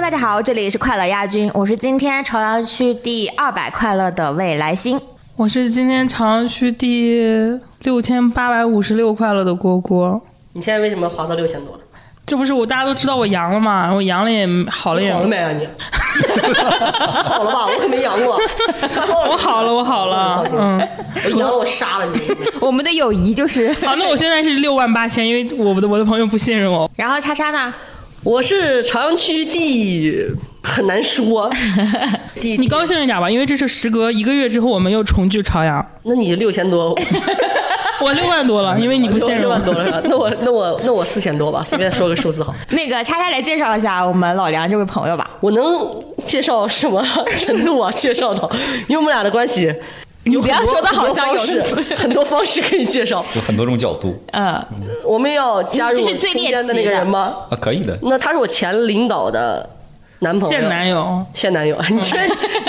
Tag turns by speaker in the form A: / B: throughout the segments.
A: 大家好，这里是快乐亚军，我是今天朝阳区第二百快乐的未来星。
B: 我是今天朝阳区第六千八百五十六快乐的蝈蝈。
C: 你现在为什么滑到六千多了？
B: 这不是我大家都知道我阳了嘛，我阳了也好
A: 哎
B: 了也
C: 好了没啊你？ 好了吧，我可没阳过。
B: 哦我好了我好了
C: 放，心
B: 嗯，
C: 我阳了，我杀了你！
A: 我们的友谊就是，
B: 好，那我现在是六万八千，因为我的我的朋友不信任 我，
A: 然后叉叉呢？
C: 我是朝阳区第很 难说，第
B: 你高兴一点吧，因为这是时隔一个月之后我们又重聚朝阳，
C: 那你六 千多，
B: 我六万多了，因为你不信任
C: 六
B: 我
C: 万，多了是吧？那我那我那我四千多吧，随便说个数字好。
A: 那个叉叉来介绍一下我们老梁这位朋友吧。
C: 我能介绍什么程度啊？介绍到，因为我们俩的关系，你
A: 不要说得好像有
C: 是很多方式可以介绍。
D: 有很多种角度
A: 嗯，
C: 我们要加入
A: 这是最
C: 中
A: 猎奇的
C: 间的那个人吗？
D: 啊，可以的。
C: 那他是我前领导的男朋友，
B: 现男友。
C: 现男友， 你这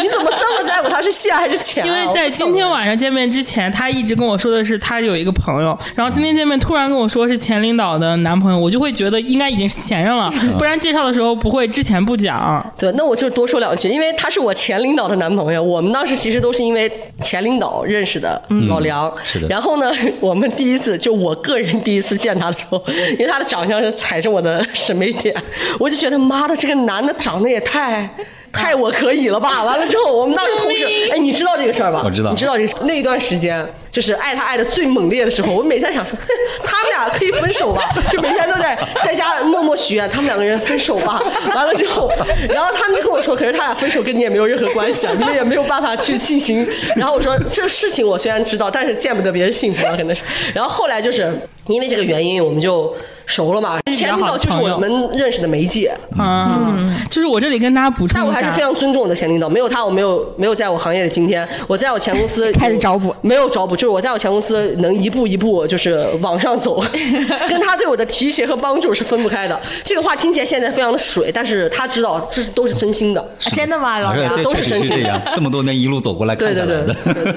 C: 你怎么这么在乎他是现还是前啊、
B: 因为
C: 我
B: 在
C: 不懂
B: 今天晚上见面之前，他一直跟我说的是他有一个朋友，然后今天见面突然跟我说是前领导的男朋友，我就会觉得应该已经是前任了，
D: 嗯
B: 不然介绍的时候不会之前不讲。
C: 对，那我就多说两句，因为他是我前领导的男朋友，我们当时其实都是因为前领导认识的老梁。
D: 嗯是的
C: 然后呢，我们第一次就我个人第一次见他的时候，因为他的长相是踩着我的审美点，我就觉得妈的，这个男的长得也太。太我可以了吧！完了之后，我们当时 同事，哎，你知道这个事儿吧？
D: 我知道
C: 你知道这个事那一段时间，就是爱他爱的最猛烈的时候，我每天想说，哼他们俩可以分手吧？就每天都在在家默默许愿，他们两个人分手吧。完了之后，然后他们就跟我说，可是他俩分手跟你也没有任何关系啊，你们也没有办法去进行。然后我说，这事情我虽然知道，但是见不得别人幸福啊，可能是。然后后来就是因为这个原因，我们就熟了嘛。前领导就是我们认识的媒介，
D: 嗯
B: 啊，就是我这里跟大家补充
C: 但
B: 一下，
C: 嗯我还是非常尊重我的前领导，没有他，我没有没有在我行业的今天。我在我前公司
A: 开始找补，
C: 没有找补，就是我在我前公司能一步一步就是往上走，跟他对我的提携和帮助是分不开的。这个话听起来现在非常的水，但是他知道这是都是真心的。
A: 真的吗，老
D: 啊
A: 梁
D: 对，？
C: 都
D: 确
C: 是
D: 实
C: 真
D: 是这
C: 心
D: 样。这么多年一路走过来看
C: 对
D: 下
C: 对
D: 来
C: 对
D: 的，
C: 对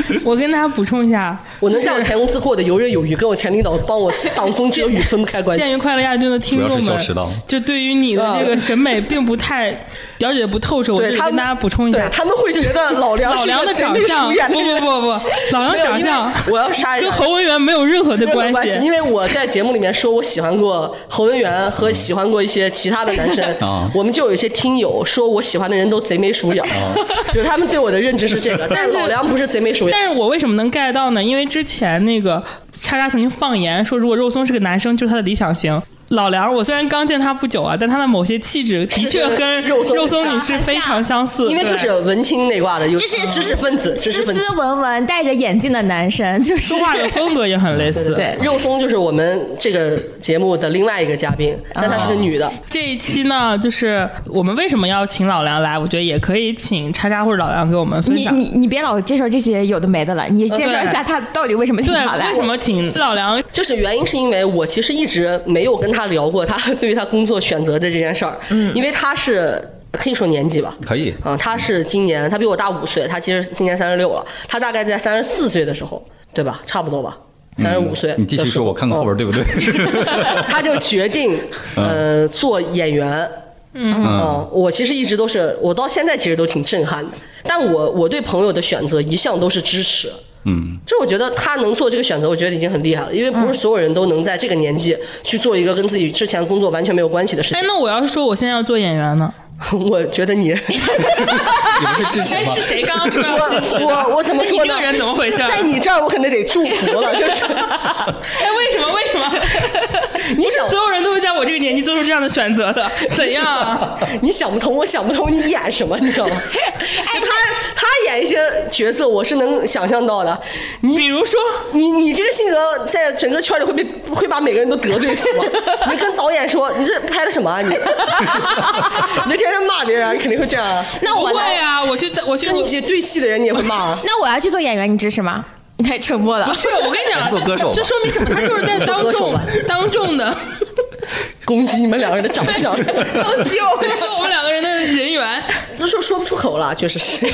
C: 对对，
B: 我跟大家补充一下，
C: 我能在我前公司过得游刃有余，跟我前领导帮我挡风遮雨分不开关
B: 鉴于
C: 系。
B: 快乐亚军的听
D: 呃主
B: 众
D: 要是小
B: 们
D: 迟到，
B: 就对于你的这个审美并不太了解不透彻，我这
C: 嗯对
B: 里
C: 他
B: 跟
C: 们
B: 大家补充一下
C: 对，他们会觉得老梁
B: 老梁的长相，不不不不，老梁长相
C: 我要杀人
B: 跟。侯文元没有任何的
C: 哎没有
B: 关
C: 系，因为我在节目里面说我喜欢过侯文元和喜欢过一些其他的男生
D: 啊，
C: 我们就有一些听友说我喜欢的人都贼眉鼠眼， 就是他们对我的认知是这个，但是老梁不是贼眉鼠眼，
B: 但是我为什么能 get 到呢？因为之前那个叉叉曾经放言说，如果肉松是个男生，就是他的理想型。老梁，我虽然刚见他不久啊，但他的某些气质的确跟
C: 肉松
B: 肉松女士非常相似，
C: 因为就
B: 对
C: 是文青那挂的，有
A: 就是
C: 知识分子，知识
A: 斯
C: 分子。
A: 斯文文、戴着眼镜的男生，就是
B: 说话的风格也很类 似。
A: 对
C: 肉松就是我们这个节目的另外一个嘉宾，但她是个女的，
B: 这一期呢，就是我们为什么要请老梁来？我觉得也可以请叉叉或者老梁给我们分
A: 你
B: 享。
A: 你你别老介绍这些有的没的了，你介绍一下他到底为什么请
B: 对
A: 他，来
B: 为？什么请老梁？哎
C: 就是原因是因为我其实一直没有跟她聊过她对于她工作选择的这件事儿，嗯，因为她是可以说年纪吧，
D: 可以。
C: 嗯，他是今年，他比我大五岁，他其实今年三十六了，他大概在三十四岁的时候，对吧？差不多吧，三十五岁、
D: 嗯你继续说，我
C: 哦
D: 看看后边对不对？
C: 他就决定呃做演员。嗯、我其实一直都是，我到现在其实都挺震撼的。但我我对朋友的选择一向都是支持。
D: 嗯，
C: 这我觉得他能做这个选择，我觉得已经很厉
B: 嗯
C: 害了，因为不是所有人都能在这个年纪去做一个跟自己之前工作完全没有关系的事
B: 哎，
C: 情。
B: 那我要是说我现在要做演员呢？
C: 我觉 得你
D: 你 不是支持吗？
B: 哎谁刚刚说要支 持的
C: 我我怎么说呢
B: 你这个人怎么回事？啊
C: 在你这儿，我可能得祝福了， 就是。
B: 哎，为什么？为什么？你是 所有人都会在我这个年纪做出这样的选择的，怎样啊？
C: 你想不通，我想不通你演什么，你知道 吗？
B: 哎
C: 就他他演一些角色，我是能想象到的。你
B: 比如说，
C: 你你这个性格，在整个圈里会被会把每个人都得罪死 吗？你跟导演说你这拍的什么啊你？ 你这天天骂别人，你肯定会这样啊。
A: 那我
B: 不
A: 呢
B: 会啊，我去，我去，
C: 跟你
B: 我
C: 一起对戏的人你也会骂啊。
A: 那我要去做演员，你支持吗？你太沉默了
B: 不。是，我跟你讲，啊
D: 做歌手吧
B: 这说明什么？他就是在 当
C: 做歌手
B: 众
C: 吧
B: 当众 的，
C: 攻击你们两个人的长 相，
B: 当击我们，我们两个人的人缘。
C: 这说说不出口了，确实是。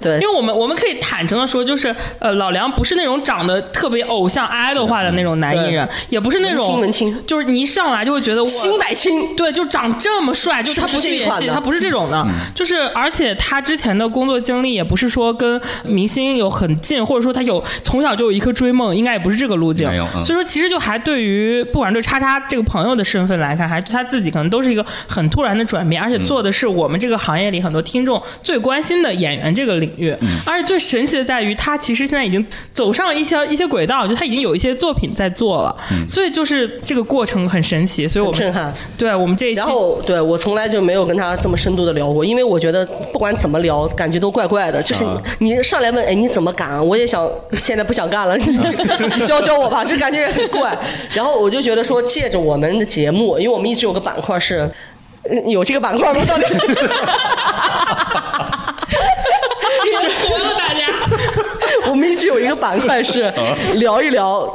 C: 对
B: 因为我们我们可以坦诚的说，就是呃，老梁不是那种长得特别偶像 idol 化的那种男艺人，也不是那种
C: 文青文青
B: 就是你一上来就会觉得我
C: 新百青，
B: 对，就长这么帅，就是他
C: 不是
B: 不
C: 这
B: 去
C: 一
B: 演
C: 款
B: 戏，
C: 的
B: 他不是这种的，
D: 嗯
B: 就是而且他之前的工作经历也不是说跟明星有很近，或者说他有从小就有一颗追梦，应该也不是这个路径。
D: 没有嗯
B: 所以说其实就还对于不管对叉叉这个朋友的身份来看，还是他自己可能都是一个很突然的转变，而且
D: 嗯
B: 做的是我们这个行业里很多听众最关心的演员这个领域，
D: 嗯
B: 而且最神奇的在于他其实现在已经走上了一些一些轨道，就他已经有一些作品在做了，
D: 嗯
B: 所以就是这个过程很神奇，所以我们
C: 很震撼
B: 对我们这一期
C: 然后对我从来就没有跟他这么深度的聊过，因为我觉得不管怎么聊，感觉都怪怪的。就是
D: 啊
C: 你你上来问，哎，你怎么敢啊？我也想，现在不想干了，你你教教我吧，这感觉也很怪。然后我就觉得说，借着我们的节目，因为我们一直有个板块是，嗯有这个板块吗？到底？
B: 忽悠大家。
C: 我们一直有一个板块是聊一聊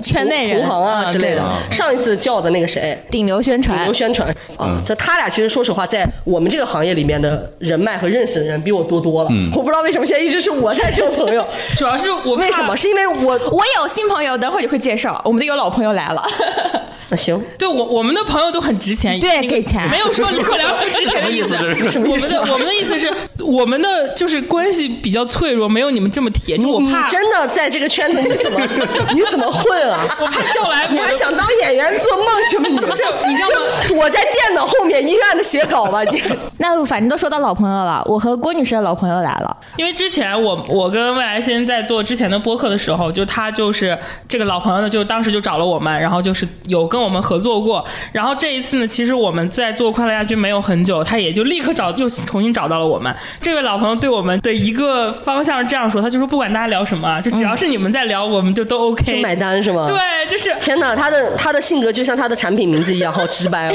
A: 圈内人
C: 同行啊
A: 嗯
C: 之类的
A: 对。
C: 上一次叫的那个谁，
A: 顶流宣
C: 旅
A: 传
C: 游，宣传啊，这他俩其实说实话，在我们这个行业里面的人脉和认识的人比我多多了。我不知道为什么现在一直是我在交朋友，
B: 主要是我怕
C: 为什么？？是因为我
E: 我有新朋友，等会儿就会介绍。我们的有老朋友来了，
C: 那啊行，
B: 对我我们的朋友都很值钱，
A: 对
B: 那个
A: 给钱
B: 没有说李可良不值 钱的意思。
D: 是？
B: 我们的我们的意思是，我们的就是关系比较脆弱，没有你们这么铁。就我
C: 你
B: 怕，
C: 真的在这个圈子你怎么你怎么混啊？
B: 我怕叫来我
C: 你还
B: 的
C: 想当演员做梦去吗？你
B: 是你知道吗
C: 就躲在电脑后面阴暗的写稿吧你。
A: 那反正都说到老朋友了，我和郭女士的老朋友来了，
B: 因为之前我我跟未来先在做之前的播客的时候，就他就是这个老朋友呢，就当时就找了我们，然后就是有跟我们合作过。然后这一次呢，其实我们在做快乐亚军没有很久，他也就立刻找又重新找到了我们。这位老朋友对我们的一个方向是这样说，他就说不管大家聊什么啊，就只要是你们在聊，我们就都 OK。
C: 就买单是吗？。
B: 对，就是
C: 天哪，他的他的性格就像他的产品名字一样，好直白哦。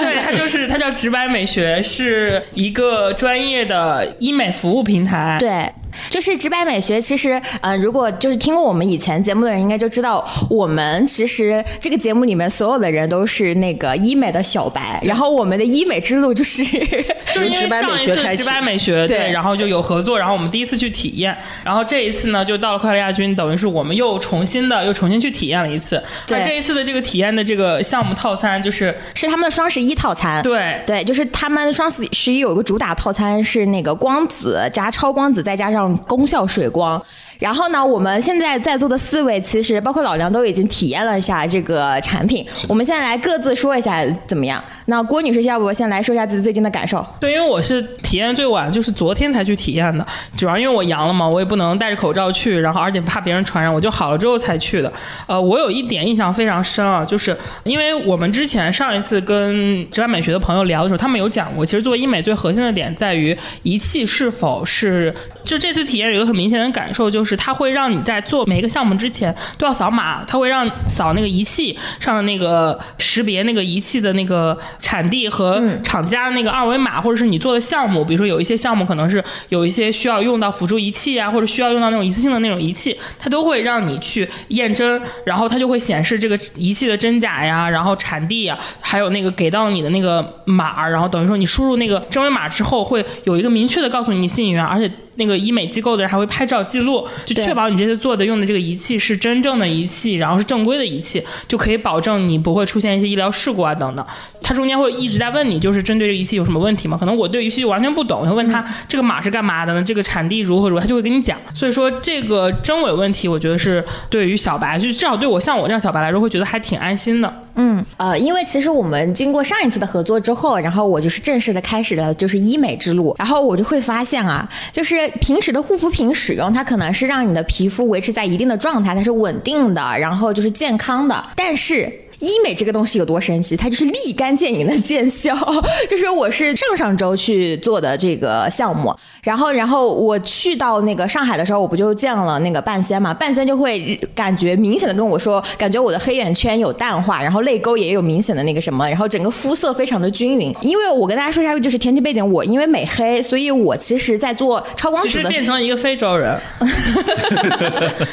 B: 对，它就是它叫直白美学，是一个专业的医美服务平台。
A: 对，就是直白美学。其实，嗯、如果就是听过我们以前节目的人，应该就知道，我们其实这个节目里面所有的人都是那个医美的小白，然后我们的医美之路就是
B: 就是因为
C: 直白
B: 上
C: 美
B: 一
C: 学
B: 次
C: 开
B: 直
C: 启
B: 白美学对，
A: 对
B: 然后就有合作，然后我们第一次去体验，然后这一次呢，就到了快乐亚军，等于是我们又重新的又重新去体验了一次。
A: 对
B: 而这一次的这个体验的这个项目套餐，就是
A: 是他们的双十一套餐。
B: 对
A: 对，就是他们双十十一有一个主打套餐是那个光子加超光子，再加上功效水光。然后呢，我们现在在座的四位，其实包括老梁都已经体验了一下这个产品。我们现在来各自说一下怎么样？那郭女士，要不先来说一下自己最近的感受？
B: 对，因为我是体验最晚，就是昨天才去体验的，主要因为我阳了嘛，我也不能戴着口罩去，然后而且怕别人传染，我就好了之后才去的。呃，我有一点印象非常深啊，就是因为我们之前上一次跟植发美学的朋友聊的时候，他们有讲过，其实做医美最核心的点在于仪器是否是，就这次体验有一个很明显的感受，就是它会让你在做每一个项目之前都要扫码，它会让扫那个仪器上的那个识别那个仪器的那个产地和厂家的那个二维码，或者是你做的项目，比如说有一些项目可能是有一些需要用到辅助仪器啊，或者需要用到那种一次性的那种仪器，它都会让你去验真，然后它就会显示这个仪器的真假呀，然后产地呀，还有那个给到你的那个码儿，然后等于说你输入那个真维码之后，会有一个明确的告诉你信源，而且。那个医美机构的人还会拍照记录，就
A: 对
B: 确保你这次做的用的这个仪器是真正的仪器，然后是正规的仪器，就可以保证你不会出现一些医疗事故啊等等。他中间会一直在问你，就是针对这个仪器有什么问题吗？可能我对仪器完全不懂，我就问
A: 嗯
B: 他这个码是干嘛的呢？这个产地如何如何，他就会跟你讲。所以说这个真伪问题，我觉得是对于小白，就至少对我像我这样小白来说，会觉得还挺安心的。
A: 嗯，呃，因为其实我们经过上一次的合作之后，然后我就是正式的开始了就是医美之路，然后我就会发现啊，就是平时的护肤品使用，它可能是让你的皮肤维持在一定的状态，它是稳定的，然后就是健康的，但是。医美这个东西有多神奇，它就是立竿见影的见效。 就是我是上上周去做的这个项目，然后然后我去到那个上海的时候，我不就见了那个半仙嘛，半仙就会感觉明显的跟我说，感觉我的黑眼圈有淡化，然后泪沟也有明显的那个什么，然后整个肤色非常的均匀。因为我跟大家说一下，就是天气背景，我因为美黑，所以我其实在做超光
B: 其
A: 子
B: 实
A: 的时
B: 变成了一个非洲人，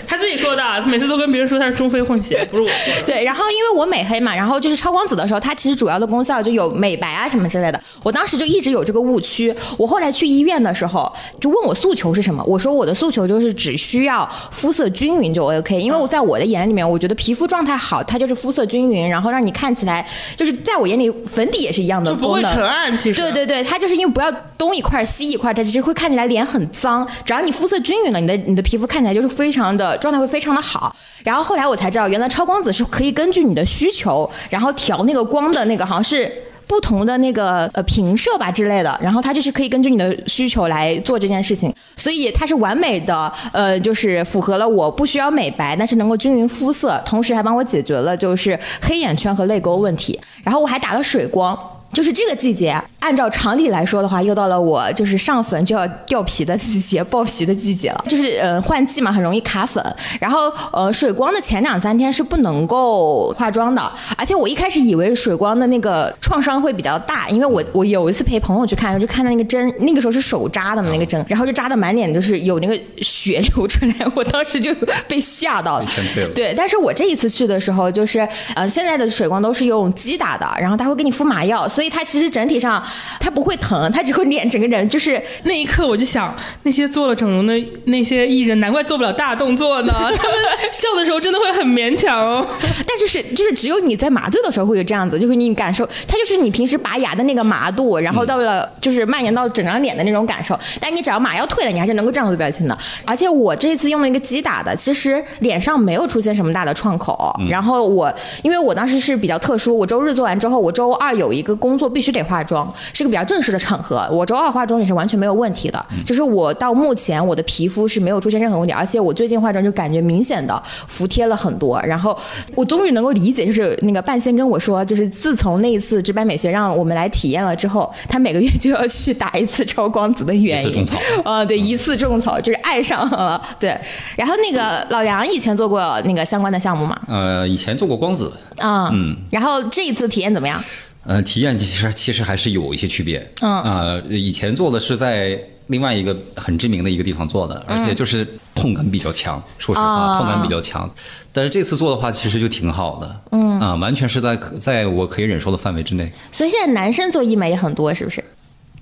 B: 他自己说的，他每次都跟别人说他是中非混血，不是我说的。
A: 对，然后因为我美美黑嘛，然后就是超光子的时候，它其实主要的功效就有美白啊什么之类的。我当时就一直有这个误区，我后来去医院的时候就问我诉求是什么，我说我的诉求就是只需要肤色均匀就 OK，因为我在我的眼里面，我觉得皮肤状态好，它就是肤色均匀，然后让你看起来就是在我眼里粉底也是一样的
B: 就不会
A: 功能
B: 沉暗，其实
A: 对对对，它就是因为不要东一块儿西一块儿，它其实会看起来脸很脏。只要你肤色均匀了，你的你的皮肤看起来就是非常的状态会非常的好。然后后来我才知道，原来超光子是可以根据你的需求，然后调那个光的那个好像是。不同的那个呃平射吧之类的，然后它就是可以根据你的需求来做这件事情，所以它是完美的，呃，就是符合了我不需要美白，但是能够均匀肤色，同时还帮我解决了就是黑眼圈和泪沟问题，然后我还打了水光，就是这个季节，按照常理来说的话，又到了我就是上粉就要掉皮的季节、爆皮的季节了。就是呃换季嘛，很容易卡粉。然后呃水光的前两三天是不能够化妆的，而且我一开始以为水光的那个创伤会比较大，因为我我有一次陪朋友去看，就看到那个针，那个时候是手扎的嘛，那个针，然后就扎的满脸就是有那个血流出来，我当时就被吓到了
D: 被劝退了。
A: 对，但是我这一次去的时候，就是呃，现在的水光都是用击打的，然后它会给你敷麻药，所以它其实整体上它不会疼，它只会脸整个人就是
B: 那一刻我就想，那些做了整容的那些艺人，难怪做不了大动作 呢。他们笑的时候真的会很勉强哦。
A: 但就是就是只有你在麻醉的时候会有这样子，就是你感受，它就是你平时拔牙的那个麻度，然后到了就是蔓延到整张脸的那种感受。但你只要麻药退了，你还是能够这样做表情的。而且我这次用了一个击打的，其实脸上没有出现什么大的创口。然后我因为我当时是比较特殊，我周日做完之后，我周二有一个工作必须得化妆，是个比较正式的场合，我周二化妆也是完全没有问题的。
D: 嗯
A: 就是我到目前我的皮肤是没有出现任何问题，而且我最近化妆就感觉明显的服帖了很多。然后我终于能够理解，就是那个半仙跟我说，就是自从那一次直白美学让我们来体验了之后，他每个月就要去打一次超光子的原因。
D: 一次种 草
A: 呃，对，一次种草就是爱上 了。对，然后那个老梁以前做过那个相关的项目嘛，
D: 呃，以前做过光子，
A: 啊、嗯，然后这一次体验怎么样？
D: 呃，体验其实其实还是有一些区别。
A: 嗯
D: 啊，以前做的是在另外一个很知名的一个地方做的，而且就是痛感比较强，说实话，
A: 啊
D: 痛感比较强。但是这次做的话，其实就挺好的。嗯啊，完全是在可在我可以忍受的范围之内。
A: 所以现在男生做医美也很多，是不是？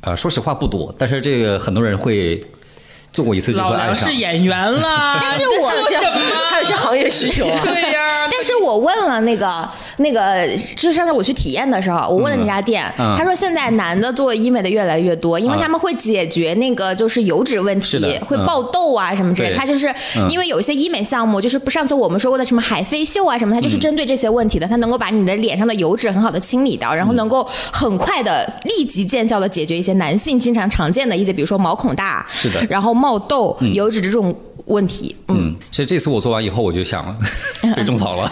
D: 呃，说实话不多，但是这个很多人会做过一次就
B: 老
D: 会爱
B: 梁
D: 上
B: 是。演员啦，
A: 但是
B: 你在
A: 我
B: 说什么？
C: 还有一些行业需求啊。
B: 对呀、
A: 但是我问了那个那个，就是上次我去体验的时候，我问了那家店，
D: 嗯嗯
A: 他说现在男的做医美的越来越多，因为
D: 啊
A: 他们会解决那个就是油脂问
D: 是
A: 题
D: 的，
A: 会
D: 嗯
A: 爆痘啊什么之类的。
D: 对
A: 他就是
D: 嗯
A: 因为有一些医美项目，就是不上次我们说过的什么海飞秀啊什么，它就是针对这些问
D: 嗯
A: 题的，它能够把你的脸上的油脂很好的清理掉，然后能够很快的立即见效的解决一些男性经常常见的一些，比如说毛孔大，
D: 是的
A: 然后冒痘、油脂这种问题，嗯
D: 嗯，所以这次我做完以后，我就想了，被种草了。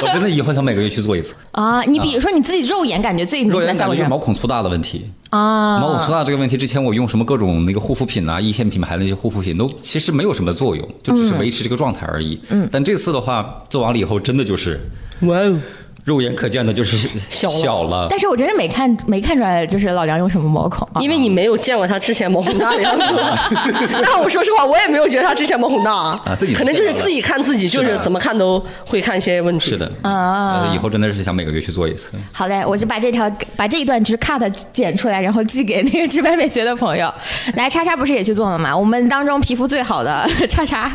D: 我真的以后想每个月去做一次。
A: 啊，你比如说你自己肉眼感觉最明
D: 肉
A: 显的
D: 眼
A: 效
D: 感
A: 果是
D: 觉就
A: 什
D: 是
A: 么
D: 毛孔粗大的问题。
A: 啊？
D: 毛孔粗大这个问题，之前我用什么各种那个护肤品啊、一线品牌的那些护肤品，都其实没有什么作用，就只是维持这个状态而已。嗯。但这次的话，做完了以后，真的就是
B: 哇哦！
D: 肉眼可见的，就是小
C: 了
D: 了。
A: 但是我真的没看没看出来，就是老梁用什么毛孔啊？
C: 因为你没有见过他之前毛孔大的样 子，但我说实话，我也没有觉得他之前毛孔大
D: 啊自己
C: 可能就是自己看自己，
D: 是
C: 就
D: 的
C: 是怎么看都会看一些问题。
D: 是的，啊，以后真的是想每个月去做一次。
A: 好嘞，我就把这条把这一段就是 cut 剪出来，然后寄给那个直白美学的朋友。来，叉叉不是也去做了吗？我们当中皮肤最好的叉叉，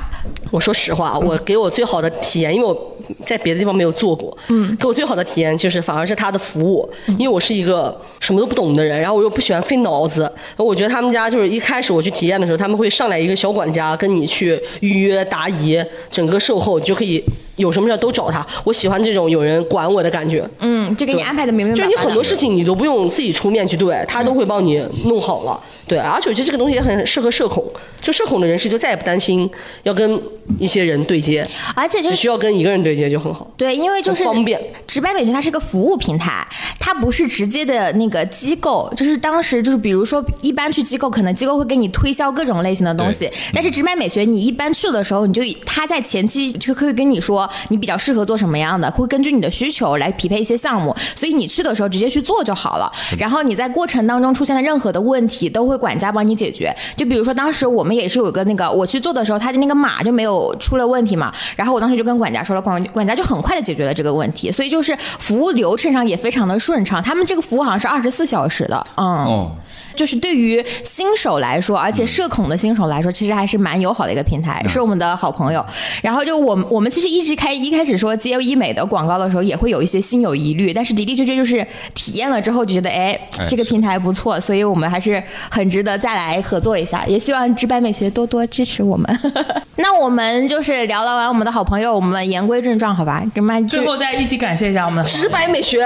C: 我说实话，我给我最好的体验，因为我在别的地方没有做过，嗯，给我最好的体验就是反而是他的服务，因为我是一个什么都不懂的人，然后我又不喜欢费脑子，我觉得他们家就是一开始我去体验的时候，他们会上来一个小管家跟你去预约答疑，整个售后你就可以有什么事儿都找他，我喜欢这种有人管我的感觉，
A: 嗯，就给你安排的明明白嗯
C: 就
A: 白
C: 是
A: 的。
C: 你很多事情你都不用自己出面去对，他都会帮你弄好了。对，而且我觉得这个东西也很适合社恐，就社恐的人士就再也不担心要跟一些人对接，
A: 而且就
C: 只
A: 是
C: 需要跟一个人对接就很好。
A: 对，因为就是
C: 很方便。
A: 直白美学它是个服务平台，它不是直接的那个机构。就是当时就是比如说，一般去机构，可能机构会给你推销各种类型的东西
D: 对，
A: 但是直白美学你一般去的时候，你就以它在前期就可以跟你说，说你比较适合做什么样的，会根据你的需求来匹配一些项目。所以你去的时候直接去做就好了。然后你在过程当中出现的任何的问题，都会管家帮你解决。就比如说当时我们也是有个那个我去做的时候，他的那个码就没有出了问题嘛。然后我当时就跟管家说了，管管家就很快的解决了这个问题。所以就是服务流程上也非常的顺畅。他们这个服务好像是二十四小时的，嗯。
D: 哦，
A: 就是对于新手来说，而且社恐的新手来说，其实还是蛮友好的一个平台，是我们的好朋友。然后就我们我们其实一直开一开始说接医美的广告的时候，也会有一些心有疑虑，但是的的确确就是体验了之后就觉得，哎
D: 哎，
A: 这个平台不错，所以我们还是很值得再来合作一下。也希望直白美学多多支持我们。 那我们就是聊了完我们的好朋友，我们言归正传，好吧？干嘛就
B: 最后再一起感谢一下我们的
C: 直白美学，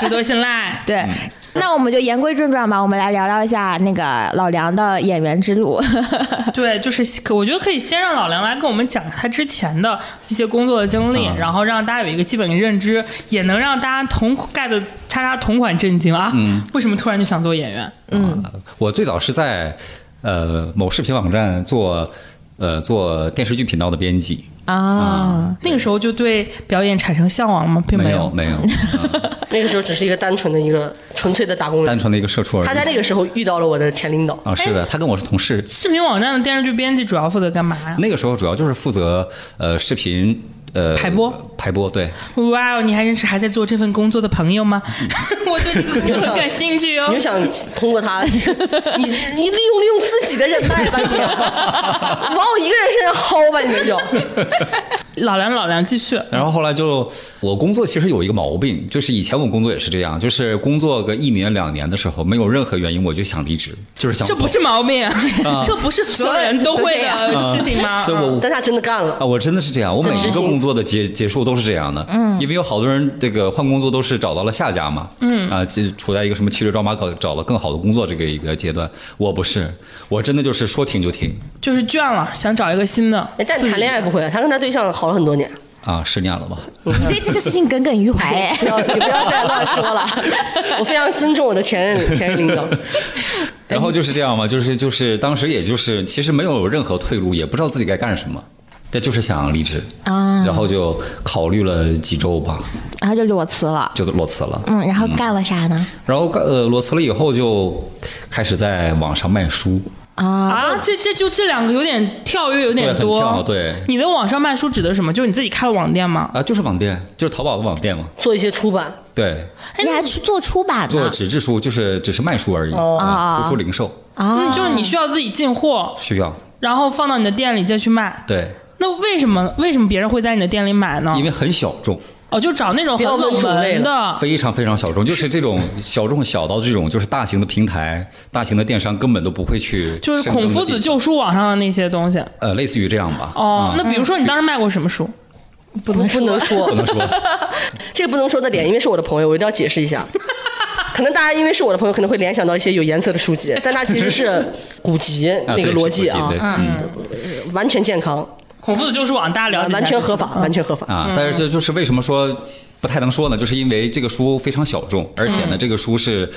B: 值得信赖。
A: 对。那我们就言归正传吧，我们来聊聊一下那个老梁的演员之路。
B: 对，就是可我觉得可以先让老梁来跟我们讲他之前的一些工作的经历，然后让大家有一个基本的认知，也能让大家同盖的叉叉同款震惊啊！为什么突然就想做演员？
D: 嗯，我最早是在呃某视频网站做呃做电视剧频道的编辑，
A: 啊，
B: 那个时候就对表演产生向往了吗？并
D: 没
B: 有。
D: 没有，
C: 那个时候只是一个单纯的一个纯粹的打工
D: 单
C: 人。
D: 纯的一个社畜而已。
C: 他在那个时候遇到了我的前领导，
D: 啊，是的，他跟我是同事，
B: 视频网站的电视剧编辑主要负责干嘛呀？
D: 那个时候主要就是负责呃视频呃
B: 排播
D: 排播，对，
B: 哇哦，你还认识还在做这份工作的朋友吗？ 我对这个工作很感兴趣哦
C: 你就。想通过 他，你你利用利用自己的人脉吧，你要 往我一个人身上薅吧，你这就。
B: 老梁，老梁，继续。
D: 然后后来就我工作其实有一个毛病，就是以前我工作也是这样，就是工作个一年两年的时候，没有任何原因我就想离职，就是想
B: 这不
D: 走
B: 是毛病，啊 这不是所有人都会的事情吗？
D: 啊对我
B: 嗯
C: 但他真的干了，
D: 啊，我真的是这样，我每一个工作的结结束都是这样的，嗯，因为有好多人这个换工作都是找到了下家嘛，嗯啊，就处在一个什么骑驴找马搞找了更好的工作这个一个阶段，我不是，我真的就是说停就停
B: 就是倦了，想找一个新的啊
C: 哎。但你谈恋爱不会，他跟他对象好了很多年。
D: 啊，十年了吧，
A: 你对这个事情耿耿于怀哎
C: 不要，你呃不要再乱说了。 我非常尊重我的前任前任领导，
D: 然后就是这样嘛，就是就是当时也就是其实没有任何退路，也不知道自己该干什么，但就是想离职
A: 啊
D: 然后就考虑了几周吧，
A: 然后就裸辞了。
D: 就裸辞了，
A: 嗯，然后干了啥呢？
D: 然后呃裸辞了以后就开始在网上卖书，
A: 啊，
B: 啊，这这就这两个有点跳跃，有点多。
D: 对很跳对
B: 你的网上卖书指的是什么？就是你自己开了网店吗？
D: 啊，就是网店，就是淘宝的网店嘛。
C: 做一些出版，
D: 对，
B: 哎
A: 你还去做出版
D: 做
A: 呢？
D: 纸质书就是只是卖书而已，啊，图书零售
A: 啊
B: 嗯，，就是你需要自己进货，
D: 需要。
B: 然后放到你的店里再去卖。
D: 对，
B: 那为什么为什么别人会在你的店里买呢
D: 因？为很小众，
B: 哦，就找那种很
C: 不要问
B: 冷
C: 种类
B: 门的。
D: 非常非常小众，就是这种小众小到这种，就是大型的平台、大型的电商根本都不会去深耕
B: 就
D: 的地
B: 是
D: 方，
B: 孔夫子救赎网上的那些东西
D: 呃，类似于这样吧。
B: 哦
D: 啊，
B: 那比如说你当时卖过什么书？
C: 不不能说
D: 不能说啊
C: 这个不能说的点，因为是我的朋友，我一定要解释一下。可能大家因为是我的朋友，可能会联想到一些有颜色的书籍，但它其实是古籍
D: 啊
C: 那个
D: 对
C: 逻
D: 是
C: 辑啊
D: 逻，对嗯
C: 完全健康，
B: 孔夫子救赎网大家了解一下
C: 啊完全合法，完全合法。
D: 啊，但是这就是为什么说不太能说呢？就是因为这个书非常小众，而且呢，这个书是。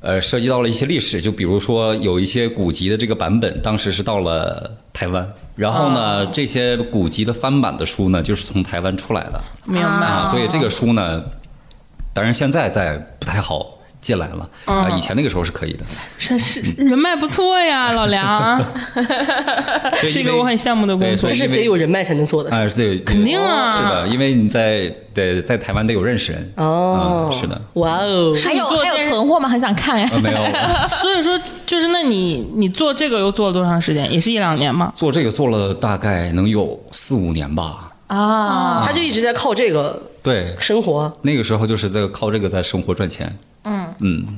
D: 呃，涉及到了一些历史，就比如说有一些古籍的这个版本，当时是到了台湾，然后呢，这些古籍的翻版的书呢，就是从台湾出来的
B: 明白。
D: 啊，所以这个书呢，当然现在在不太好进来了，啊，以前那个时候是可以的，
B: 是是人脉不错 呀，老梁，
D: 所以
B: 是一
D: 因为
B: 个我很羡慕的工作
C: 这
D: 对所以
C: 是
D: 因为
C: 得有人脉才能做的。
D: 啊，对，肯
B: 定啊
D: 是的，因为你在对在台湾得有认识人
C: 哦
D: 啊，是的，
C: 哇
A: 还
C: 哦，
A: 有
B: 是你做
A: 还
B: 电
A: 有
B: 视
A: 存货吗？很想看哎。
D: 呃，没有
B: 所以说就是那你你做这个又做了多长时间？也是一两年吗？
D: 做这个做了大概能有四五年吧，
A: 啊，
C: 他就一直在靠这个
D: 对，
C: 生活。
D: 那个时候就是在靠这个在生活赚钱，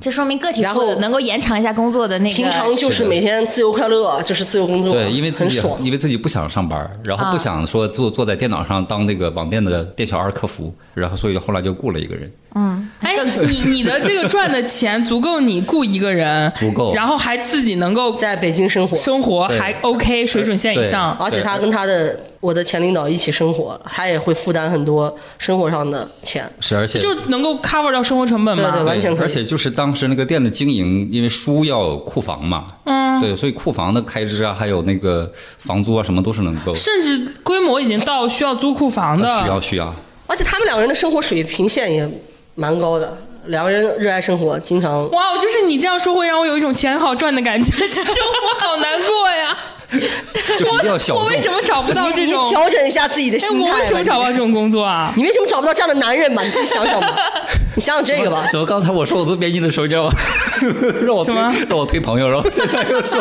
A: 这说明个体
C: 然后
A: 户能够延长一下工作的那个。
C: 平常就是是
D: 的
C: 每天自由快乐，就是自由工作，
D: 对，因为自己
C: 很爽。
D: 因为自己不想上班，然后不想说坐坐在电脑上当那个网店的店小二客服，然后所以后来就雇了一个人，
A: 嗯
B: 哎，你你的这个赚的钱足够你雇一个人，
D: 足够
B: 然后还自己能够
C: 在北京生活，
B: 生活
D: 对
B: 还 OK 水准线以上，
C: 而且他跟他的我的前领导一起生活，他也会负担很多生活上的钱。
D: 是而且
B: 就能够 cover 掉生活成本
C: 对对
B: 嘛。
C: 完全可以
D: 而且就是当时那个店的经营，因为书要库房嘛，嗯，对，所以库房的开支啊，还有那个房租啊，什么都是能够
B: 甚至规模已经到需要租库房的，
D: 需要需要。
C: 而且他们两个人的生活水平线也蛮高的，两个人热爱生活，经常
B: 哇，就是你这样说会让我有一种钱好赚的感 觉，就是我好难过呀。
D: 就是一定要小
B: 我我为
D: 众
B: 什么找不到这
C: 你
B: 种？
C: 调整一下自己的
B: 哎，
C: 心态吧。
B: 我为什么找不到这种工作啊？
C: 你为什么找不到这样的男人嘛？你自己 想想吧，你想想这个吧。
D: 怎么刚才我说我做编辑的时候，你知道吗？ 让我推
B: 什么
D: 让我推朋友，然后现在又说，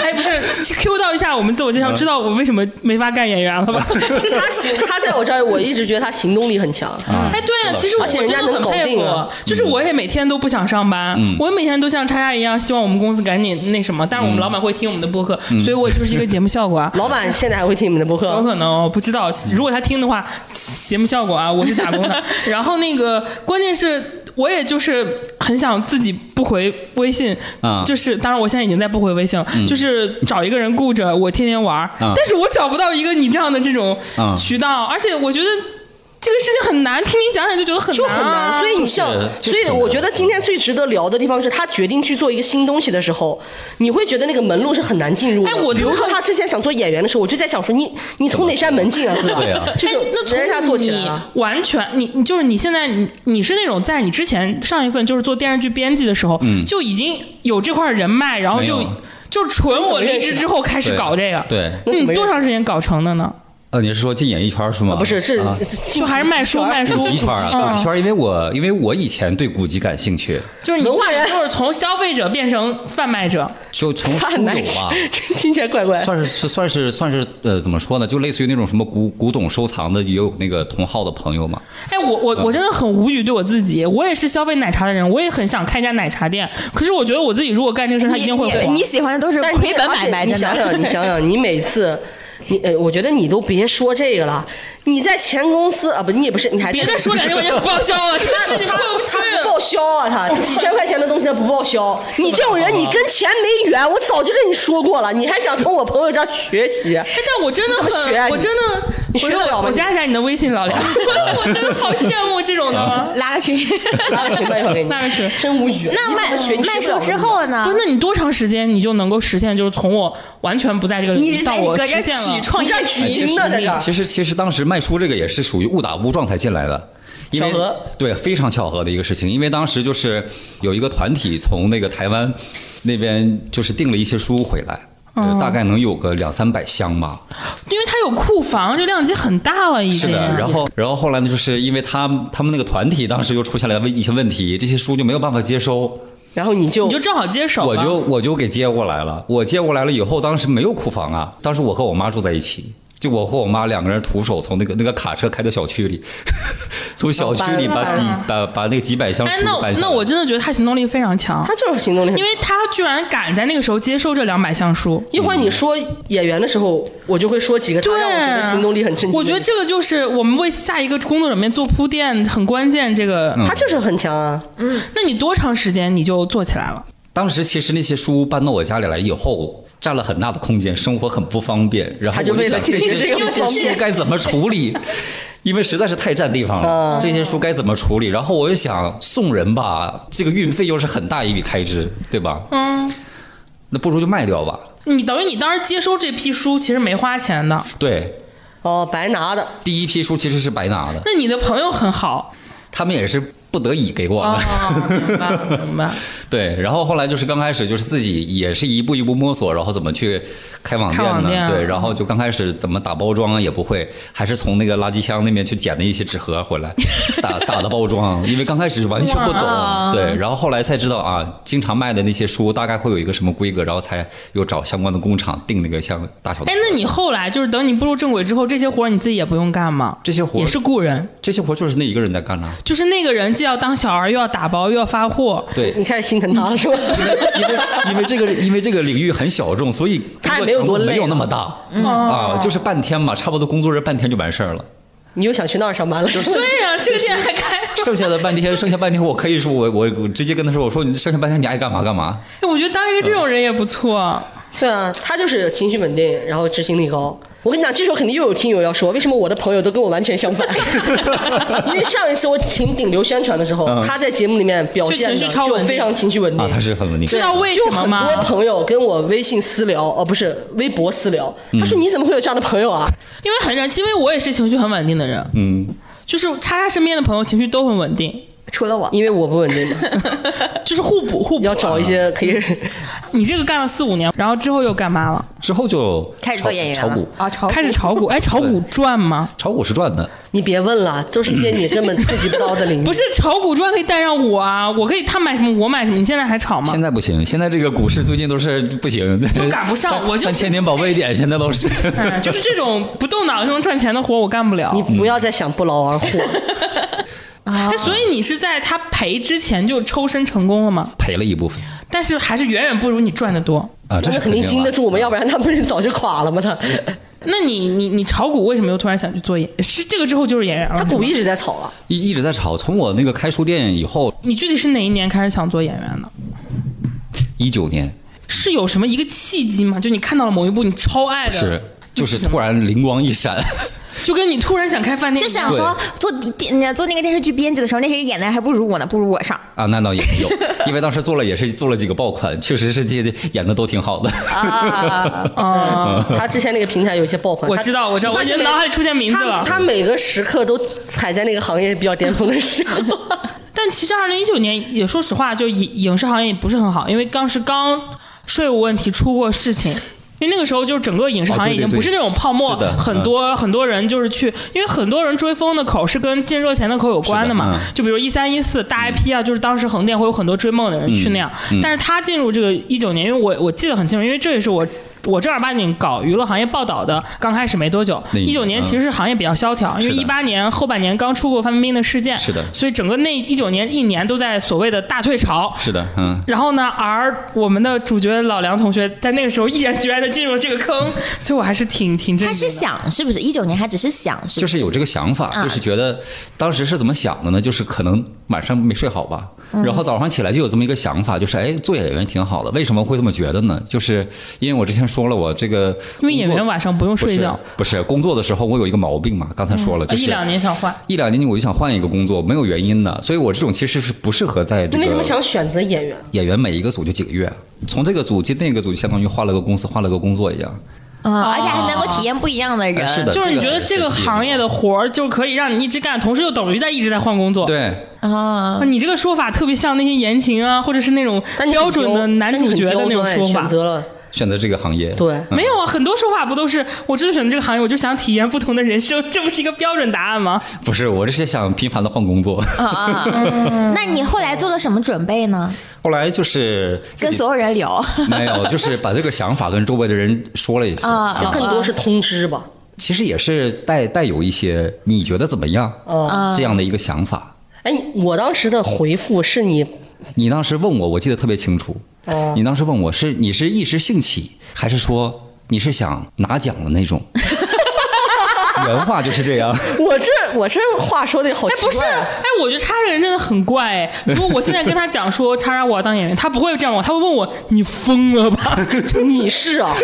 B: 哎，不是是，Q 到一下我们自我介绍，知道
D: 嗯
B: 我为什么没法干演员了吧？
C: 他行，他在我这儿，我一直觉得他行动力很强。
D: 啊
B: 哎，对啊，其实我
C: 而且
B: 真
C: 人家
B: 的很
C: 能搞
B: 佩
C: 定
B: 服
C: 啊，
B: 就是
D: 嗯
B: 我也每天都不想上班，我每天都像叉叉一样，希望我们公司赶紧那什么，但
D: 嗯
B: 是我们老板会听我们的播客，所以我就是一个节目效果啊。
C: 老板现在还会听你们的播客
B: 有可能哦不知道，如果他听的话，节目效果 啊，我是打工的。然后那个关键是，我也就是很想自己不回微信，
D: 啊嗯
B: 就是当然我现在已经在不回微信了，就是找一个人顾着我天天玩儿，
D: 啊
B: 但是我找不到一个你这样的这种
D: 啊
B: 渠道，而且我觉得。这个事情很难，听你讲讲就觉得很
C: 就
B: 难
C: 很
B: 啊、
C: 难，所以你像，
D: 就
C: 所
D: 是
C: 以我觉得今天最值得聊的地方是他决定去做一个新东西的时候，你会觉得那个门路是很难进入的。
B: 哎我
C: 比如
B: 真的
C: 说他之前想做演员的时候，我就在想说你你从哪扇门进啊，哥？
D: 对啊
C: 就是
B: 哎那从
C: 人家做起来啊。
B: 你完全，你你就是你现在你你是那种在你之前上一份就是做电视剧编辑的时候，就已经有这块人脉，然后就
D: 嗯没有
B: 就纯我离职之后开始搞这个。
D: 对，
C: 那怎么
B: 你
C: 认识
B: 多长时间搞成的呢？
D: 呃，你是说进演艺圈是吗？
C: 不是，这
D: 啊
C: 这这
B: 就还是卖书卖书
D: 古籍圈啊，古
C: 嗯
D: 籍圈，因为我因为我以前对古籍感兴趣，
B: 就是你
C: 文化人
B: 就是从消费者变成贩卖者，
D: 就从书
C: 很难
D: 友啊，
C: 这听起来怪怪。
D: 算是算是算是呃，怎么说呢？就类似于那种什么古古董收藏的，也有那个同好的朋友嘛。
B: 哎，我我
D: 嗯
B: 我真的很无语，对我自己，我也是消费奶茶的人，我也很想开一家奶茶店，可是我觉得我自己如果干这个事儿，他一
E: 你
B: 定会
E: 你
B: 火。
E: 你喜欢的都是
C: 但
E: 亏本
C: 而且
E: 买卖，
C: 你
E: 真
C: 想
E: 的。
C: 想，你想想，你每次。你呃，我觉得你都别说这个了。你在前公司啊，不，你也不是，你还在
B: 别再说两千块钱不报销了，真的是你过不去
C: 他
B: 了
C: 不。报销啊，他
B: 哦
C: 几千块钱的东西他不报销。你这种人，你跟钱没缘，我早就跟你说过了，你还想从我朋友这儿学习？
B: 哎，但我真的
C: 你怎么学啊
B: 很，我
C: 你
B: 真的，
C: 你学得
B: 我
C: 了吗
B: 我加一下你的微信， 老梁，我真的好羡慕这种的吗？
E: 拉个群，
C: 拉个群吧，一会儿给你。
B: 那个群
C: 真无语。
E: 那
C: 你怎
E: 卖
C: 么学你学嗯
E: 卖
C: 不了
E: 书之后
C: 啊
E: 呢
B: 不？是，那你多长时间你就能够实现？就是从我完全不在这个领
E: 你
B: 域到我
E: 搁这
B: 实现了
E: 取。创
C: 你这
E: 业
C: 样
E: 取
C: 取经的在这儿，
D: 哎其实其实当时卖书这个也是属于误打误撞才进来的。因为
C: 巧合
D: 对，非常巧合的一个事情，因为当时就是有一个团体从那个台湾那边就是订了一些书回来，
C: 嗯
D: 呃大概能有个两三百箱吧。
B: 因为它有库房，这量级很大了，已
D: 是
B: 经。
D: 的，然后然后后来呢，就是因为他们他们那个团体当时又出现了问一些问题，这些书就没有办法接收，
C: 然后你就
B: 你就正好接手了。
D: 我就我就给接过来了。我接过来了以后，当时没有库房啊，当时我和我妈住在一起，就我和我妈两个人徒手从那个那个卡车开到小区里， 从小区里把
C: 搬
D: 几把把那个几百箱
B: 哎，
D: 书
B: 那
D: 搬下来。
B: 那我真的觉得他行动力非常强，
C: 他就是行动力很
B: 因为他居然敢在那个时候接受这两百箱书。
C: 一会儿你说演员的时候，我就会说几个他
B: 对，啊
C: 让我觉得行动力很震惊的
B: 我觉得这个就是我们为下一个工作里面做铺垫很关键。这个，
D: 嗯
C: 他就是很强啊。
B: 那你多长时间你就做起来了？
D: 当时其实那些书搬到我家里来以后，占了很大的空间，生活很不方便。然后
C: 他就
D: 我
C: 为了
D: 想这
C: 解决
D: 些
C: 这个
D: 这些
C: 方
D: 书
C: 便
D: 该怎么 处理，因为实在是太占地方了。
C: 嗯
D: 这些书该怎么处理？然后我又想送人吧，这个运费又是很大一笔开支，对吧？
B: 嗯，
D: 那不如就卖掉吧。
B: 你等于你当时接收这批书其实没花钱的，
D: 对，
C: 哦，白拿的，
D: 第一批书其实是白拿的，
B: 那你的朋友很好
D: 他们也是不得已给我的。
B: 哦，明白了明白了。
D: 对，然后后来就是刚开始就是自己也是一步一步摸索，然后怎么去开网店
B: 开网
D: 呢？
B: 店啊
D: 对，然后就刚开始怎么打包装啊也不会，还是从那个垃圾箱那边去捡的一些纸盒 回来打打的包装，因为刚开始完全不懂
B: 哇。
D: 对，然后后来才知道啊，经常卖的那些书大概会有一个什么规格，然后才又找相关的工厂定那个像大小的
B: 哎。，那你后来就是等你步入正轨之后，这些活儿你自己也不用干吗？
D: 这些活
B: 也是雇人，
D: 这些活就是那一个人在 干呐、
B: 就是那个人既要当小儿，又要打包，又要发货。
D: 对，
C: 你开始心疼他了 是吧？
D: 因为因为这个因为这个领域很小众，所以
C: 它
D: 工
C: 也没
D: 作
C: 有
D: 强
C: 多
D: 度
C: 累
D: 没有那
C: 啊
D: 么大、
B: 哦
D: 啊，就是半天嘛，差不多工作日半天就完事儿了。
C: 你又想去那儿上班了是吧？
B: 对呀、这个店还开了。
D: 剩下的半天，剩下半天我可以说我我我直接跟他说，我说你剩下半天你爱干嘛干嘛。
B: 哎，我觉得当一个这种人也不错。
C: 对啊，他就是情绪稳定，然后执行力高，我跟你讲，这时候肯定又有听友要说，为什么我的朋友都跟我完全 相反？因为上一次我请顶流宣传的时候，他在节目里面表现
B: 就
C: 的
B: 情绪超
C: 就
B: 稳定
C: 非常情绪稳定
D: 嗯啊，他是很稳定。
B: 知道为什么吗
C: 就很多朋友跟我微信私聊，哦，不是微博私聊，
D: 嗯
C: 他说你怎么会有这样的朋友啊？
B: 因为很神奇，因为我也是情绪很稳定的人，
D: 嗯，
B: 就是叉叉身边的朋友情绪都很稳定，
E: 除了我，
C: 因为我不稳定嘛，
B: 就是互补互补。
C: 要找一些 可以。
B: 你这个干了四五年，然后之后又干嘛了？
D: 之后就
E: 开始做演员
D: 炒
E: 了
D: 炒股，
E: 啊，炒股
B: 开始炒股，哎，炒股赚吗？
D: 炒股是赚的，
C: 你别问了，都是一些你根本触及不到的 领域。
B: 不是炒股赚可以带上我啊，我可以他买什么我买什么，你现在还炒吗
D: 现？在不行，现在这个股市最近都是不行，
B: 就赶不上
D: 三
B: 我就
D: 三千点宝贝点现在都是。
B: 哎就是这种不动脑就能赚钱的活我干不了。
C: 你啊不要再想不劳而获。
D: 嗯
B: 哎，所以你是在他赔之前就抽身成功了吗？
D: 赔了一部分
B: 但是还是远远不如你赚的多。
D: 啊，这
C: 那
D: 是
C: 肯定
D: 的嗯
C: 经得住，我们要不然他不是早就垮了吗？他
B: 那你你你炒股为什么又突然想去做演？是这个之后就是演员了？
C: 他
B: 是
C: 股
B: 吗
C: 一直在炒啊，
D: 一一直在炒。从我那个开书店以后，
B: 你具体是哪一年开始想做演员的？
D: 一九年
B: 是有什么一个契机吗？就你看到了某一部你超爱的，
D: 是就是突然灵光一闪，
B: 就跟你突然想开饭店
A: 就
B: 一样，
A: 想说做电做那个电视剧编辑的时候，那谁演的还不如我呢，不如我上。
D: 啊，那倒也没有，因为当时做了也是做了几个爆款，确实是这演的都挺好的。
B: 啊，
C: 他之前那个平台有一些爆款。
B: 我
C: 他
B: 知道我知道，
C: 你
B: 我
C: 发现
B: 觉得
C: 没
B: 脑海里出现名字
C: 他
B: 了。
C: 他每个时刻都踩在那个行业比较巅峰的时 候。
B: 但其实二零一九年也说实话，就影影视行业也不是很好，因为当时刚税务问题出过事情。因为那个时候就是整个影视行业已经
D: 哦对对对
B: 不是那种泡沫，
D: 是的嗯
B: 很多、很多人就是去，因为很多人追风的口是跟进热钱的口有关嘛。
D: 是的嗯
B: 就比如一三一四大 IP 啊，就是当时横店会有很多追梦的人去那样，
D: 嗯
B: 但是他进入这个一九年，因为我我记得很清楚，因为这也是我。我正儿八经搞娱乐行业报道的，刚开始没多久，
D: 那一
B: 一九年
D: 嗯
B: 其实是行业比较萧条，因为
D: 是的
B: 一八年后半年刚出过范冰冰的事件，
D: 是的
B: 所以整个那一九年一年都在所谓的大退潮。
D: 是的，嗯，
B: 然后呢，而我们的主角老梁同学在那个时候毅然决然的进入了这个坑，所以我还是挺挺震
A: 他
B: 惊的。
A: 是想是不是？一九年还只是想是
D: 就
A: 不是？
D: 是有这个想法，
A: 啊
D: 就是觉得当时是怎么想的呢？就是可能晚上没睡好吧，
B: 嗯
D: 然后早上起来就有这么一个想法，就是哎，做演员挺好的。为什么会这么觉得呢？就是因为我之前说了，我这个
B: 因为演员晚上不用
D: 不
B: 睡
D: 是
B: 觉，
D: 不是工作的时候我有一个毛病嘛，刚才说
B: 呃
D: 了，就
B: 一
D: 是
B: 两年想换。
D: 一两年我就想换一个工作，没有原因的，所以我这种其实是不适合在这
C: 你为什么
D: 个
C: 想选择演员？
D: 演员每一个组就几个月，从这个组进那个组，相当于换了个公司，换了个工作一样。
A: 嗯，而且还能够体验不一样的人。
D: 哦啊是的，
B: 就是你觉得这个
D: 很吸引
B: 行业的活儿就可以让你一直干，同时又等于在一直在换工作。
D: 我对
A: 啊，
B: 啊，你这个说法特别像那些言情啊，或者是那种
C: 但你很
B: 标准的
C: 刁
B: 男主角的那种
C: 但你很刁钻
B: 说法
C: 选。择了
D: 选择这个行业，嗯
C: 对
B: 没有啊，很多说法不都是我真的选择这个行业，我就想体验不同的人生，这不是一个标准答案吗？
D: 不是我这是想频繁的换工作。
A: 嗯那你后来做了什么准备呢？
D: 后来就是自
A: 跟
D: 己
A: 所有人聊。
D: 没 有，就是把这个想法跟周围的人说了一说。
A: 啊
D: 啊
C: 更多是通知吧。
D: 其实也是带带有一些你觉得怎么样
C: 哦，
D: 这样的一个想法。
C: 哎，我当时的回复 是你
D: 你当时问我，我记得特别清楚。
C: 哦
D: 你当时问我是你是一时兴起，还是说你是想拿奖的那种？原话就是这样。
C: 我这我这话说的好
B: 哎，
C: 奇
B: 不是，
C: 怪啊、
B: 哎，我觉得叉这人真的很怪哎。如果我现在跟他讲说叉叉我要当演员，他不会这样问我，他会问我你疯了吧？
C: 你是 啊，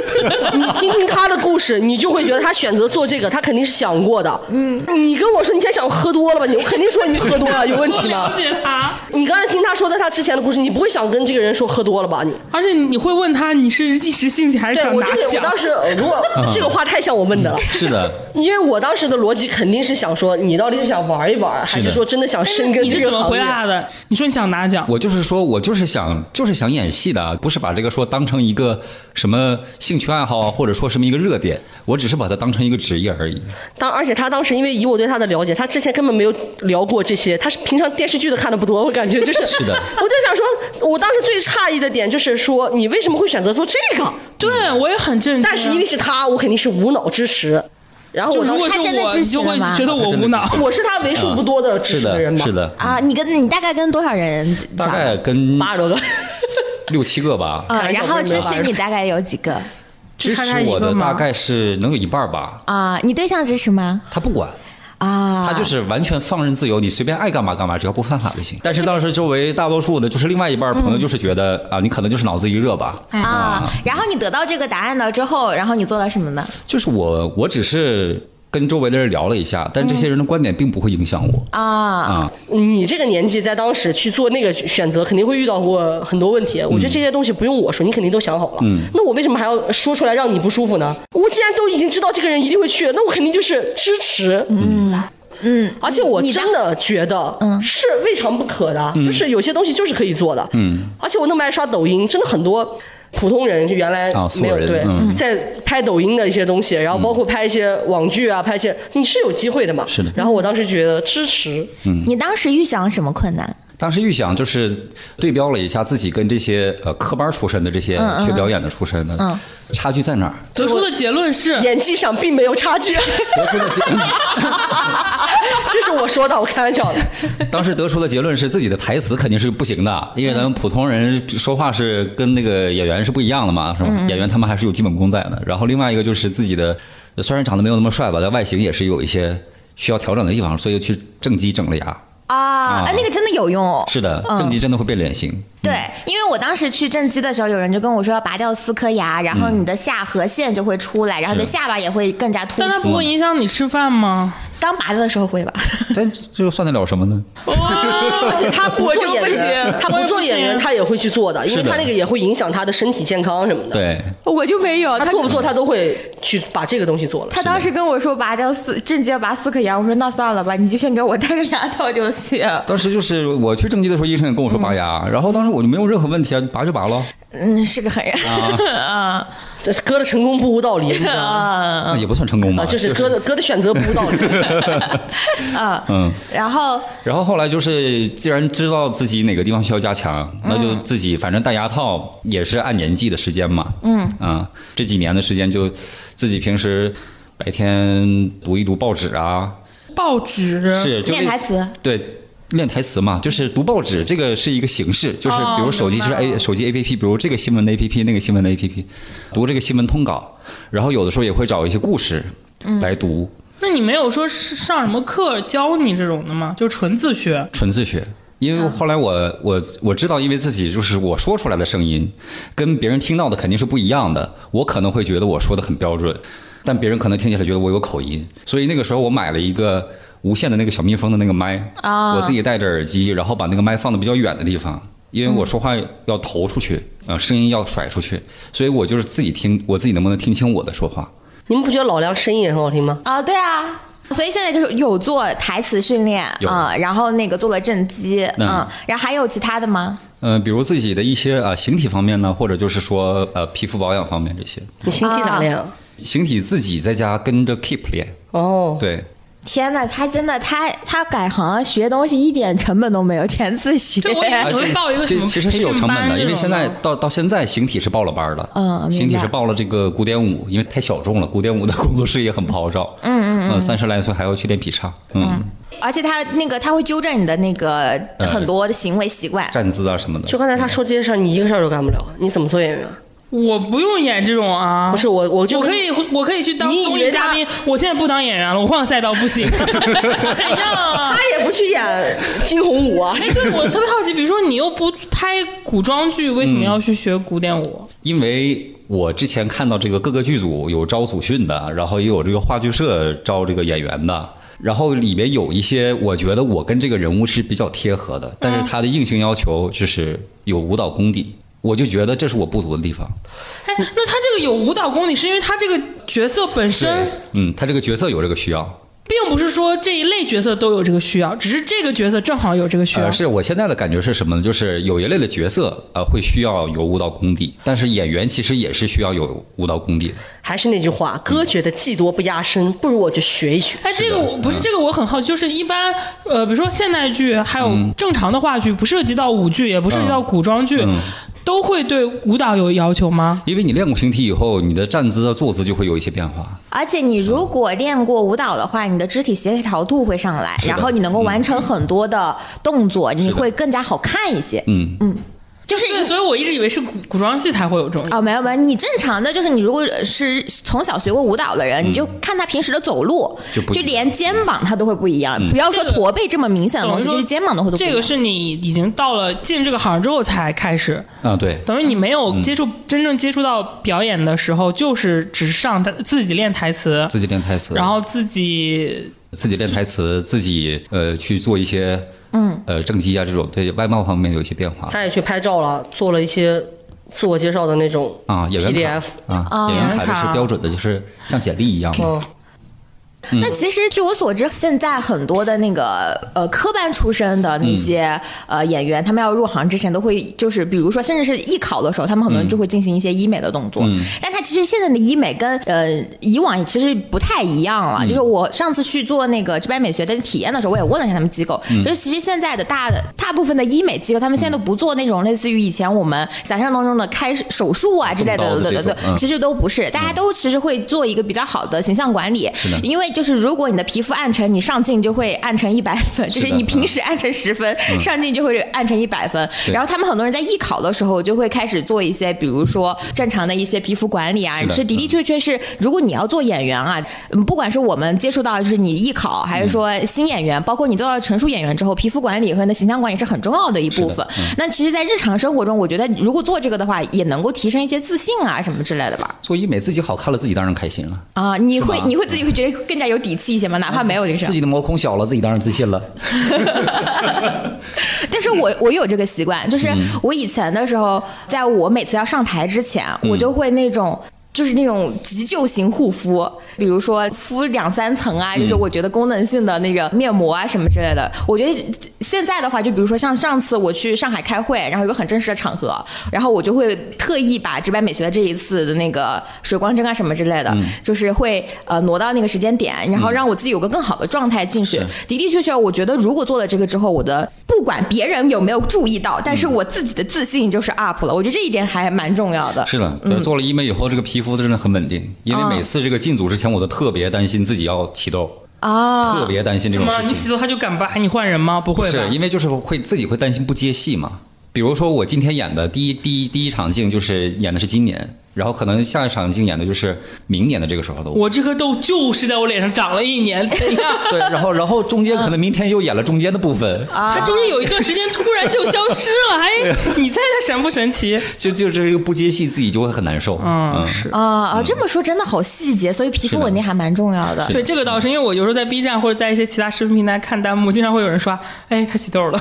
C: 你听听他的故事，你就会觉得他选择做这个，他肯定是想过的。嗯，你跟我说你现在想喝多了吧？你我肯定说你喝多了，有问
B: 我
C: 题
B: 了
C: 吗？
B: 解他，
C: 你刚才听他说的他之前的故事，你不会想跟这个人说喝多了 吧？你
B: 而且你会问他你是一时兴起还是
C: 对
B: 想
C: 我
B: 拿
C: 这个我
B: 奖？
C: 当时呃如 果
D: 嗯
C: 这个话太像我问的了。
D: 是的，
C: 因为我当时的逻辑肯定是想说，你到底是想玩一玩，还是
D: 的
C: 说真的想深耕
B: 你
C: 这
B: 是
C: 个
B: 怎么
C: 行
B: 回
C: 业？
B: 答的？你说你想拿奖，
D: 我就是说，我就是想，就是想演戏的，不是把这个说当成一个什么兴趣爱好啊，或者说什么一个热点，我只是把它当成一个职业而已。
C: 当而且他当时因为以我对他的了解，他之前根本没有聊过这些，他是平常电视剧都看的不多，我感觉就是。
D: 是的
C: 我就想说，我当时最诧异的点就是说，你为什么会选择做这个？
B: 嗯对我也很震惊。啊
C: 但是因为是他，我肯定是无脑支持。然后
B: 就
C: 我
B: 如
C: 当
B: 果
C: 时
B: 是
A: 他真的
B: 我，
A: 支
B: 你
A: 持
B: 就会
A: 了吗
B: 觉得我
D: 他真的
B: 无
D: 支
B: 脑
D: 持。
C: 我是他为数不多的支
D: 是
C: 持人
D: 的，
C: 嘛，
D: 是的，
A: 啊，你跟你大概跟多少人
D: 大
A: 讲？
D: 概跟
C: 八十多个。
D: 六七个吧。
A: 啊，然后支
C: 看一下
A: 持
C: 有没
A: 你
C: 有
A: 大概有几个？
D: 支持我的大概是能有一半儿吧。
A: 啊，你对象支持吗？
D: 他不管，
A: 啊，
D: 他就是完全放任自由，你随便爱干嘛干嘛，只要不犯法就行。但是当时周围大多数的，就是另外一半朋友，就是觉得、啊，你可能就是脑子一热吧。
A: 啊。
D: 嗯
A: 然后你得到这个答案了之后，然后你做了什么呢？
D: 就是我，我只是跟周围的人聊了一下，但这些人的观点并不会影响我
A: 啊，
D: 啊、
C: 你这个年纪在当时去做那个选择，肯定会遇到过很多问题。
D: 嗯
C: 我觉得这些东西不用我说，你肯定都想好了。那我为什么还要说出来让你不舒服呢？我既然都已经知道这个人一定会去，那我肯定就是支持。嗯。嗯，而且我真的嗯觉得，是未尝不可的，
D: 嗯
C: 就是有些东西就是可以做的。嗯，而且我那么爱刷抖音，真的很多普通人就原来
D: 啊素
C: 没有、
D: 人
C: 对、
D: 嗯
C: 在拍抖音的一些东西，然后包括拍一些网剧啊，拍一些你是有机会的嘛。
D: 是的
C: 然后我当时觉得支持，
D: 嗯
A: 你当时遇上了什么困难？
D: 当时预想就是对标了一下自己跟这些呃科班出身的这些学表演的出身的、差距在哪儿？
B: 得出的结论 是，
C: 演技上并没有差 距。
D: 得出的结，
C: 这是我说的，我开玩笑的。
D: 当时得出的结论是自己的台词肯定是不行的，因为咱们普通人说话是跟那个演员是不一样的嘛，是吧？
C: 嗯
D: 演员他们还是有基本功在的。然后另外一个就是自己的，呃虽然长得没有那么帅吧，但外形也是有一些需要调整的地方，所以又去正畸整了牙。
C: 嗯
A: 啊，哎，那个真的有用。
D: 是的，
A: 嗯
D: 正畸真的会变脸型。
C: 嗯
A: 对，因为我当时去正畸的时候，有人就跟我说要拔掉四颗牙，然后你的下颌线就会出来，然后你的
D: 是
A: 下巴也会更加突
B: 但它
A: 出。
B: 不会影响你吃饭吗？
A: 刚拔的时候会吧？
D: 但这又算得了什么呢？
C: 而且他不做演员，他不做演员，他也会去做的，因为
D: 是的
C: 他那个也会影响他的身体健康什么的。
D: 对，
E: 我就没有
C: 他
E: 他
C: 做不做，他都会去把这个东西做了。
E: 他当时跟我说拔掉四正畸要拔四颗牙，我说那算了吧，你就先给我戴个牙套就行。
D: 当时就是我去正畸的时候，医生也跟我说拔牙，
C: 嗯
D: 然后当时我就没有任何问题啊，拔就拔了，
A: 嗯，是个狠人。
C: 这是哥的成功不无道理，你知道吗？
D: 那也不算成功
C: 啊，
D: 吧。
C: 就是哥的哥的选择不无道理。
D: 嗯，
A: 然后
D: 然后后来就是，既然知道自己哪个地方需要加强，那就自己反正戴牙套也是按年纪的时间嘛。嗯啊，这几年的时间就自己平时白天读一读报纸啊，
B: 报纸
D: 是就
A: 练
D: 类
A: 台词
D: 对。练台词嘛，就是读报纸，这个是一个形式，就是
B: 哦
D: 比如手机
B: 明
D: 就是
B: 白
D: A、手机 A P P，比如这个新闻的 A P P，那个新闻的 A P P，读这个新闻通稿，然后有的时候也会找一些故事来读，
B: 那你没有说是上什么课教你这种的吗？就纯自学。
D: 纯自学。因为后来我我我知道，因为自己就是我说出来的声音，跟别人听到的肯定是不一样的。我可能会觉得我说的很标准，但别人可能听起来觉得我有口音。所以那个时候我买了一个无线的那个小蜜蜂的那个麦，
A: 啊
D: 我自己戴着耳机，然后把那个麦放的比较远的地方，因为我说话要投出去，啊、声音要甩出去，所以我就是自己听，我自己能不能听清我的说话。
C: 你们不觉得老梁声音也很好听吗？
A: 啊，对啊。所以现在就是有做台词训练
D: 有
A: 啊、然后那个做了正畸，嗯
D: 嗯
A: 然后还有其他的吗？
D: 嗯、比如自己的一些啊、形体方面呢，或者就是说呃皮肤保养方面这些。
C: 你形体咋练啊？
D: 形体自己在家跟着 Keep 练，
C: 哦，
D: 对，
A: 天呐，他真的他他改行学东西一点成本都没有，全自学。
B: 对我以为哎你会报一个什
D: 哎其
B: 么
D: 其实是有成本
B: 培训班
D: 的，因为
B: 这
D: 现
B: 种
D: 在
B: 吗
D: 到到现在形体是报了班的，
A: 嗯明白
D: 形体是报了这个古典舞，因为太小众了，古典舞的工作室也很不好找，嗯嗯嗯，三十来岁还要去练劈叉，嗯，
A: 而且他那个他会纠正你的那个
D: 呃
A: 很多的行为习惯。
D: 站姿啊什么
C: 就
D: 的，
C: 刚才他说这些事儿，你一个事儿都干不了，你怎么做演员？
B: 我不用演这种啊。
C: 不是我，啊我就
B: 我
C: 跟
B: 可以，我可以去当
C: 你以
B: 综
C: 为
B: 艺嘉
C: 他
B: 宾。我现在不当演员了，我换赛道不 行。哎呀，
C: 他也不去演惊鸿 舞啊。
B: 哎，对我特别好奇，比如说你又不拍古装剧，为什么要去学古典舞？
D: 因为我之前看到这个各个剧组有招组训的，然后也有这个话剧社招这个演员的。然后里面有一些，我觉得我跟这个人物是比较贴合的，但是他的硬性要求就是有舞蹈功底，我就觉得这是我不足的地方。
B: 哎，
C: 嗯
B: 那他这个有舞蹈功底，是因为他这个角色本身
D: 对，嗯，他这个角色有这个需要。
B: 并不是说这一类角色都有这个需要，只是这个角色正好有这个需要。
C: 啊
D: 呃，是我现在的感觉是什么呢？就是有一类的角色，呃，会需要有舞蹈功底，但是演员其实也是需要有舞蹈功底的。
C: 还是那句话，哥觉得技多不压身，不如我就学一学。
B: 哎，这个我
C: 嗯
B: 不是这个，我很好奇，就是一般呃，比如说现代剧，还有
C: 嗯
B: 正常的话剧，不涉及到舞剧，也不涉及到古装剧，都会对舞蹈有要求吗？
D: 因为你练过形体以后，你的站姿啊、坐姿就会有一些变化。
A: 而且你如果练过舞蹈的话，你的肢体协调度会上来，
D: 的
A: 然后你能够完成很多的动作，你会更加好看一些。
D: 嗯，
A: 就是
B: 对，所以我一直以为是古古装戏才会有这种。
A: 哦，没有没有，你正常的就是你如果是从小学过舞蹈的人，你就看他平时的走路，
D: 嗯就
A: 就
D: 不一样嗯
A: 连肩膀他都会不一样，不要说
B: 这个
A: 驼背这么明显的
B: 等
A: 东
B: 于
A: 西，就
B: 说
A: 是肩膀都会都不一
B: 这
A: 样。
B: 个是你已经到了进这个行之后才开始，
D: 啊，对，
B: 等于
A: 嗯
B: 你没
D: 嗯
B: 有接触、真正接触到表演的时候，就是只是上台自己练台词，
D: 自己练台词，
B: 然后自己
D: 自己练台词，自己呃去做一些嗯呃正畸啊这种对外貌方面有一些变化
C: 他也去拍照了，做了一些自我介绍的那种
D: 啊，演员
C: PDF
D: 卡啊，演员卡哦就是标准的，就是像简历一样嘛。
C: 嗯，
D: 嗯
A: 那其实据我所知，现在很多的那个呃科班出身的那些、
D: 嗯
A: 呃演员，他们要入行之前都会就是，比如说甚至是艺考的时候，他们很多人就会进行一些医美的动作。
D: 嗯
A: 但他其实现在的医美跟呃以往其实不太一样了。
D: 嗯
A: 就是我上次去做那个直白美学的体验的时候，我也问了一下他们机构，
D: 嗯
A: 就是其实现在的大的大部分的医美机构，他们现在都不做那种类似于以前我们想象当中的开手术啊之类
D: 动刀
A: 的，
D: 的
A: 对
D: 这
A: 对对
D: 种，嗯
A: 其实都不是，大家都其实会做一个比较好的形象管理。
D: 的
A: 因为就是如果你的皮肤暗沉，你上镜就会暗沉一百分，就是是
D: 的嗯
A: 你平时暗沉十分，上镜就会暗沉一百分。
D: 对
A: 然后他们很多人在艺考的时候就会开始做一些，比如说正常的一些皮肤管理啊，
D: 是的嗯
A: 是的的确确是，如果你要做演员啊，嗯不管是我们接触到就是你艺考，还
D: 嗯
A: 是说新演员，包括你做到了成熟演员之后，皮肤管理和你的形象管理是很重要的一部分。
D: 嗯
A: 那其实，在日常生活中，我觉得如果做这个的话，也能够提升一些自信啊什么之类的吧。
D: 做医美自己好看了，自己当然开心了。
A: 啊，你
D: 是
A: 会
D: 吧
A: 你会自己会觉得更加有底气一些吗？哪怕没有这个事
D: 自
A: 儿。
D: 己的毛孔小了，自己当然自信了。
A: 但是我我有这个习惯，就是我以前的时候，在我每次要上台之前，我就会那种。就是那种急救型护肤，比如说敷两三层啊，就是我觉得功能性的那个面膜啊什么之类的。我觉得现在的话，就比如说像上次我去上海开会，然后有个很正式的场合，然后我就会特意把直白美学的这一次的那个水光针啊什么之类的，就是会呃挪到那个时间点，然后让我自己有个更好的状态进去。的的确确，我觉得如果做了这个之后，我的不管别人有没有注意到，但是
D: 嗯
A: 我自己的自信就是 up 了。我觉得这一点还蛮重要的。
D: 是的，做了医美以后，这个皮肤真的很稳定，因为
A: 啊
D: 每次这个进组之前，我都特别担心自己要起痘，
A: 啊，
D: 特别担心这
B: 怎
D: 种
B: 么
D: 事
B: 你
D: 情
B: 起。头他就敢把你换人吗？不会吧
D: 是？因为就是会自己会担心不接戏嘛。比如说我今天演的第一第一第一场镜就是演的是今年，然后可能下一场镜演的就是明年的这个时候的我。
B: 我这颗痘就是在我脸上长了一年，怎样？
D: 对，然后然后中
B: 嗯
D: 间可能明天又演了中间的部分，
B: 它中间有一段时间突然就消失了，
D: 啊
B: 还你猜它神不神奇？
D: 就就这个不接戏自己就会很难受。
B: 嗯，是。
A: 啊啊！这么说真的好细节，所以皮肤
D: 是的
A: 稳定还蛮重要的。
B: 对，这个倒是，因为我有时候在 B 站或者在一些其他视频平台看弹幕，经常会有人刷：“哎，他起 痘了。”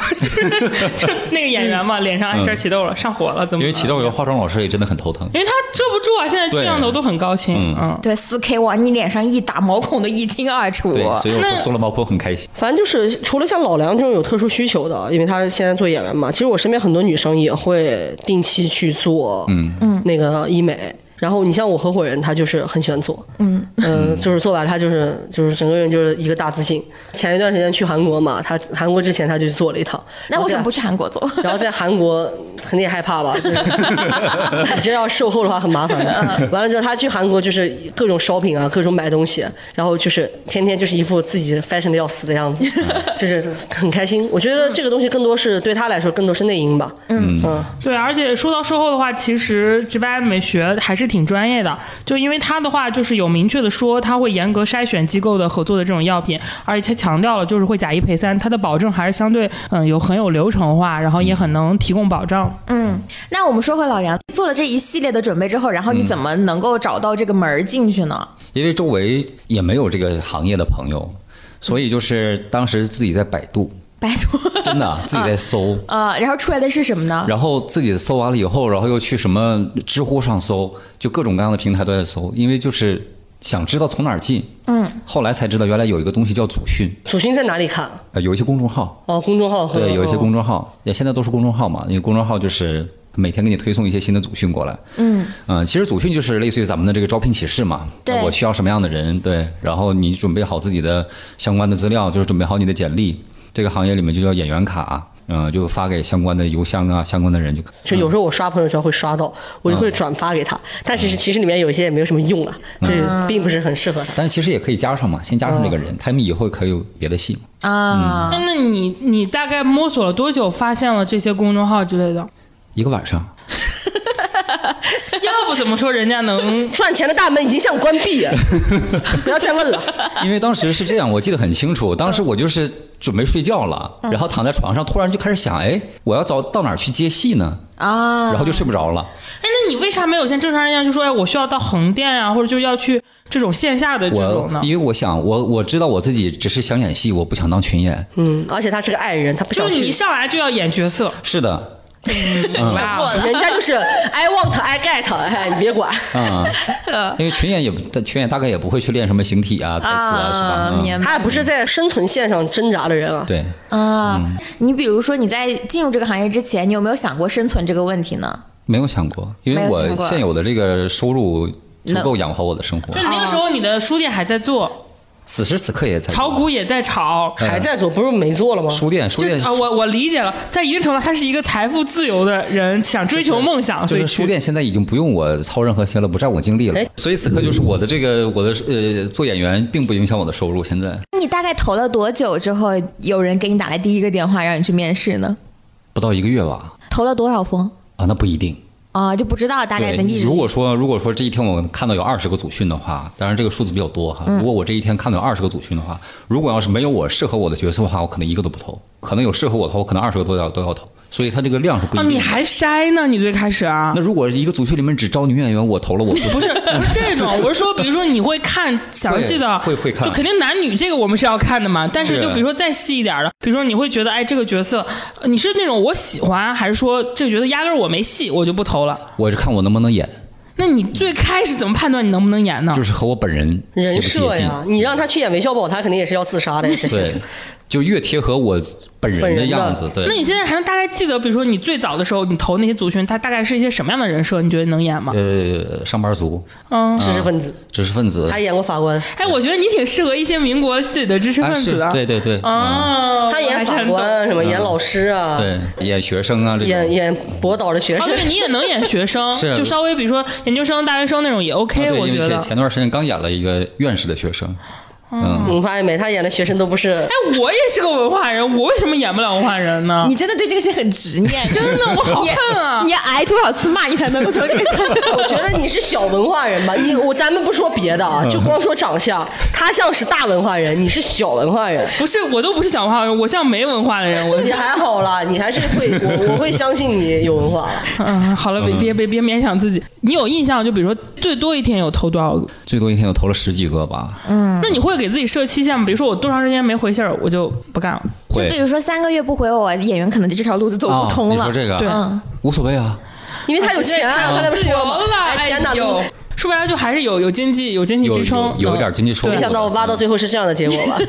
B: 就是那个演员嘛，脸上哎这儿起痘了，上火了，怎么？
D: 嗯因为起，痘以后化妆老师也真的很头疼。
B: 因为他遮不住啊，现在
D: 对
B: 摄像头都很高清，
D: 嗯
B: 嗯。
A: 对，四 K 往你脸上一打，毛孔都一清二楚。
D: 对，所以我说松了毛孔很开心。
C: 反正就是除了像老梁这种有特殊需求的，因为他现在做演员嘛，其实我身边很多女生也会定期去做，嗯嗯，那个医美。然后你像我合伙人，他就是很喜欢做，嗯，呃，就是做完他就是就是整个人就是一个大自信。前一段时间去韩国嘛，他韩国之前他就去做了一趟，
A: 那为什么不
C: 去？
A: 去韩国做？
C: 然后在韩国肯定也害怕吧，就是 你真要售后的话很麻烦
D: 嗯
C: 的。完了之后，他去韩国就是各种 shopping 啊，各种买东西，然后就是天天就是一副自己 fashion 的要死的样子，
D: 嗯
C: 就是很开心。我觉得这个东西更多是对他来说，更多是内因吧。嗯嗯，
B: 对，而且说到售后的话，其实直白美学还是挺专业的，就因为它的话就是有明确的说，它会严格筛选机构的合作的这种药品，而且它强调了就是会假一赔三，它的保证还是相对嗯有很有流程化，然后也很能提供保障。
A: 嗯，那我们说回老
D: 嗯
A: 梁，做了这一系列的准备之后，然后你怎么能够找到这个门儿进去呢？
D: 因为周围也没有这个行业的朋友，所以就是当时自己在百度，
A: 拜托，
D: 真
B: 啊
D: 的自己在搜，
A: 啊、然后出来的是什么呢？
D: 然后自己搜完了以后，然后又去什么知乎上搜，就各种各样的平台都在搜，因为就是想知道从哪儿进。嗯，后来才知道原来有一个东西叫祖训，
C: 祖勋在哪里看？
D: 呃，有一些公众号，
C: 哦，公众号和
D: 对，有一些公
C: 哦
D: 众号，也现在都是公众号嘛，因为公众号就是每天给你推送一些新的组训过来。嗯，嗯、其实组训就是类似于咱们的这个招聘启事嘛，
A: 对
D: 那我需要什么样的人，对，然后你准备好自己的相关的资料，就是准备好你的简历，这个行业里面就叫演员卡。嗯，就发给相关的邮箱啊，相关的人就
C: 就有时候我刷朋友圈会刷到，我就
D: 嗯
C: 会转发给他，但其实其实里面有一些也没有什么用啊，就是并不是很适合他。
D: 但是其实也可以加上嘛，先加上这个
A: 嗯
D: 人，他们以后可以有别的戏嘛。
A: 啊、
B: 那那你你大概摸索了多久，发现了这些公众号之类的？
D: 一个晚上。
B: 要不怎么说人家能
C: 赚钱的大门已经向关 闭了，不要再问了。
D: 因为当时是这样，我记得很清楚，当时我就是准备睡觉了，
A: 嗯
D: 然后躺在床上，突然就开始想，哎，我要早到哪儿去接戏呢？
A: 啊，
D: 然后就睡不着了。
B: 哎，那你为啥没有像正常人一样就说，哎，我需要到横店啊，或者就要去这种线下的这种
D: 我
B: 呢？
D: 因为我想，我我知道我自己只是想演戏，我不想当群演。
C: 嗯，而且他是个爱人，他不
B: 就
C: 想
B: 你一
C: 去。
B: 上来就要演角色，
D: 是的，
B: 哇哦
C: 人家就是 I want I get，哎，你别 管。
D: 嗯，因为群演也不，但群演大概也不会去练什么形体啊、台词啊，是吧？嗯
A: 明白
C: 他也不是在生存线上挣扎的人啊。
D: 对，
A: 啊。你比如说你在进入这个行业之前，你有没有想过生存这个问题呢？
D: 没有想过，因
A: 没
D: 为
A: 有
D: 我
A: 想过嗯
D: 现有的这个收入足
A: 能
D: 够养活我的生活
B: 就。你那个时候你的书店还在做，
D: 此时此刻也在
B: 炒股也在炒。
D: 哎
C: 还在做，不是没做了吗？
D: 书店，书
B: 就
D: 店
B: 啊，我我理解了，在一定程度，上，他是一个财富自由的人，想追求梦想，
D: 就
B: 所以
D: 是
B: 去
D: 书店现在已经不用我操任何心了，不占我精力了
C: 哎。
D: 所以此刻就是我的这个我的呃做演员并不影响我的收入。现在
A: 你大概投了多久之后，有人给你打来第一个电话让你去面试呢？
D: 不到一个月吧，
A: 投了多少封
D: 啊，那不一定。
A: 啊？就不知道大概的
D: 对，
A: 历史
D: 如。果说如果说这一天我看到有二十个组训的话，当然这个数字比较多哈。
B: 嗯
D: 如果我这一天看到有二十个组训的话，如果要是没有我适合我的角色的话，我可能一个都不投；可能有适合我的话，我可能二十个都要都要投。所以它这个量是不一
B: 啊，
D: 定
B: 你
D: 的。
B: 还筛呢？你最开始啊
D: 那？如果一个组训里面只招女演员，我投了我不
B: 不是不是 这种，我是说，比如说你会看详细的，
D: 会会会看
B: 就肯定男女这个我们是要看的嘛。但是
D: 是
B: 就比如说再细一点的，比如说你会觉得，哎，这个角色呃你是那种我喜欢，还是说这个角色压根儿我没戏，我就不投了？
D: 我是看我能不能演，
B: 那你最开始怎么判断你能不能演呢？
D: 就是和我本人接
C: 人
D: 不接
C: 设
D: 近。
C: 呀，你让他去演韦小宝，他肯定也是要自杀的。在现
D: 对
C: 场，
D: 就越贴合我本人
C: 本人
D: 的
C: 的
D: 样子。对，
B: 那你现在还能大概记得，比如说你最早的时候，你投那些族群，他大概是一些什么样的人设？你觉得能演吗？
D: 呃，上班族、
B: 嗯，
D: 啊
C: 知识分子，
D: 知识分子
C: 他，演过法官，
B: 哎，我觉得你挺适合一些民国戏里的知识分
D: 啊是
B: 子的。
D: 对对对，嗯
B: 哦，
C: 他演
B: 我还是
C: 法
B: 很懂
C: 官什么，演老师啊，
D: 对，演学生啊，这种
C: 演演博导的学
B: 哦，
C: 生。
B: 对，你也能演学生，
D: 是
B: 就稍微比如说研究生、大学生那种也 OK，、
D: 啊对，
B: 我
D: 因
B: 觉
D: 为前
B: 得。
D: 前段时间刚演了一个院士的学生，嗯，
C: 你发现没？他演的学生都不是。
B: 哎，我也是个文化人，我为什么演不了文化人呢？
A: 你真的对这个事很执念，真
B: 真的我好恨啊！
A: 你要挨多少次骂你才能够从这个 上？
C: 我觉得你是小文化人吧？你我咱们不说别的
D: 嗯
C: 啊，就光说长相，他像是大文化人，你是小文化人。
B: 不是，我都不是小文化人，我像没文化的人。 我
C: 你还好啦，你还是会我我会相信你有文化。
B: 嗯，好了，别别别别勉强自己。你有印象，就比如说最多一天有投多少个？
D: 最多一天我投了十几个吧，
B: 那你会给自己设期限吗？比如说我多长时间没回信儿，我就不干了。
A: 就
D: 会
A: 比如说三个月不回我，演员可能就这条路就走不通
D: 啊你
A: 了。
D: 说这个
B: 对
A: 嗯，
D: 无所谓啊，
C: 因为他有钱啊，刚才不说了吗
B: 有了？
C: 哎天哪，
B: 有。说白了，就还是有有经济有经济
D: 有
B: 支撑
D: 有，有
B: 嗯
D: 一点经济收入
C: 没
D: 的，
C: 想到挖到最后是这样的结果 吧？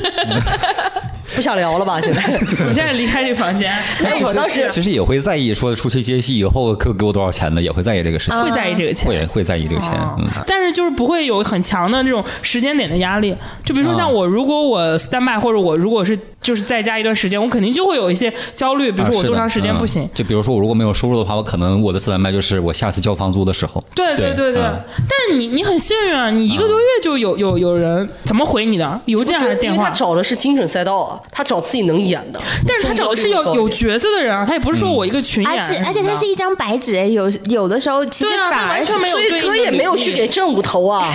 C: 不想聊了吧？现在，
B: 我现在离开这房间，
D: 但
C: 哎
D: 其
C: 我当
D: 实
C: 时
D: 其实也会在意，说出去接戏以后可给我多少钱的，也会在意这个事情，
B: 会在意这个钱，
D: 会啊会在意这个钱，嗯，
B: 但是就是不会有很强的这种时间点的压力。就比如说像
D: 啊
B: 我，如果我 stand by 或者我如果是就是在家一段时间，我肯定就会有一些焦虑，比如
D: 啊
B: 说我
D: 是
B: 多
D: 的
B: 长时间
D: 嗯
B: 不行。
D: 就比如说我如果没有收入的话，我可能我的自然麦就是我下次交房租的时候，
B: 对对对对，
D: 嗯
B: 但是你你很幸运啊，你一个多月就有有有人怎么回你的邮件还是
C: 因
B: 电
C: 为他
B: 话？
C: 找的是精准赛道啊，他找自己能演的，
B: 但是他找的是
C: 中
B: 有
C: 高
B: 有
C: 点
B: 角色的人啊，他也不是说我一个群演
A: 而
B: 啊什
A: 且
B: 么的，
A: 而且它是一张白纸，有有的时候其实
B: 对啊，
A: 反
B: 他
A: 而
B: 完
A: 是
B: 全没有对
C: 所
B: 应
C: 以
B: 的
C: 歌也没有去
B: 履历
C: 给政府 投啊。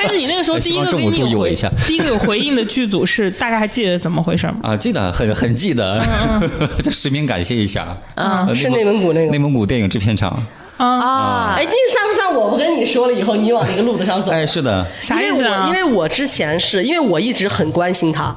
B: 但是你那个时候第一
D: 哎希望
B: 个给
D: 政府
B: 你
D: 注意
B: 有
D: 我
B: 回
D: 一下
B: 嗯第一个有回应的剧组是大概还记得怎么回事吗？
D: 啊，记得很很记得，
B: 嗯
D: 这实名感谢一下啊
C: 是内蒙古那个
D: 内蒙古电影制片厂，
A: 啊，
C: 哎，那算不算我不跟你说了以后，你往那个路子上走？
D: 哎，是的，
B: 啥意思啊？
C: 因为我因为我之前是因为我一直很关心他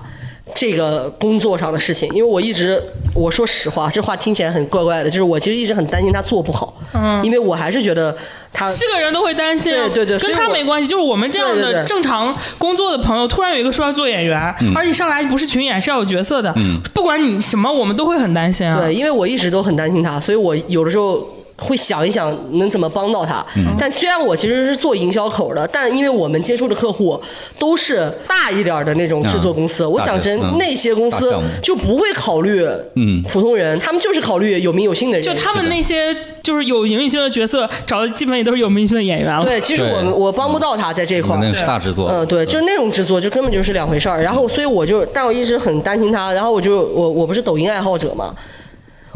C: 这个工作上的事情，因为我一直我说实话，这话听起来很怪怪的，就是我其实一直很担心他做不好，嗯，因为我还是觉得他
B: 是个人都会担心啊，
C: 对对对所
B: 跟
C: 以
B: 他
C: 我
B: 没关系，就是我们这样
C: 对对
B: 的
C: 对嗯
B: 正常工作的朋友，突然有一个说要做演员，而且上来不是群演，是要有角色的，不管你什么，我们都会很担心啊。
D: 嗯
C: 对，因为我一直都很担心他，所以我有的时候。会想一想能怎么帮到他，
D: 嗯
C: 但虽然我其实是做营销口的，但因为我们接触的客户都是大一点的那种制作公司，
D: 嗯
C: 我
D: 大
C: 讲
D: 公司
C: 真，
D: 嗯
C: 那些公
D: 大
C: 司
D: 项目
C: 就不会考虑
D: 嗯
C: 普通人，他们就是考虑有名有姓的人，
B: 就他们那些就是有名星的角色，找的基本也都是有名星的演员了。
C: 对，其实
D: 嗯对
C: 我们我帮不到他在这一
D: 我
C: 块
D: 们那
C: 儿。
D: 个是大制作，
C: 嗯，对，就是那种制作，就根本就是两回事儿。然后，所以我就，但我一直很担心他。然后我就，我我不是抖音爱好者嘛，
D: 嗯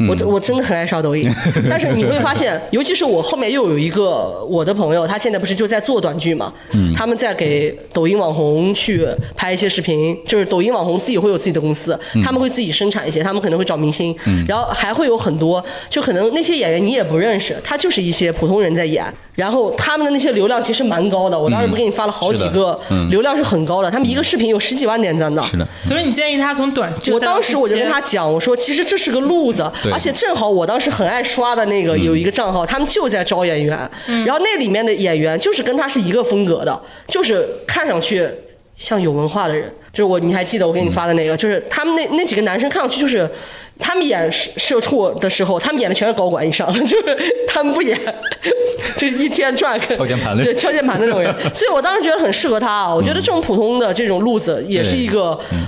C: 我我真的很爱刷抖 音，但是你会发现，尤其是我后面又有一个我的朋友，他现在不是就在做短剧嘛，
D: 嗯
C: 他们在给抖音网红去拍一些视频，就是抖音网红自己会有自己的公司，
D: 嗯
C: 他们会自己生产一些，他们可能会找明星，然后还会有很多，就可能那些演员你也不认识，他就是一些普通人在演，然后他们的那些流量其实蛮高的，我当时不给你发了好几
D: 嗯是的
C: 个
D: 嗯，
C: 流量是很高的，他们一个视频有十几万点赞的，
D: 是的，
B: 所以你建议他从短剧，
C: 我当时我就跟他讲，我说其实这是个路子，
D: 对嗯
C: 而且正好我当时很爱刷的那个有一个账号，他们就在招演员，然后那里面的演员就是跟他是一个风格的，就是看上去像有文化的人。就是我，你还记得我给
D: 嗯
C: 你发的那个，就是他们那那几个男生看上去就是，他们演社社畜的时候，他们演的全是高管以上， 就是他们不演， 就是一天赚个
D: 敲键盘的
C: 对 敲键盘的那种人，所以我当时觉得很适合他啊。我觉得这种普通的这种路子也是
D: 对嗯
C: 一个。个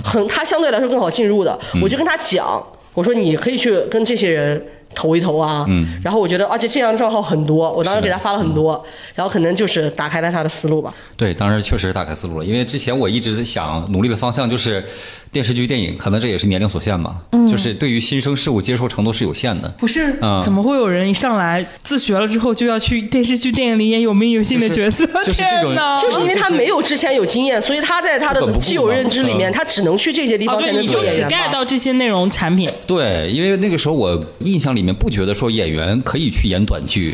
C: 很他相对来说更好进入的，我就跟他讲，我说你可以去跟这些人。投一投啊，
D: 嗯
C: 然后我觉得，而且这样的账号很多，我当时给他发了很多，然后可能就是打开了他的思路吧。
D: 对，当时确实打开思路了，因为之前我一直想努力的方向就是电视剧、电影，可能这也是年龄所限吧，
C: 嗯
D: 就是对于新生事物接受程度是有限的。
B: 不是
D: 嗯
B: 怎么会有人一上来自学了之后就要去电视剧、电影里演有名有姓的角色？
D: 就是就是这种
B: 天哪！
C: 就是因为他没有之前有经验，所以他在他的
D: 不管不顾
C: 既有认知里面，
D: 嘛嗯
C: 他只能去这些地
B: 哦，
C: 方才
B: 对，
C: 能
B: 你
C: 做
B: 就
C: 演
B: 只
C: 员
B: get
C: 嘛。
B: 到这些内容产品。
D: 对，因为那个时候我印象里面不觉得说演员可以去演短剧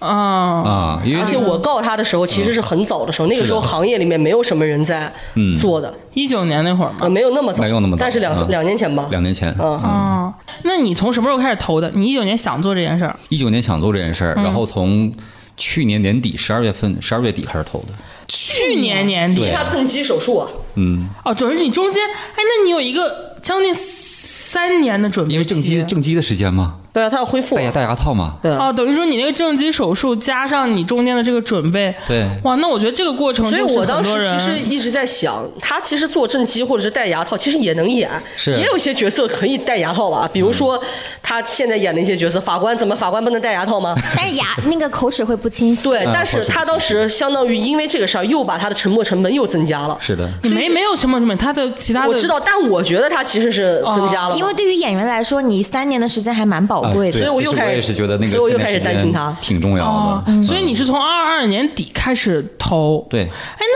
B: 嗯，
D: 啊，因为
C: 哦而且我告他的时候，其实是很早的时候，那个时候
D: 是的
C: 行业里面没有什么人在
D: 嗯
C: 做的，
B: 一九年那会儿
C: 呃，
B: 嘛。
C: 没有那么早，
D: 没有那么早
C: 但是两
D: 嗯
C: 两年前吧，
D: 两啊年前，
C: 嗯
B: 哦，那你从什么时候开始投的？你一九年想做这件事儿，
D: 一九年想做这件事儿，
C: 嗯
D: 然后从去年年底十二月份、十二月底开始投的。
B: 去年年底
D: 对
C: 他正畸手术啊，
D: 嗯，
B: 哦，主要是你中间，哎，那你有一个将近三年的准备期，
D: 因为正畸正畸的时间嘛，
C: 对啊，他要恢复啊
D: 戴牙戴牙套嘛，
C: 对啊
B: 哦，等于说你那个正畸手术加上你中间的这个准备，
D: 对
B: 哇，那我觉得这个过程
C: 所
B: 就
C: 以
B: 是
C: 我
B: 很多
C: 当
B: 人，
C: 时其实一直在想，他其实做正畸或者是戴牙套，其实也能演，
D: 是
C: 也有一些角色可以戴牙套吧，比如说他现在演的一些角色，法官怎么法官不能戴牙套吗？
A: 但是牙那个口齿会不清晰。
C: 对，
D: 嗯
C: 但是他当时相当于因为这个事儿又把他的沉没成本又增加了。
D: 是的，
B: 你没没有成本成本，他的其他的
C: 我知道，但我觉得他其实是增加了，
A: 因为对于演员来说，你三年的时间还蛮宝
D: 啊
A: 贵的。
D: 对
C: 所以我
D: 其
C: 又
D: 实
C: 开始
D: 也是觉得那个
C: 所以我又
D: 三
C: 开
D: 年
C: 始
D: 时间
C: 担心他嗯
D: 挺重要
B: 哦
D: 的。，
B: 所以你是从二二年底开始投，
D: 对
B: 哎，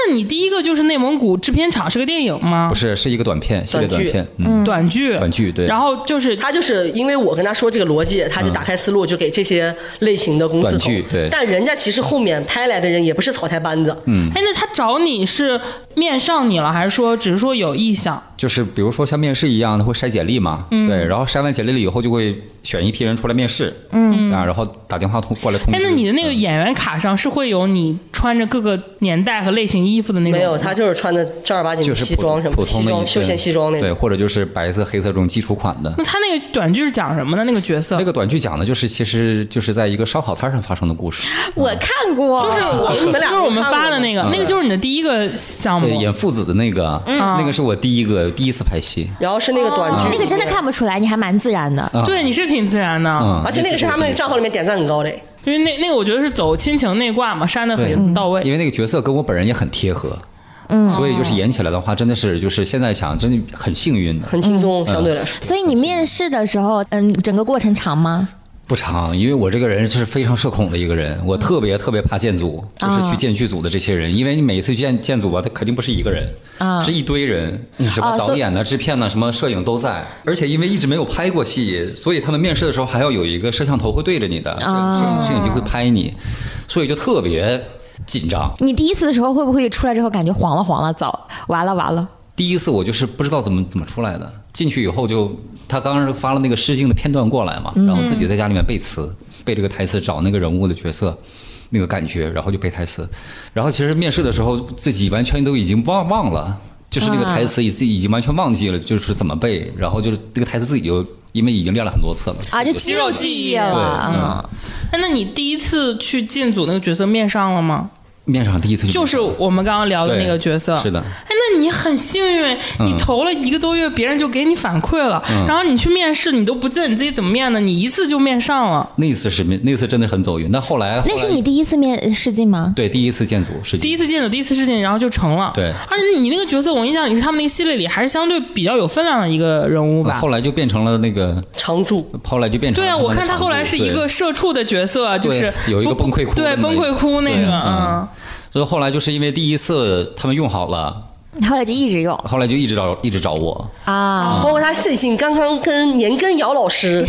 B: 那你第一个就是内蒙古制片厂是个电影吗？
D: 不是是一个短片系列
C: 短
D: 短
C: 剧
D: 片，嗯，
B: 短剧，
D: 短剧对
B: 然后就是
C: 他就是因为我跟他说这个逻辑，他就打开思路，就给这些类型的公司
D: 短
C: 投
D: 剧。对
C: 但人家其实后面拍来的人也不是草台班子，嗯，
B: 哎，那他找你是面上你了，还是说只是说有意向？
D: 就是比如说像面试一样，他会筛简历嘛，
C: 嗯
D: 对，然后筛完简历了以后，就会选一批人出来面试，嗯啊，然后打电话通过来通知。
B: 哎，那你的那
D: 嗯
B: 个演员卡上是会有你穿着各个年代和类型衣服的那种？
C: 没有，他就是穿的正儿八经
D: 就
C: 的
D: 是
C: 西装什么
D: 普
C: 西
D: 通的一
C: 装
D: 个
C: 休闲西装那种
D: 对，。或者就是白色、黑色这种基础款的。
B: 那他那个短剧是讲什么的？那个角色？
D: 那个短剧讲的就是，其实就是在一个烧烤摊上发生的故事，
A: 我看过，
B: 就是我
C: 你们俩
B: 啊就是我们发的那个
D: 看，过吗
B: 那个就是你的第一个项
D: 嗯对，
B: 目。
D: 呃演父子的那个，那个是我第一个第一次拍戏，
C: 然后是那个短
D: 嗯
C: 剧，
A: 那个真的，看不出来，你还蛮自然的。
D: 啊
B: 对，你是挺自然的，
D: 嗯，
C: 而且那个是他们那个账号里面点赞很高的。
B: 因为那那个我觉得是走亲情内挂嘛，删的
D: 对嗯
B: 很到
D: 因
B: 位。
D: 为那个角色跟我本人也很贴合，嗯，所以就是演起来的话，真的是就是现在想，真的很幸运的，
C: 很轻松，相对来
D: 嗯
C: 说。
A: 所以你面试的时候，嗯，整个过程长吗？
D: 不长，因为我这个人是非常社恐的一个
A: 嗯
D: 人，我特别特别怕建组，
A: 啊
D: 就是去建剧组的这些人，因为你每次去建建组吧，他肯定不是一个人，
A: 啊
D: 是一堆人，什
A: 哦
D: 么
A: 所
D: 导
A: 以
D: 演呐、啊制片呐、什么摄影都在，而且因为一直没有拍过戏，所以他们面试的时候还要有一个摄像头会对着你的，摄
A: 啊
D: 摄影摄影机会拍你，所以就特别紧张。
A: 你第一次的时候会不会出来之后感觉黄了黄了，早完了完了？
D: 第一次我就是不知道怎么怎么出来的，进去以后就他刚刚发了那个试镜的片段过来嘛，
B: 嗯
D: 然后自己在家里面背词，背这个台词，找那个人物的角色。那个感觉，然后就背台词，然后其实面试的时候自己完全都已经忘忘了，就是那个
B: 啊
D: 台词已自己已经完全忘记了，就是怎么背，然后就是那个台词自己就因为已经练了很多次了
A: 啊，就
B: 肌
A: 肌
B: 肉
A: 肉
B: 记
A: 记
B: 忆
A: 忆
D: 对，
A: 了。啊
D: 嗯，
B: 哎，那你第一次去进组那个角色面上了吗？
D: 面上第一次
B: 就是
D: 面上
B: 我们刚刚聊的
D: 嗯对
B: 那个角色。
D: 是的
B: 哎，那你很幸运，
D: 嗯
B: 你投了一个多月，别人就给你反馈了，
D: 嗯
B: 然后你去面试，你都不记得你自己怎么面的，你一次就面上了。
D: 那一次是面，那次真的很走运。但后来
A: 那是
D: 后来
A: 你第一次面试镜吗？
D: 对第一次建组是
B: 第一次见的第一次事情，然后就成了。
D: 对
B: 而且你那个角色，我印象里是他们那个系列里还是相对比较有分量的一个人物
D: 呃
B: 吧。
D: 后来就变成了那个，
C: 常驻，
D: 后来就变成
B: 对啊，
D: 了他们
B: 我
D: 的
B: 看他
D: 常
B: 后来
D: 驻
B: 是一
D: 对
B: 个社畜的角色，就是
D: 对有一个崩溃哭
B: 对
D: 的那
B: 崩
D: 么一
B: 溃哭那
D: 对
B: 个，
D: 嗯所以后来就是因为第一次他们用好了，
A: 后来就一直用
D: 后来就一直找一直找我，嗯
A: 啊。
C: 包括他最近刚刚跟年根尧 老师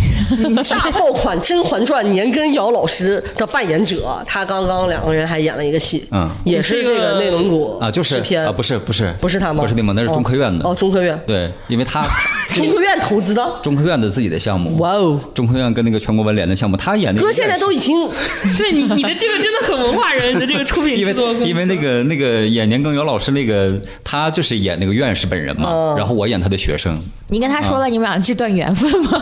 C: 大爆款《甄嬛传》年根尧老师的扮演者，他刚刚两个人还演了一个戏，
D: 嗯
C: 也是这个内蒙古
D: 啊，就是
C: 制片
D: 啊，不是不是
C: 不是他吗？
D: 不是内蒙，那是中科院的
C: 哦，哦中科院，
D: 对，因为他
C: 中科院投资的，
D: 中科院的自己的项目，
C: 哇哦！
D: 中科院跟那个全国文联的项目，他演那个
C: 哥现在都已经
B: 对你 你的这个真的很文化人，你的这个出品
D: 因
B: 制作
D: 嗯为因为那个那个演年羹尧老师那个他就是演那个院士本人嘛，
C: 嗯
D: 然后我演他的学生，
A: 你跟他说了你们俩这段缘分吗？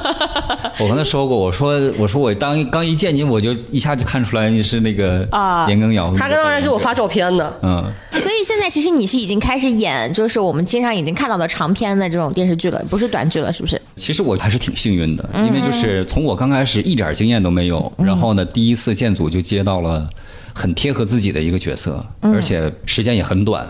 D: 我跟他说过，我说我说我当刚一见你，我就一下就看出来你是那个
A: 啊
D: 年羹尧，
C: 他刚刚给我发
D: 照，
C: 照片呢，
D: 嗯，
A: 所以现在其实你是已经开始演，就是我们经常已经看到的长篇的这种电视剧了，不是短剧了，是不是？
D: 其实我还是挺幸运的，
B: 嗯
D: 因为就是从我刚开始一点经验都没有，然后呢，第一次建组就接到了很贴合自己的一个角色，
B: 嗯
D: 而且时间也很短，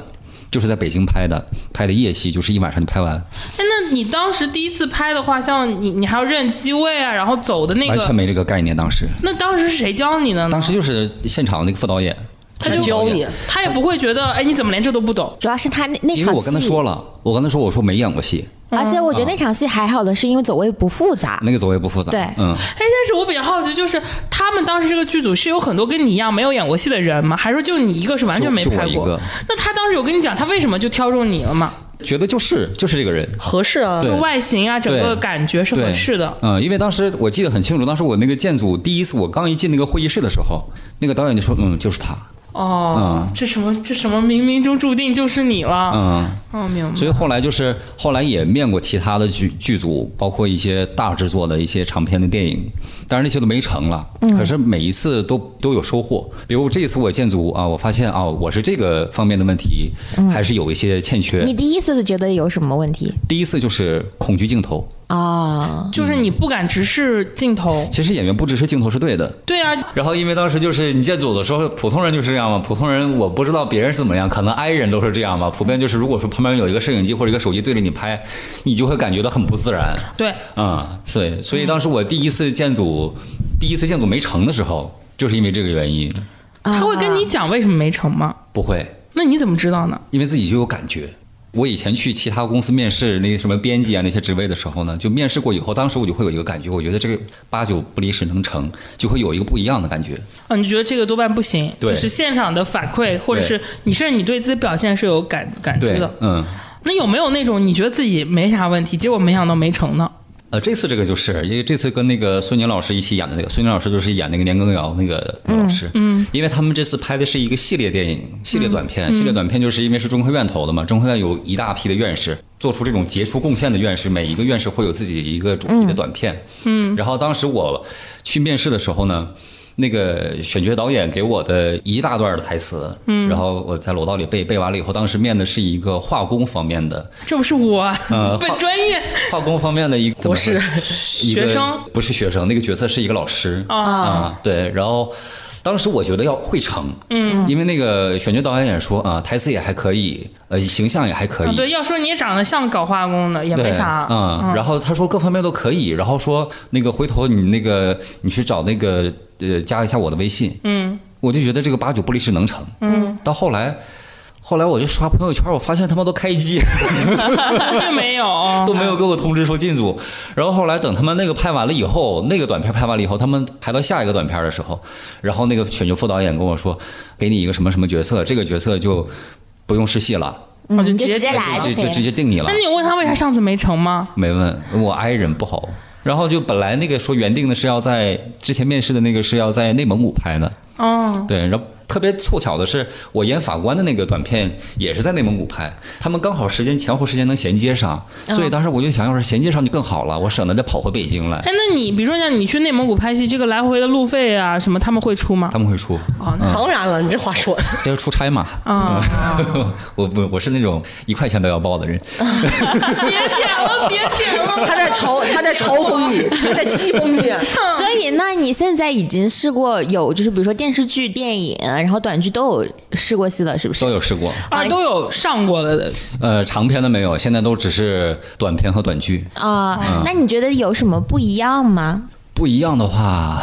D: 就是在北京拍的，拍的夜戏，就是一晚上就拍完，
B: 哎，那你当时第一次拍的话，像你你还要认机位啊，然后走的那
D: 完全
B: 个，
D: 没这个概念。当时，
B: 那当时是谁教你的呢？
D: 当时就是现场那个副导演，
B: 他
D: 是
B: 就
D: 导
C: 教
D: 演
C: 你，
B: 他也不会觉得，哎，你怎么连这都不懂？
A: 主要是他那那
D: 因
A: 场
D: 为
A: 戏，
D: 我跟他说了，啊我跟他说我说没演过戏，
A: 而且我觉得那场戏还好的是因为走位不复杂，
D: 那个走位不复杂，
A: 对
D: 嗯。
B: 哎，但是我比较好奇，就是他们当时这个剧组是有很多跟你一样没有演过戏的人吗？还是说就你一个是完全没
D: 就就我
B: 拍
D: 一
B: 过
D: 个？
B: 那他当时有跟你讲他为什么就挑中你了吗？
D: 觉得就是就是这个人，
C: 合适啊，
D: 对
B: 就外形啊，整个
D: 对
B: 感觉是
D: 对
B: 合适的。
D: 嗯，因为当时我记得很清楚，当时我那个建组第一次，我刚一进那个会议室的时候，那个导演就说，嗯，就是他，
B: 哦，
D: 嗯
B: 这什么这什么冥冥中注定就是你了。
D: 嗯，
B: 哦，明白。
D: 所以后来就是后来也面过其他的剧剧组，包括一些大制作的一些长篇的电影，当然那些都没成了。
B: 嗯
D: 可是每一次都都有收获。比如这一次我建组啊，我发现啊，我是这个方面的问题
B: 嗯
D: 还是有一些欠缺。
A: 你第一次就觉得有什么问题
D: 第一次就是恐惧镜头，
A: 啊？
B: 就是你不敢直视镜头。
D: 其实演员不支持镜头是对的。
B: 对啊，
D: 然后因为当时就是你建组的时候，普通人就是这样嘛。普通人我不知道别人是怎么样，可能 I 人都是这样吧。普遍就是如果说旁边有一个摄影机或者一个手机对着你拍，你就会感觉到很不自然。
B: 对，
D: 啊、对，所以当时我第一次建组，第一次建组没成的时候，就是因为这个原因。
B: 他会跟你讲为什么没成吗？
D: 不会，
B: 那你怎么知道呢？
D: 因为自己就有感觉。我以前去其他公司面试那些什么编辑啊那些职位的时候呢，就面试过以后，当时我就会有一个感觉，我觉得这个八九不离十能成，就会有一个不一样的感觉。
B: 啊，你就觉得这个多半不行，
D: 对
B: 就是现场的反馈，或者是你甚至你对自己表现是有感感知
D: 对
B: 的，。
D: 嗯，
B: 那有没有那种你觉得自己没啥问题，结果没想到没成呢？
D: 呃，这次这个就是因为这次跟那个孙宁老师一起演的那个，孙宁老师就是演那个年羹尧那个老师嗯，因为他们这次拍的是一个系列电影、系列短片，系列短片就是因为是中科院投的嘛，中科院有一大批的院士做出这种杰出贡献的院士，每一个院士会有自己一个主题的短片，嗯，然后当时我去面试的时候呢。那个选角导演给我的一大段的台词，嗯，然后我在楼道里背，背完了以后，当时面的是一个化工方面的，
B: 这不是我，
D: 呃
B: 本专业啊
D: 化工方面的一个博
C: 士
D: 学
B: 学生
D: 不是学生，那个角色是一个老师
B: 啊。
D: 啊，对，然后。当时我觉得要会成，嗯，因为那个选角导演也说啊，台词也还可以，呃，形象也还可
B: 啊
D: 以，
B: 对，要说你也长得像搞化工的，也
D: 对，
B: 没啥。
D: 嗯，然后他说各方面都可以，然后说那个回头你那个你去找那个呃加一下我的微信，
B: 嗯，
D: 我就觉得这个八九不离十能成，嗯，到后来，后来我就刷朋友圈，我发现他们都开机，
B: 没有
D: 都。没有给我通知说进组。然后后来等他们那个拍完了以后，那个短片拍完了以后，他们排到下一个短片的时候，然后那个选角副导演跟我说，给你一个什么什么角色，这个角色就不用试戏了，
A: 嗯，
B: 哦就
A: 你就
B: 直
A: 直
B: 接
A: 接来
D: 就
A: 就可
D: 就直
A: 以了。
D: 接定你了
B: 那。你有问他为啥上次没成吗？
D: 没问我 i 人不好。然后就本来那个说原定的是要在之前面试的那个是要在内蒙古拍的，
B: 嗯，
D: 对，然后特别凑巧的是，我演法官的那个短片也是在内蒙古拍，他们刚好时间前后时间能衔接上，所以当时我就想，要是衔接上就更好了，我省得再跑回北京 来。
B: 哎，那你比如说像你去内蒙古拍戏，这个来回的路费啊什么，他们会出吗
D: 他？们会出，
B: 哦，那
C: 当然了，你这话说的，
D: 这是出差嘛？
B: 啊，
D: 我不，我是那种一块钱都要报的人。
B: 别点了，别点了。
C: 他在嘲他在嘲讽你，他在讥讽你。
A: 所以，那你现在已经试过有，就是比如说电视剧、电影，然后短剧都有试过戏了，是不是
D: 都？有试过，
B: 啊，都有上过了的，
D: 呃，长篇的没有，现在都只是短片和短剧。
A: 啊、那你觉得有什么不一样吗？
D: 不一样的话，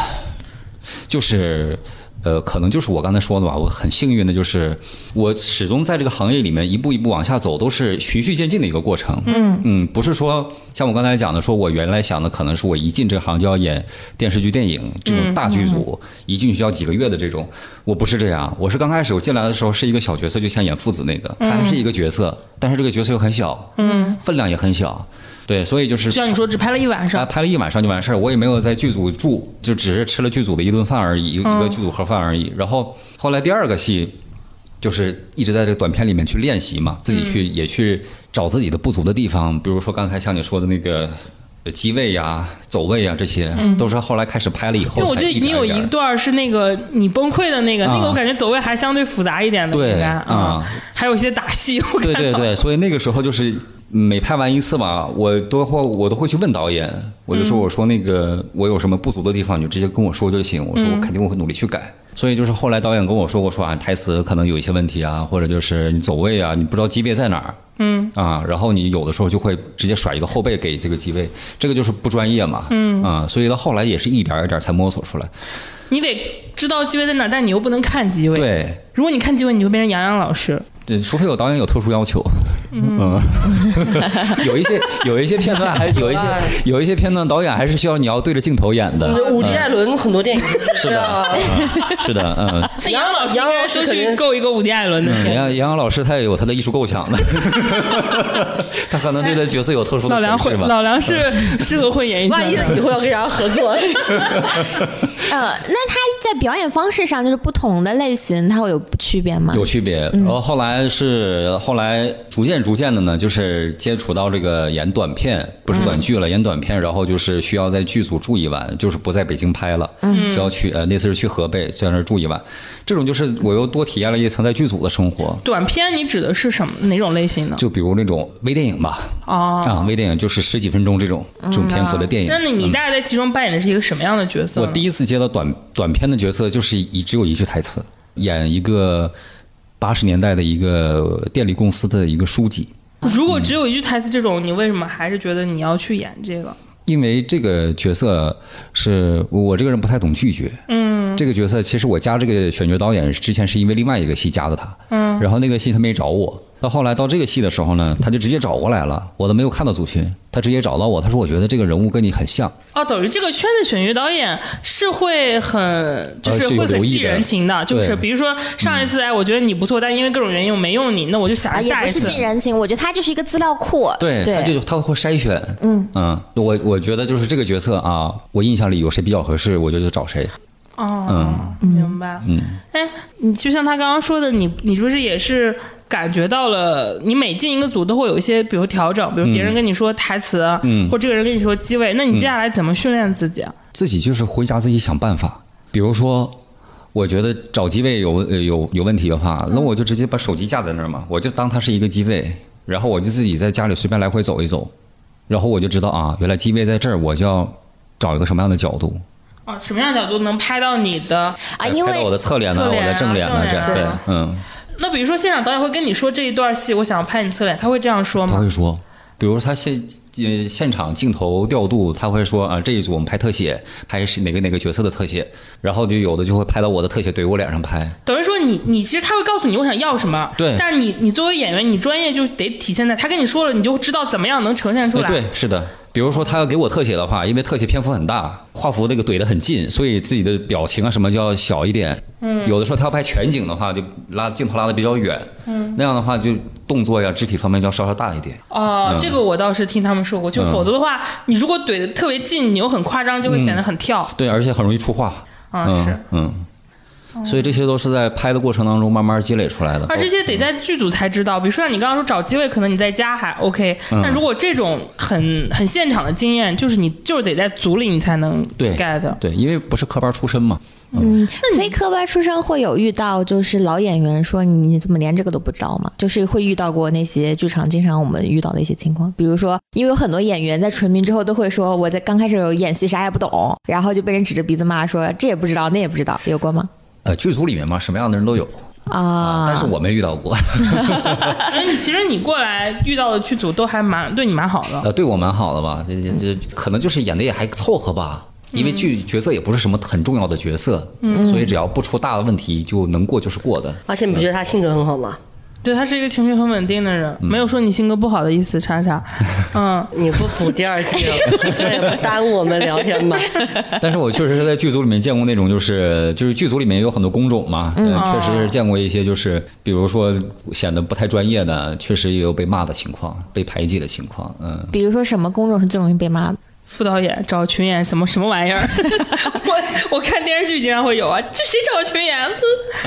D: 就是。呃，可能就是我刚才说的吧。我很幸运的就是，我始终在这个行业里面一步一步往下走，都是循序渐进的一个过程。嗯嗯，不是说像我刚才讲的，说我原来想的可能是我一进这行就要演电视剧、电影这种大剧组，一进去就要几个月的这种。我不是这样，我是刚开始我进来的时候是一个小角色，就像演父子那个，他还是一个角色，但是这个角色又很小，嗯，分量也很小。对，所以就是
B: 就像你说，只拍了一晚
D: 啊，
B: 上。
D: 拍了一晚上就完事儿，我也没有在剧组住，就只是吃了剧组的一顿饭而已，一个一
B: 嗯
D: 个剧组盒饭而已。然后后来第二个戏，就是一直在这个短片里面去练习嘛，自己去、
B: 嗯
D: 也去找自己的不足的地方，比如说刚才像你说的那个。呃机位呀、走位啊呀，这些、都是后来开始拍了以后
B: 嗯因为我
D: 才
B: 记得
D: 一
B: 你
D: 点
B: 有
D: 一点
B: 一
D: 儿
B: 段是那个你崩溃的那个，
D: 啊
B: 那个我感觉走位还相对复杂一点的，
D: 对
B: 应该啊
D: 啊，
B: 还有一些打戏，我看
D: 对对对，所以那个时候就是每拍完一次嘛，我都会我都会去问导演，我就说我说那个我有什么不足的地方，你就直接跟我说就行，我说我肯定我会努力去改。所以就是后来导演跟我说过说啊，台词可能有一些问题啊，或者就是你走位啊，你不知道机位在哪儿。嗯啊，然后你有的时候就会直接甩一个后背给这个机位，这个就是不专业嘛。嗯啊，所以到后来也是一点儿一点儿才摸索出来。
B: 你得知道机位在哪儿，但你又不能看机位。，
D: 对，
B: 如果你看机位，你就变成杨洋老师。
D: 对，除非有导演有特殊要求， 嗯，有一些有一些片段还有一些有一些片段导演还是需要你要对着镜头演的，
C: 伍迪·艾伦很多电影是啊，
D: 嗯是的，嗯，
B: 那杨洋老师应
C: 杨
B: 该
C: 洋老师
B: 说
C: 肯
B: 去
C: 定
B: 够一个伍迪·艾伦的
D: 杨
B: 片。
D: 杨洋老师他也有他的艺术构想的，他可能对他角色有特殊的
B: 老梁
D: 诠
B: 会，
D: 释吧。嗯
B: 老梁是适合混演艺
C: 万
B: 圈
C: 一
B: 的。
C: 以后要跟人家合作，
A: 呃，那他在表演方式上，就是不同的类型，它会有区别吗？
D: 有区别。然后后来是呃后来逐渐逐渐的呢，就是接触到这个演短片，不是短剧了，演短片，然后就是需要在剧组住一晚，就是不在北京拍了，
B: 嗯
D: 就要去呃那次是去河北，在那儿住一晚。这种就是我又多体验了一层在剧组的生活，
B: 短片你指的是什么哪种类型呢？
D: 就比如那种微电影吧，
B: 哦，
D: 啊，微电影就是十几分钟这种这种篇幅的电影。
B: 那你
D: 嗯
B: 你大概在其中扮演的是一个什么样的角色
D: 我
B: 呢？
D: 第一次接到短短片的角色，就是一只有一句台词，演一个八十年代的一个电力公司的一个书记。
B: 如果只有一句台词这种，你为什么还是觉得你要去演这个？
D: 因为这个角色是我这个人不太懂拒绝，嗯，这个角色其实我加这个选角导演之前是因为另外一个戏加的他，嗯，然后那个戏他没找我，到后来到这个戏的时候呢，他就直接找过来了，我都没有看到组群，他直接找到我，他说我觉得这个人物跟你很像，
B: 哦，等于这个圈子选角导演是会很，就是
D: 呃是有
B: 会很
D: 留意
B: 记
D: 的
B: 人情的，就是
D: 对嗯
B: 比如说上一次哎，我觉得你不错，但因为各种原因我没用你，那我就
A: 啊，
B: 下
A: 也
B: 下
A: 不
B: 一
A: 是近
B: 次。
A: 人情，我觉得它就是一个资料库。
D: 对，他
A: 对
D: 就他会筛选，嗯我我觉得就是这个角色啊，我印象里有谁比较合适，我就就找谁，
B: 哦，明白。
D: 嗯，
B: 哎，你就像他刚刚说的，你你是不是也是感觉到了？你每进一个组都会有一些，比如调整，比如别人跟你说台词，啊
D: 嗯
B: 或这个人跟你说机位，那你接下来怎么训练自己啊？
D: 自己就是回家自己想办法。比如说，我觉得找机位有呃有有问题的话，那我就直接把手机架在那儿嘛，我就当它是一个机位，然后我就自己在家里随便来回走一走，然后我就知道啊，原来机位在这儿，我就要找一个什么样的角度，
B: 哦，什么样的角度能拍到你的？
A: 啊，因
D: 拍到我
A: 为
D: 的侧脸呢，
B: 侧
D: 我
B: 脸啊
D: 的正脸呢，这样
B: 正脸
D: 对
B: 啊，
D: 嗯，
B: 那比如说现场导演会跟你说这一段戏，我想要拍你侧脸，他会这样说
D: 他
B: 吗？
D: 会说。比如他现呃现场镜头调度，他会说啊这一组我们拍特写，拍是哪个哪个角色的特写，然后就有的就会拍到我的特写怼我脸上拍，
B: 等于说你你其实他会告诉你我想要什么，
D: 哎对
B: 但你你作为演员，你专业就得体现在他跟你说了，你就知道怎么样能呈现出来。
D: 哎对，是的。比如说他要给我特写的话，因为特写篇幅很大，画幅那个怼得很近，所以自己的表情啊什么就要小一点。嗯，有的时候他要拍全景的话，就拉镜头拉得比较远。嗯，那样的话就动作呀、肢体方面就要稍稍大一点。
B: 哦、这个我倒是听他们说过，就否则的话，你如果怼得特别近，你又很夸张，就会显得很跳。
D: 对，而且很容易出画。
B: 啊
D: 嗯
B: 是
D: 嗯，所以这些都是在拍的过程当中慢慢积累出来的。
B: 而这些得在剧组才知道，比如说像你刚刚说找机位，可能你在家还 OK，但
D: 嗯
B: 如果这种很很现场的经验，就是你就是得在组里你才能
D: 对
B: get。
D: 对，因为不是科班出身嘛，
A: 嗯，非科班出身会有遇到，就是老演员说你你怎么连这个都不知道吗？就是会遇到过那些剧场经常我们遇到的一些情况，比如说，因为有很多演员在纯民之后都会说我在刚开始有演戏啥也不懂，然后就被人指着鼻子骂说这也不知道那也不知道，有过吗？
D: 呃，剧组里面嘛，什么样的人都有
A: 啊，
D: 但是我没遇到过。
B: 哎， 其实你过来遇到的剧组都还蛮对你蛮好的，
D: 呃，对我蛮好的吧，这这这可能就是演的也还凑合吧，因为剧角色也不是什么很重要的角色，
B: 嗯
D: 所以只要不出大的问题就能过就是过的。
C: 而且你不觉得他性格很好吗？
B: 对他是一个情绪很稳定的人，
D: 嗯
B: 没有说你性格不好的意思，莎 莎。嗯，
C: 你不补第二季了，这也不耽误我们聊天 吧？
D: 但是我确实是在剧组里面见过那种，就是就是剧组里面有很多工种嘛，
B: 嗯
D: 呃确实
B: 哦
D: 是见过一些，就是比如说显得不太专业的，确实也有被骂的情况，被排挤的情况， 嗯。
A: 比如说什么工种是最容易被骂
D: 啊
A: 的？
B: 副导演找群演什么什么玩意儿？ 我我看电视剧经常会有啊，这谁找群演？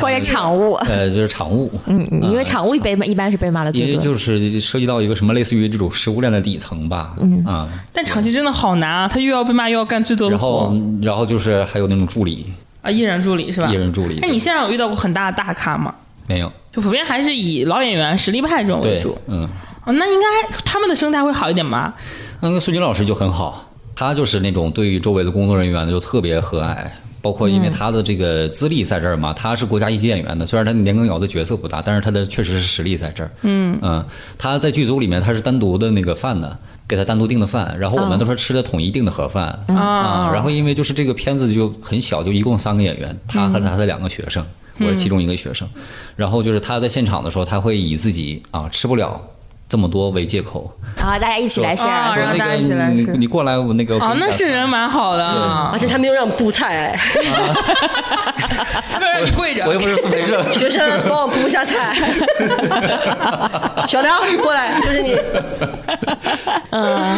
A: 或者场务，
D: 呃，就是 场务，
A: 嗯，因为场务一被一般是被骂的
D: 因
A: 最
D: 为
A: 多的。
D: 就是涉及到一个什么类似于这种食物链的底层吧，嗯啊，
B: 但长期真的好难啊，他又要被骂又要干最多的
D: 然后
B: 活
D: 然后就是还有那种助理，
B: 啊，艺人助理是吧？
D: 艺人助理
B: 哎，你现在有遇到过很大的大咖吗？
D: 没有，
B: 就普遍还是以老演员、实力派这种为
D: 对
B: 主。，
D: 嗯，
B: 哦，那应该他们的生态会好一点吧？
D: 那个孙军老师就很好，他就是那种对于周围的工作人员就特别和蔼，包括因为他的这个资历在这儿嘛，他是国家一级演员的，虽然他年羹尧的角色不大，但是他的确实是实力在这儿。嗯他在剧组里面他是单独的那个饭的，给他单独订的饭，然后我们都是吃的统一订的盒饭啊。然后因为就是这个片子就很小，就一共三个演员，他和他的两个学生。我是其中一个学生，然后就是他在现场的时候，他会以自己啊吃不了这么多为借口，
A: 啊，大家一起来
B: 说啊
A: share，
B: 让大
D: 说那
B: 家
D: 个
B: 一起来
D: 你
B: 吃
D: 你过来，我那个
B: 哦，那是人蛮好的啊
C: 而，且他没有让补菜，哎
B: 要不然你跪着
D: 我。又不是苏 培盛，
C: 学生帮我补一下菜。 小梁过来，就是你。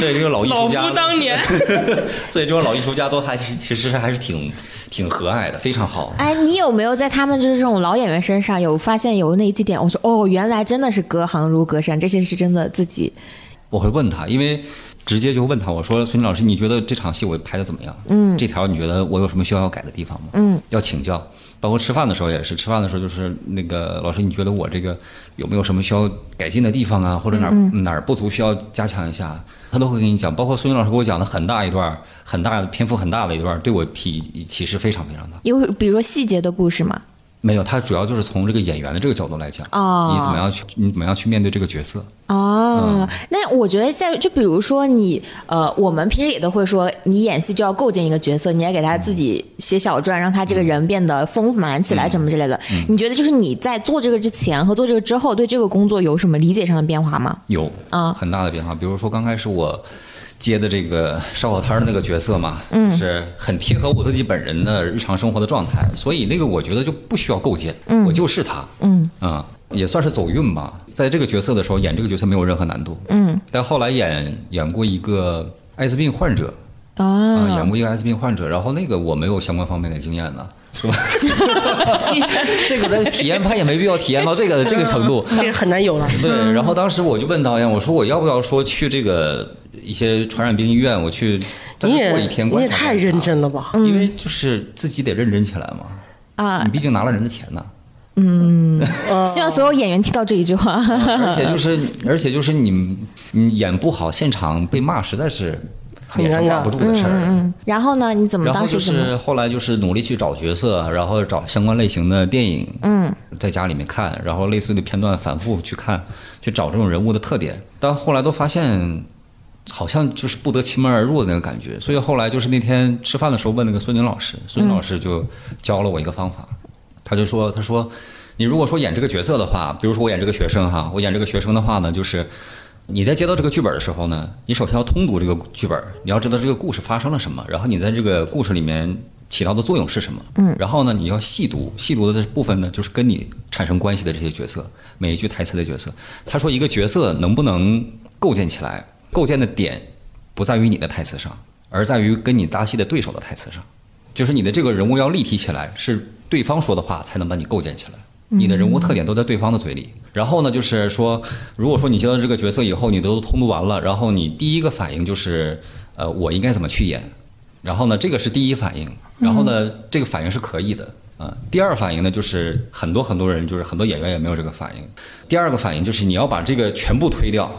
D: 对，这个老艺
B: 啊老
D: 术家，
B: 夫当年，
D: 所以这种老艺术家都还是其实是还是挺挺和蔼的，非常好。
A: 哎，你有没有在他们就是这种老演员身上有发现有那几点？我说哦，原来真的是隔行如隔山，这些是真的自己
D: 我会问他，因为直接就问他，我说孙军老师，你觉得这场戏我拍的怎么样？嗯，这条你觉得我有什么需要改的地方吗？嗯，要请教。包括吃饭的时候也是，吃饭的时候就是那个老师，你觉得我这个有没有什么需要改进的地方啊，或者哪儿、哪儿不足需要加强一下，他都会跟你讲。包括孙军老师给我讲的很大一段儿，很大篇幅很大的一段儿，对我提启示非常非常大。
A: 有比如说细节的故事嘛。
D: 没有，他主要就是从这个演员的这个角度来讲，
A: 哦
D: 你怎么样去你怎么样去面对这个角色？
A: 哦，那我觉得在就比如说你呃，我们平时也都会说，你演戏就要构建一个角色，你要给他自己写小传，让他这个人变得丰满起来什么之类的。你觉得就是你在做这个之前和做这个之后，对这个工作有什么理解上的变化吗？
D: 有
A: 啊
D: 很大的变化。比如说刚开始我接的这个烧烤摊儿的那个角色嘛，嗯，是很贴合我自己本人的日常生活的状态，所以那个我觉得就不需要构建，嗯，我就是他，嗯啊、也算是走运吧。在这个角色的时候演这个角色没有任何难度，嗯，但后来演演过一个艾滋病患者，啊、
A: 啊，
D: 演过一个艾滋病患者，然后那个我没有相关方面的经验呢。是吧？ 这个在体验派也没必要体验到这个这个程度。
C: 这个很难有了。
D: 对，然后当时我就问导演，我说我要不要说去这个一些传染病医院，我去再
C: 你也
D: 做一天
C: 你
D: 观
C: 也
D: 察
C: 太
D: 观察
C: 认真了嗯吧？
D: 因为就是自己得认真起来嘛。
A: 啊呃
D: 你毕竟拿了人的 钱呐、嗯
A: 希望所有演员听到这一句话。
D: 而且就是，而且就是你你演不好，现场被骂实在是
C: 很
D: 脸上
C: 尴
D: 挂
C: 尬嗯
D: 不住的事儿。
A: 然后呢，你怎么
D: 然后
A: 当
D: 就
A: 时怎么？
D: 是后来就是努力去找角色，然后找相关类型的电影，嗯，在家里面看，然后类似的片段反复去看，去找这种人物的特点。但后来都发现，好像就是不得其门而入的那个感觉。所以后来就是那天吃饭的时候问那个孙宁老师，
A: 嗯
D: 孙宁老师就教了我一个方法，他就说，他说你如果说演这个角色的话，比如说我演这个学生哈，我演这个学生的话呢，就是。你在接到这个剧本的时候呢，你首先要通读这个剧本，你要知道这个故事发生了什么，然后你在这个故事里面起到的作用是什么。嗯，然后呢，你要细读，细读的这部分呢，就是跟你产生关系的这些角色，每一句台词的角色。他说，一个角色能不能构建起来，构建的点不在于你的台词上，而在于跟你搭戏的对手的台词上。就是你的这个人物要立体起来，是对方说的话才能把你构建起来。你的人物特点都在对方的嘴里。然后呢，就是说，如果说你接到这个角色以后，你都通读完了，然后你第一个反应就是，呃，我应该怎么去演？然后呢，这个是第一反应。然后呢，这个反应是可以的。啊、第二反应呢，就是很多很多人，就是很多演员也没有这个反应。第二个反应就是你要把这个全部推掉，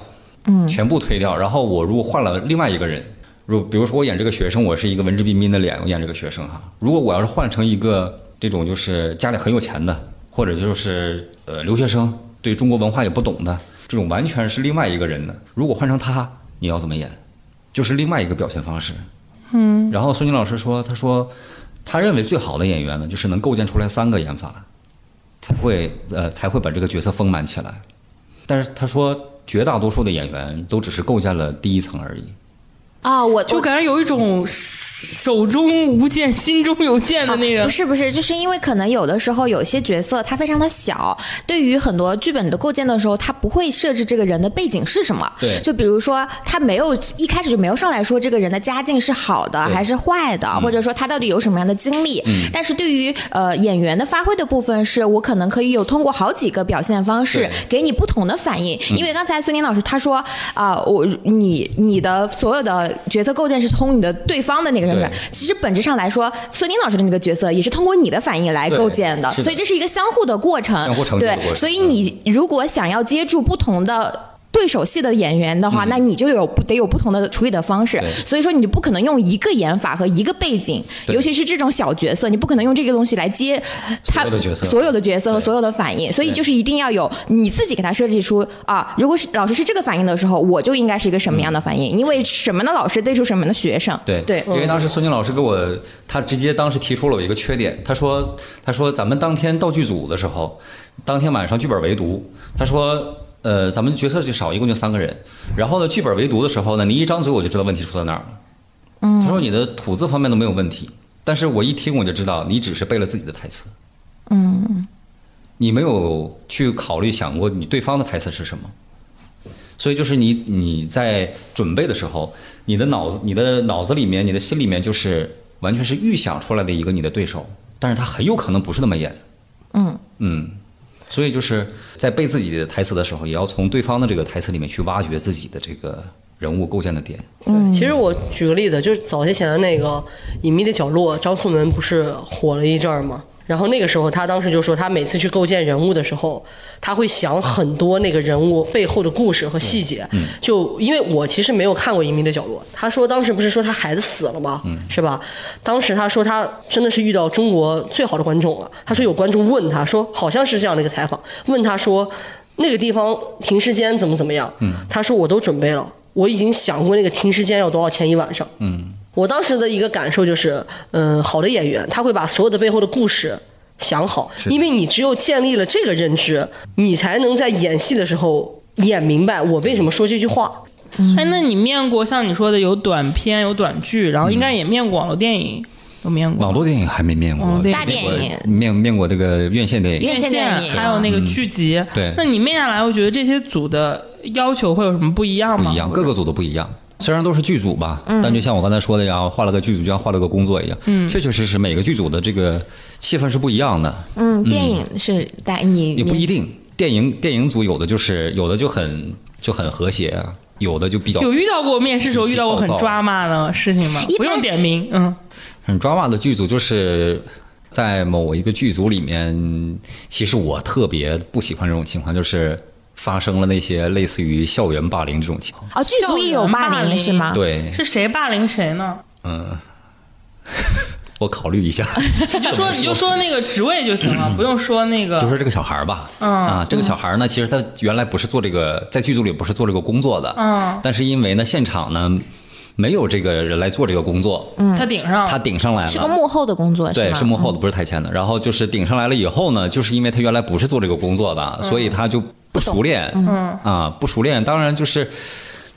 D: 全部推掉。然后我如果换了另外一个人，如比如说我演这个学生，我是一个文质彬彬的脸，我演这个学生哈。如果我要是换成一个这种就是呃家里很有钱的，或者就是呃留学生，对中国文化也不懂的，这种完全是另外一个人的。如果换成他，你要怎么演？就是另外一个表现方式。嗯。然后孙宁老师说，他说他认为最好的演员呢，就是能构建出来三个演法，才会呃才会把这个角色丰满起来。但是他说，绝大多数的演员都只是构建了第一层而已。
A: 啊，我
B: 就感觉有一种手中无剑，心中有剑的那
A: 啊
B: 个
A: 不。是不是，就是因为可能有的时候有些角色他非常的小，对于很多剧本的构建的时候，他不会设置这个人的背景是什么。
D: 对
A: 就比如说他没有一开始就没有上来说这个人的家境是好的
D: 对
A: 还是坏的，或者说他到底有什么样的经历。但是对于呃演员的发挥的部分是，我可能可以有通过好几个表现方式
D: 对
A: 给你不同的反应，
D: 嗯
A: 因为刚才孙宁老师他说啊、我你你的所有的角色构建是从你的对方的那个人来
D: 对，
A: 其实本质上来说，孙宁老师的那个角色也是通过你的反应来构建的，
D: 对是的
A: 所以这是一个相互的过程，
D: 相互成就的
A: 对
D: 过程，嗯
A: 所以你如果想要接住不同的。对手戏的演员的话，那你就有不得有不同的处理的方式
D: 嗯对，
A: 所以说你就不可能用一个演法和一个背景，
D: 对
A: 尤其是这种小角色，你不可能用这个东西来接他
D: 所有的角色
A: 所有的角色和
D: 对
A: 所有的反应，所以
D: 对
A: 就是一定要有你自己给他设计出啊，如果是老师是这个反应的时候，我就应该是一个什么样的反应，因为什么样的老师对出什么样的学生，
D: 嗯对
A: 对，
D: 因为当时孙宁老师给我，他直接当时提出了我一个缺点，他说他说咱们当天到剧组的时候，当天晚上剧本围读，他说呃咱们角色就少，一共就三个人，然后呢剧本围读的时候呢，你一张嘴我就知道问题出在哪儿了，嗯，他说你的吐字方面都没有问题，但是我一听我就知道你只是背了自己的台词，嗯。你没有去考虑想过你对方的台词是什么，所以就是你你在准备的时候，你的脑子、你的脑子里面、你的心里面就是完全是预想出来的一个你的对手，但是他很有可能不是那么演。嗯嗯，所以就是在背自己的台词的时候，也要从对方的这个台词里面去挖掘自己的这个人物构建的点。
C: 对，其实我举个例子，就是早些前的那个《隐秘的角落》，张颂文不是火了一阵儿吗？然后那个时候，他当时就说，他每次去构建人物的时候，他会想很多那个人物背后的故事和细节。就因为我其实没有看过《隐秘的角落》，他说当时不是说他孩子死了吗？是吧？当时他说他真的是遇到中国最好的观众了。他说有观众问他说，好像是这样的一个采访，问他说那个地方停尸间怎么怎么样？他说我都准备了。我已经想过那个停尸间要多少钱一晚上。嗯，我当时的一个感受就是，嗯，好的演员他会把所有的背后的故事想好，因为你只有建立了这个认知，你才能在演戏的时候演明白我为什么说这句话。
B: 哎，那你面过像你说的有短片、有短剧，然后应该也面过网络电影，有面过
D: 嗯网络电影还没面过，
B: 嗯对
D: 面过
A: 大电
D: 面面过这个院线电影。
A: 院线电影
B: 还有那个剧集。
D: 嗯对
B: 那你面下来，我觉得这些组的要求会有什么不一样吗？
D: 不一样，各个组都不一样。虽然都是剧组吧，
B: 嗯
D: 但就像我刚才说的一样，换了个剧组就像换了个工作一样，确确实实每个剧组的这个气氛是不一样的。
A: 嗯，电影是带你
D: 也不
A: 你
D: 一定。电影电影组有的就是有的就很就很和谐啊，有的就比较
B: 有遇到过面试时候遇到过很
D: 暴躁
B: 抓马的事情吗？
A: 一
B: 不用
A: 般
B: 点名，嗯，
D: 很抓马的剧组，就是在某一个剧组里面，其实我特别不喜欢这种情况，就是发生了那些类似于校园霸凌这种情况。
A: 哦，剧组也有霸
B: 校园霸
A: 凌
B: 凌
A: 是吗？
D: 对，
B: 啊是谁霸凌谁呢？
D: 嗯，我考虑一下，
B: 你就说你就说那个职位就行 了，不用说那个。
D: 哎就说这个小孩儿吧，
B: 嗯
D: 啊，这个小孩儿呢，其实他原来不是做这个，在剧组里不是做这个工作的，
B: 嗯，
D: 但是因为呢，现场呢没有这个人来做这个工作，
A: 嗯
B: 他顶上了
D: 他顶上来了，
A: 是个幕后的工作，
D: 对，
A: 吗？嗯
D: 是幕后的，不是台前的。然后就是顶上来了以后呢，就是因为他原来不是做这个工作的，所以他就不熟练，嗯啊，不熟练。当然就是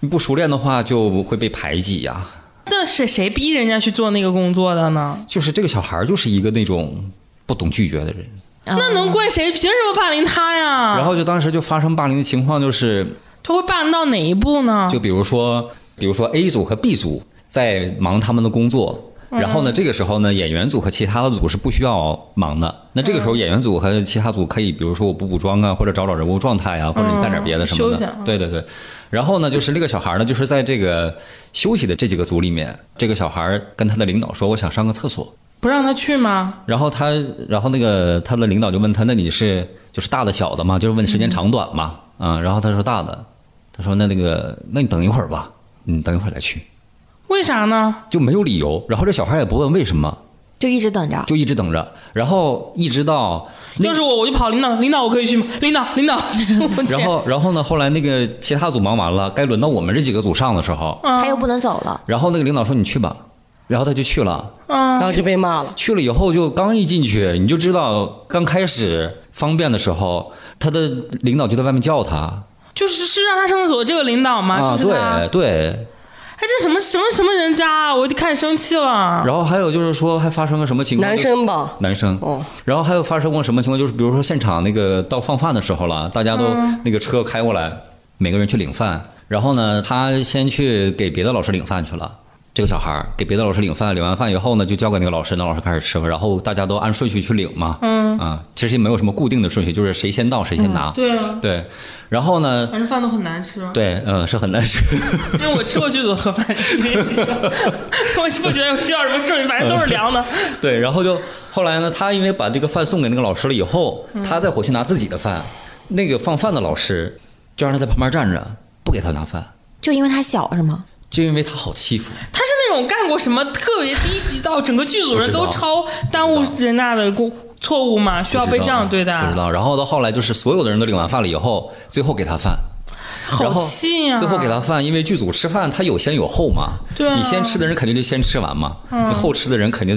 D: 你不熟练的话，就会被排挤呀、
B: 那是谁逼人家去做那个工作的呢？
D: 就是这个小孩儿就是一个那种不懂拒绝的人。
B: 那
A: 哦
B: 能怪谁？凭什么霸凌他呀？
D: 然后就当时就发生霸凌的情况，就是
B: 他会霸凌到哪一步呢？
D: 就比如说，比如说 A 组和 B 组在忙他们的工作。然后呢，这个时候呢，演员组和其他的组是不需要忙的。那这个时候，演员组和其他组可以，比如说我补补妆啊，或者找找人物状态啊，或者你干点别的什么
B: 休息
D: 的。对对对。然后呢，就是这个小孩呢，就是在这个休息的这几个组里面，这个小孩跟他的领导说：“我想上个厕所。”
B: 不让他去吗？
D: 然后他，然后那个他的领导就问他，那你是就是大的小的嘛？就是问时间长短嘛？啊、然后他说大的，他说那那个，那你等一会儿吧，你等一会儿再去，
B: 为啥呢？
D: 就没有理由。然后这小孩也不问为什么，
A: 就一直等着。
D: 就一直等着，然后一直到那
B: 要是我，我就跑领导，领导我可以去吗？领导，领导， 我
D: 然后然后呢，后来那个其他组忙完了，该轮到我们这几个组上的时候，
B: 嗯
A: 他又不能走了，
D: 然后那个领导说你去吧，然后他就去了。
A: 嗯
C: 然后就被骂了。
D: 去了以后，就刚一进去，你就知道刚开始方便的时候，他的领导就在外面叫他
B: 就是是让他上厕所的这个领导吗？
D: 啊，
B: 就是他。
D: 对对。
B: 哎，这什么什么什么人家啊！我就开始生气了。
D: 然后还有就是说，还发生了什么情况？
C: 男生吧，
D: 男生
C: 哦，
D: 然后还有发生过什么情况？就是比如说现场那个到放饭的时候了，大家都那个车开过来，每个人去领饭。然后呢，他先去给别的老师领饭去了。这个小孩儿给别的老师领饭，领完饭以后呢，就交给那个老师，那老师开始吃嘛。然后大家都按顺序去领嘛。嗯啊，其实也没有什么固定的顺序，就是谁先到谁先拿。
B: 对嗯啊，
D: 对，然后呢，
B: 反正饭都很难吃，
D: 对，嗯，是很难吃。
B: 因为我吃过剧组的盒饭， 我就不觉得需要什么顺序，反正都是凉 的。
D: 对，然后就后来呢，他因为把这个饭送给那个老师了以后，
B: 嗯
D: 他再回去拿自己的饭，那个放饭的老师就让他在旁边站着，不给他拿饭，
A: 就因为他小是吗？
D: 就因为他好欺负。
B: 他是那种干过什么特别低级到整个剧组人都超耽误人家的过错误吗？需要被这样对待
D: 不？知道。然后到后来就是所有的人都领完饭了以后，最后给他饭。
B: 好
D: 然后
B: 气呀！
D: 最后给他饭，因为剧组吃饭他有先有后嘛，
B: 对啊嗯
D: 你先吃的人肯定就先吃完嘛，那后吃的人肯定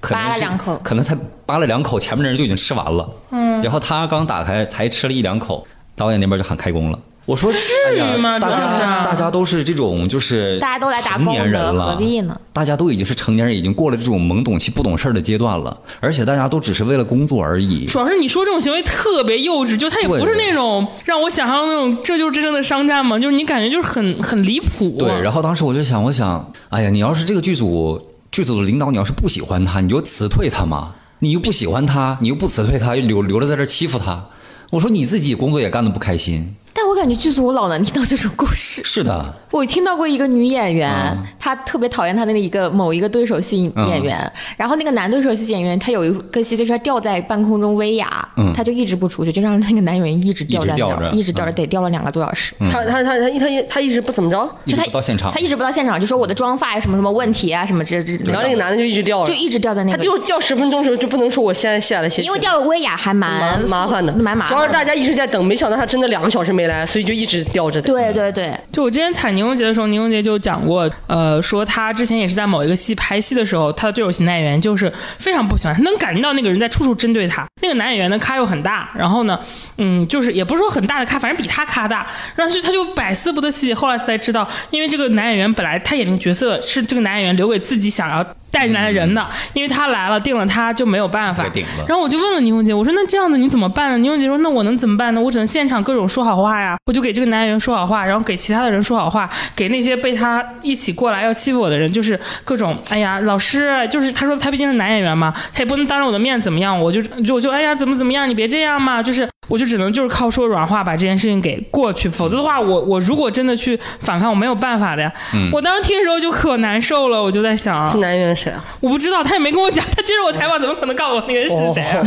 D: 肯定
A: 扒了
D: 是
A: 两口
D: 可能才扒了两口，前面的人就已经吃完了，嗯，然后他刚打开才吃了一两口，导演那边就喊开工了。我说至
B: 于吗
D: 大
B: 主哎要是
D: 家
B: 啊
D: 大家都是这种就是
A: 大家都来打
D: 成
A: 工
D: 年人
A: 的，
D: 了，
A: 何必呢？
D: 大家都已经是成年人，已经过了这种懵懂期、不懂事儿的阶段了，而且大家都只是为了工作而已。
B: 主要是你说这种行为特别幼稚，就他也不是
D: 对
B: 那种让我想象的那种，这就是真正的商战嘛，就是你感觉就是很很离谱。啊
D: 对，然后当时我就想，我想，哎呀，你要是这个剧组剧组的领导，你要是不喜欢他，你就辞退他嘛。你又不喜欢他，你又不辞退他，又留留着在这儿欺负他。我说你自己工作也干得不开心。
E: 但我感觉剧组我老能听到这种故事。
D: 是的，
E: 我听到过一个女演员，
D: 嗯
E: 她特别讨厌她那个一个某一个对手戏演员，
D: 嗯
E: 然后那个男对手戏演员，他有一个戏就是他吊在半空中威亚，
D: 嗯
E: 他就一直不出去，就让那个男演员一直吊在那
D: 一直吊
E: 儿，
D: 着
E: 一直吊着，
D: 嗯
E: 得吊了两个多小时。
C: 他他他他他他一直不怎么着，
D: 一
E: 就
D: 直
E: 他
D: 不到现场
E: 他，一直不到现场，就说我的妆发有什么什么问题啊，什么之之类
C: 然后那
E: 的，
C: 个男的就一直吊着
E: 就，一直吊在那
C: 他
E: 个。
C: 就吊十分钟的时候就不能说我现在下来歇歇
A: 因为吊威亚还蛮
C: 蛮麻烦的，
A: 蛮麻
C: 主要
A: 烦
C: 是
A: 的。
C: 大家一直在等，没想到他真的两个小时没来，所以就一直吊着的。
E: 对对对，
B: 就我之前采宁红杰的时候，宁红杰就讲过，呃，说他之前也是在某一个戏拍戏的时候，他的对手型男演员就是非常不喜欢，他能感觉到那个人在处处针对他。那个男演员呢咖又很大，然后呢，嗯，就是也不是说很大的咖，反正比他咖大，然后就他就百思不得其解。后来他才知道，因为这个男演员本来他演的角色是这个男演员留给自己想要。带进来的人的，因为他来了，定了他就没有办法
D: 给定了。
B: 然后我就问了倪虹洁，我说那这样的你怎么办呢？倪虹洁说那我能怎么办呢？我只能现场各种说好话呀，我就给这个男演员说好话，然后给其他的人说好话，给那些被他一起过来要欺负我的人，就是各种哎呀，老师就是他说他毕竟是男演员嘛，他也不能当着我的面怎么样，我就就我就哎呀怎么怎么样，你别这样嘛，就是我就只能就是靠说软话把这件事情给过去，否则的话，我我如果真的去反抗，我没有办法的呀。我当时听的时候就可难受了，我就在想，
C: 是男演员谁啊？
B: 我不知道，他也没跟我讲，他接受我采访，怎么可能告诉我那个人是谁啊？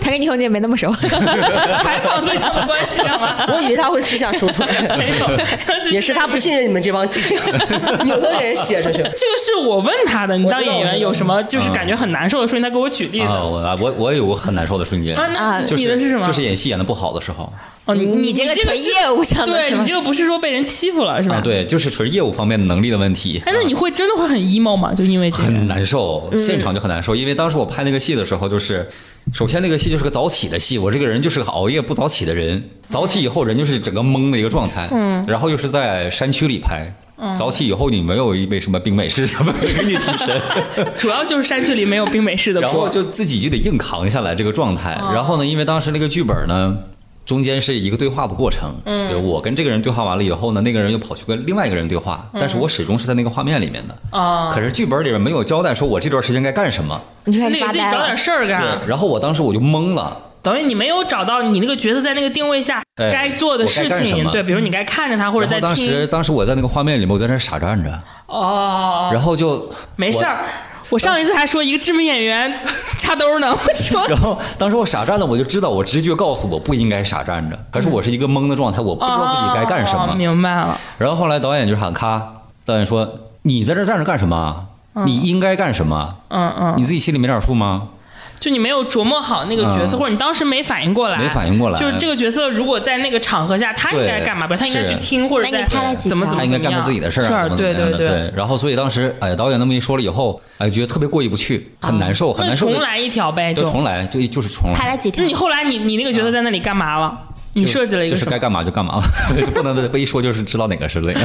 E: 他跟倪虹洁没那么熟。
B: 采访对象的关系好 吗？
C: 我以为他会私下说出来，
B: 没有，
C: 也是他不信任你们这帮记者，有的给人写出去。
B: 这个是我问他的，你当演员有什么就是感觉很难受的事情？他给我举例的
D: 啊，
B: 啊，
D: 我我我也有过很难受的瞬间，
E: 啊
B: 那
D: 就
B: 你的
D: 是
B: 是什么？
D: 就是演戏演的不好的时候啊
B: 哦，你
E: 你这个纯业务上的
B: 对
E: 是
B: 你
E: 吗
B: 这？个不是说被人欺负了是吧？
D: 啊，。对，就是纯业务方面的能力的问题。
B: 哎，那你会真的会很 emo 吗？就因为这个？
D: 很难受，现场就很难受，因为当时我拍那个戏的时候，就是首先那个戏就是个早起的戏，我这个人就是个熬夜不早起的人，早起以后人就是整个懵的一个状态，嗯，然后又是在山区里拍，早起以后你没有一杯什么冰美式什么 的给你提神，
B: 主要就是山区里没有冰美式的
D: 然后
B: 锅。
D: 嗯就自己就得硬扛下来这个状态。然后呢，因为当时那个剧本呢，中间是一个对话的过程，嗯，比如我跟这个人对话完了以后呢，那个人又跑去跟另外一个人对话，但是我始终是在那个画面里面的，
B: 啊
D: 可是剧本里面没有交代说我这段时间该干什么，
E: 你就开
B: 那
E: 始
B: 你自
E: 发
B: 己
E: 呆
B: 找
E: 了
B: 点。事儿干。
D: 对，然后我当时我就懵了，
B: 等于你没有找到你那个角色在那个定位下
D: 哎
B: 该做的
D: 我该
B: 事
D: 干什
B: 情，
D: 么
B: 对，比如你该看着他或者
D: 然
B: 在
D: 后当时
B: 听。
D: 当时我在那个画面里面，我在那儿傻站着，
B: 哦，
D: 然后就
B: 没事儿。我上一次还说一个知名演员插兜呢，我说
D: 然后当时我傻站着，我就知道我直觉告诉我不应该傻站着，可是我是一个懵的状态，我不知道自己该干什
B: 哦
D: 么。
B: 明白了，
D: 然后后来导演就喊咔，导演说：“你在这站着干什么？你应该干什么？
B: 嗯嗯，
D: 你自己心里没点数吗
B: 就你没有琢磨好那个角色，
D: 嗯
B: 或者你当时没反应过来，
D: 没反应过来
B: 就是这个角色如果在那个场合下，他应该
D: 对
B: 干嘛？比如他应该
D: 是
B: 去听，或者
E: 那你
B: 在
E: 拍了几
B: 怎么
E: 条
B: 怎么怎么？”样
D: 他应该干他自己的事儿啊，怎么怎么
B: 对
D: 样
B: 对
D: 的。对。然后所以当时哎，导演那么一说了以后，哎，觉得特别过意不去，很难受，很
B: 那
D: 难受。
B: 重，来一条呗，
D: 就
B: 就
D: 重来，就就是重
A: 拍
D: 来。
A: 了几
B: 那
A: 条
E: 嗯
B: 你，后来你你那个角色在那里干嘛了？你设计了一
D: 嗯就
B: 个
D: 是
B: 什
D: 该
B: 么？
D: 干嘛就干嘛， 不能不一说就是知道哪个是哪 个，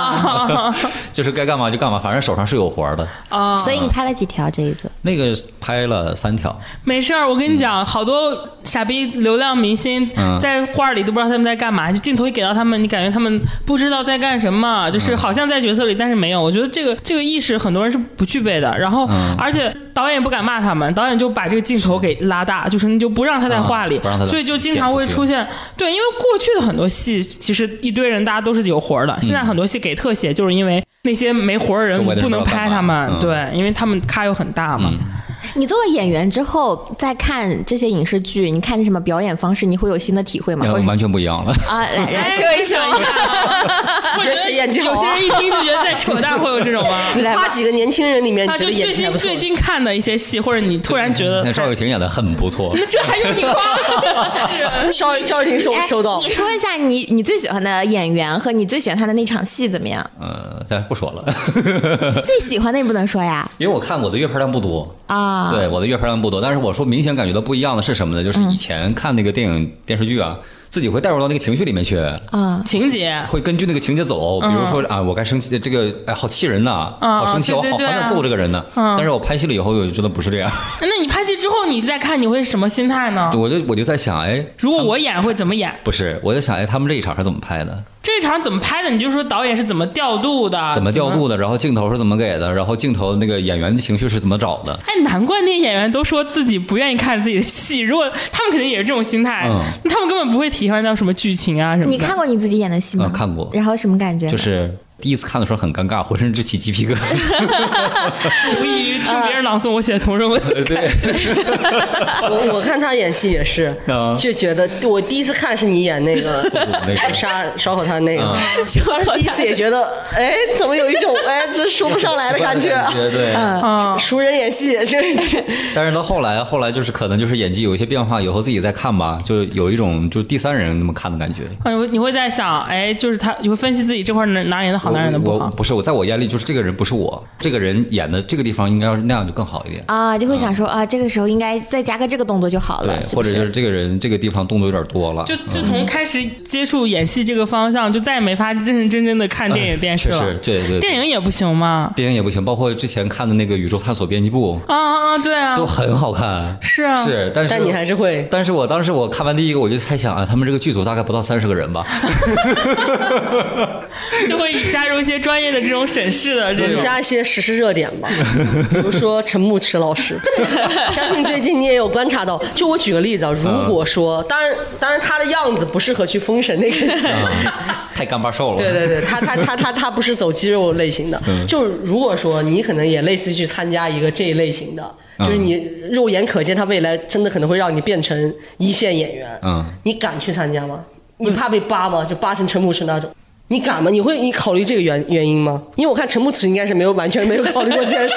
B: 啊
D: 就是该干嘛就干嘛，反正手上是有活儿的。
B: 啊！
A: 所以你拍了几条这一次？
D: 那个拍了三条，
B: 没事儿，我跟你讲，好多傻逼流量明星
D: 嗯
B: 在画里都不知道他们在干嘛，就镜头一给到他们，你感觉他们不知道在干什
D: 嗯
B: 么，就是好像在角色里，但是没有。我觉得这个这个意识很多人是不具备的。然后
D: 嗯，
B: 而且导演也不敢骂他们，导演就把这个镜头给拉大，就是你就不让他在画里
D: 啊不让，他在
B: 所以就经常会
D: 剪出
B: 出
D: 去
B: 现对，因为过去的很多戏其实一堆人大家都是有活儿
D: 嗯
B: 的，现在很多戏给特写，就是因为那些没活儿的人
D: 周围的人
B: 不能
D: 不知道
B: 拍
D: 干嘛
B: 他们，
D: 嗯
B: 对，因为他们咖又很大嘛。
A: 你做了演员之后，再看这些影视剧，你看什么表演方式，你会有新的体会吗？
D: 那
A: 或者
D: 完全不一样了。
A: 啊，来来
B: 说一 说，我觉得
C: 谁演技好
B: 有些
C: 啊
B: 人一听就觉得在扯淡，会有这种吗？
C: 你夸几个年轻人里面，你
B: 啊，
C: 觉
B: 就
C: 得演
B: 最
C: 技还
B: 近
C: 不错
B: 最。近看的一些戏，或者你突然觉得
D: 嗯那 赵又廷演的很不错，
B: 这还用你夸？
C: 赵赵婷说我收到
E: 哎，你说一下你你最喜欢的演员和你最喜欢他的那场戏怎么样？
D: 呃，咱不说了，
E: 最喜欢的也不能说呀
D: 因为我看我的阅片量不多，
E: 啊！
D: 对我的阅片量不多，但是我说明显感觉到不一样的是什么呢？就是
B: 嗯
D: 以前看那个电影电视剧啊，自己会带入到那个情绪里面去，
A: 嗯
B: 情节
D: 会根据那个情节走，比如说啊，我该生气，这个哎，好气人呐，
B: 嗯
D: 好生气，
B: 对
D: 我
B: 对
D: 好好
B: 对啊
D: 想揍这个人呢。但是我拍戏了以后，我就真的不是这样，
B: 那你拍戏之后，你再看你会什么心态呢？
D: 我就我就在想，哎，
B: 如果我演会怎么演？
D: 不是，我就想，哎，他们这一场是怎么拍的？
B: 这场怎么拍的？你就说导演是怎么调度的？
D: 怎么调？度的？然后镜头是怎么给的？然后镜头那个演员的情绪是怎么找的？
B: 哎，难怪那些演员都说自己不愿意看自己的戏。如果他们肯定也是这种心态，
D: 嗯
B: 那他们根本不会体会到什么剧情啊什么的。
E: 你看过你自己演的戏
D: 啊
E: 吗？
D: 看过
E: 然后什么感觉呢？
D: 就是第一次看的时候很尴尬，浑身直起鸡皮疙瘩。
B: 无异于听别人朗诵我写的同人文。
C: 我我看他演戏也是
D: 啊，
C: 就觉得我第一次看是你演那个
D: 那个
C: 杀烧烤摊那个
D: 啊，
C: 当时第一次也觉得，哎，怎么有一种哎这说不上来的感
D: 奇
C: 觉
D: 怪的
C: 啊？
D: 感觉对。
B: 啊，
C: 熟人演戏，真是
D: 但 是到后来，后来就是可能就是演技有一些变化，以后自己再看吧，就有一种就第三人那么看的感觉。
B: 哎呦，你会在想，哎，就是他，你会分析自己这块哪哪演的好，哪演的不
D: 我我
B: 好。
D: 不是我，在我眼里就是这个人不是我，这个人演的这个地方应该要是那样就更好一点。
E: 啊，就会想说啊，这个时候应该再加个这个动作就好
D: 嗯对
E: 了，，是
D: 或
E: 不？
D: 者就是是这个人这个地方动作有点多了，
B: 就自从开始接触演戏这个方向，就再也没法认认真真的看电影电视
D: 哎确
B: 了。
D: 实，对对，对
B: 电影也不行吗？
D: 电影也不行，包括之前看的那个《宇宙探索编辑部
B: 啊啊啊！对啊》，
D: 都很好看，
B: 是啊
D: 是，但是
C: 但你还是会。
D: 但是我当时我看完第一个，我就猜想啊，他们这个剧组大概不到三十个人吧，
B: 就会加入一些专业的这种审视的这种。
C: 加一些时事热点吧， 比如说陈牧驰老师，相信最近你也有观察到。就我举个例子啊，如果说，当然，当然他的样子不适合去封神那个，
D: 啊太干巴瘦了。
C: 对对对，他他他他他不是走肌肉类型的，就如果说你可能也类似去参加一个这一类型的，就是你肉眼可见，他未来真的可能会让你变成一线演员，
D: 嗯
C: 你敢去参加吗？你怕被扒吗？就扒成陈牧驰那种。你敢吗？你会你考虑这个原原因吗？因为我看陈牧驰应该是没有完全没有考虑过这 件事。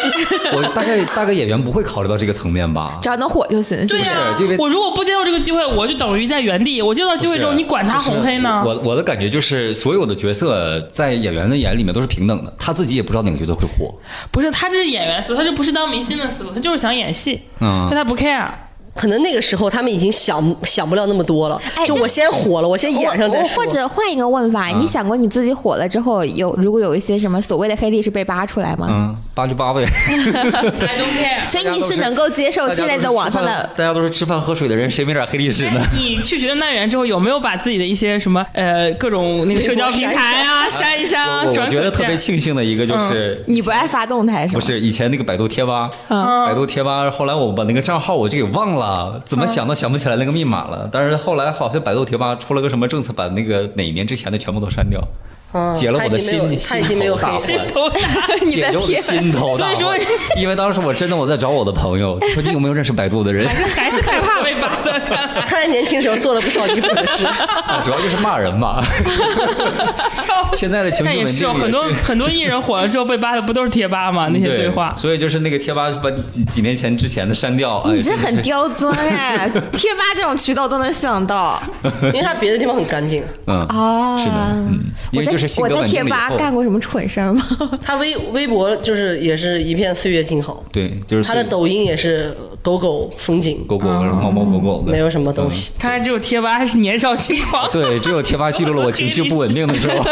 D: 我大概大概演员不会考虑到这个层面吧？
E: 只要能火就行，是
B: 对
E: 不是？
B: 呀
D: 不是因为，
B: 我如果不接受这个机会，我就等于在原地。我接受到机会之后，
D: 是
B: 你管他
D: 就是
B: 红黑呢？
D: 我我的感觉就是，所有的角色在演员的眼里面都是平等的，他自己也不知道哪个角色会火。
B: 不是，他这是演员思路，他这不是当明星的思路，他就是想演戏，
D: 嗯
B: 但他不 care。
C: 可能那个时候他们已经想想不了那么多了，
A: 哎
C: 就
A: 这
C: 我先火了，我先演
A: 我
C: 上再
A: 我
C: 说。
A: 或者换一个问法，
D: 嗯
A: 你想过你自己火了之后，有如果有一些什么所谓的黑历史被扒出来吗？
D: 嗯，扒就扒呗。
B: I don't care。
A: 所以你是能够接受现在的网上的
D: 大家都是吃饭喝水的人，谁没点黑历史 呢
B: 哎？你去学生单元之后，有没有把自己的一些什么呃各种那个社交平台啊 删一删啊？
D: 我我
B: 转
D: 觉得
B: 可
D: 特别
B: 见
D: 庆幸的一个
B: 嗯
D: 就是，
E: 你不爱发动态是
D: 不
E: 吗？
D: 是以前那个百度贴吧，百度贴吧，后来我把那个账号我就给忘了，怎么想都想不起来那个密码了。但是后来好像百度贴吧出了个什么政策，把那个哪年之前的全部都删掉，
C: 嗯
D: 解了我的
C: 他已经没有
D: 心
C: 他已经没有
D: 心头大
C: 黑
B: 心头
D: 患
B: 大。
E: 你
D: 解
E: 的
D: 救我的
E: 贴
D: 心头大
B: 所
D: 患
B: 以。
D: 因为当时我真的我在找我的朋友，说你有没有认识百度的人？
B: 还是害怕被扒的，看来
C: 看来年轻时候做了不少离谱的 事。
D: 啊主要就是骂人吧。 现在的情
B: 但
D: 绪
B: 也
D: 稳
B: 是
D: 定
B: 哦很多
D: 也是
B: 很多艺人火了之后被扒的不都是贴吧吗？那些对话，
D: 所以就是那个贴吧把几年前之前的删掉。哎
E: 你这
D: 真的
E: 很
D: 是
E: 刁钻哎，贴吧这种渠道都能想到
C: 因为他别的地方很干净，
D: 嗯
E: 啊！
D: 是的，嗯，因
E: 我
D: 为
E: 在
D: 就是性
E: 我
D: 格
E: 在
D: 稳
E: 贴
D: 定了以
E: 吧
D: 后，
E: 干过什么蠢事儿吗？
C: 他微微博就是也是一片岁月静好，
D: 对，就是
C: 他的
D: 所以
C: 抖音也是狗狗风景，
D: 狗狗
B: 啊
D: 猫猫狗狗的，
C: 没有什么东西。
B: 看来只有贴吧还是年少轻 狂。
D: 嗯啊对，只有贴吧记录了我情绪不稳定的 时候。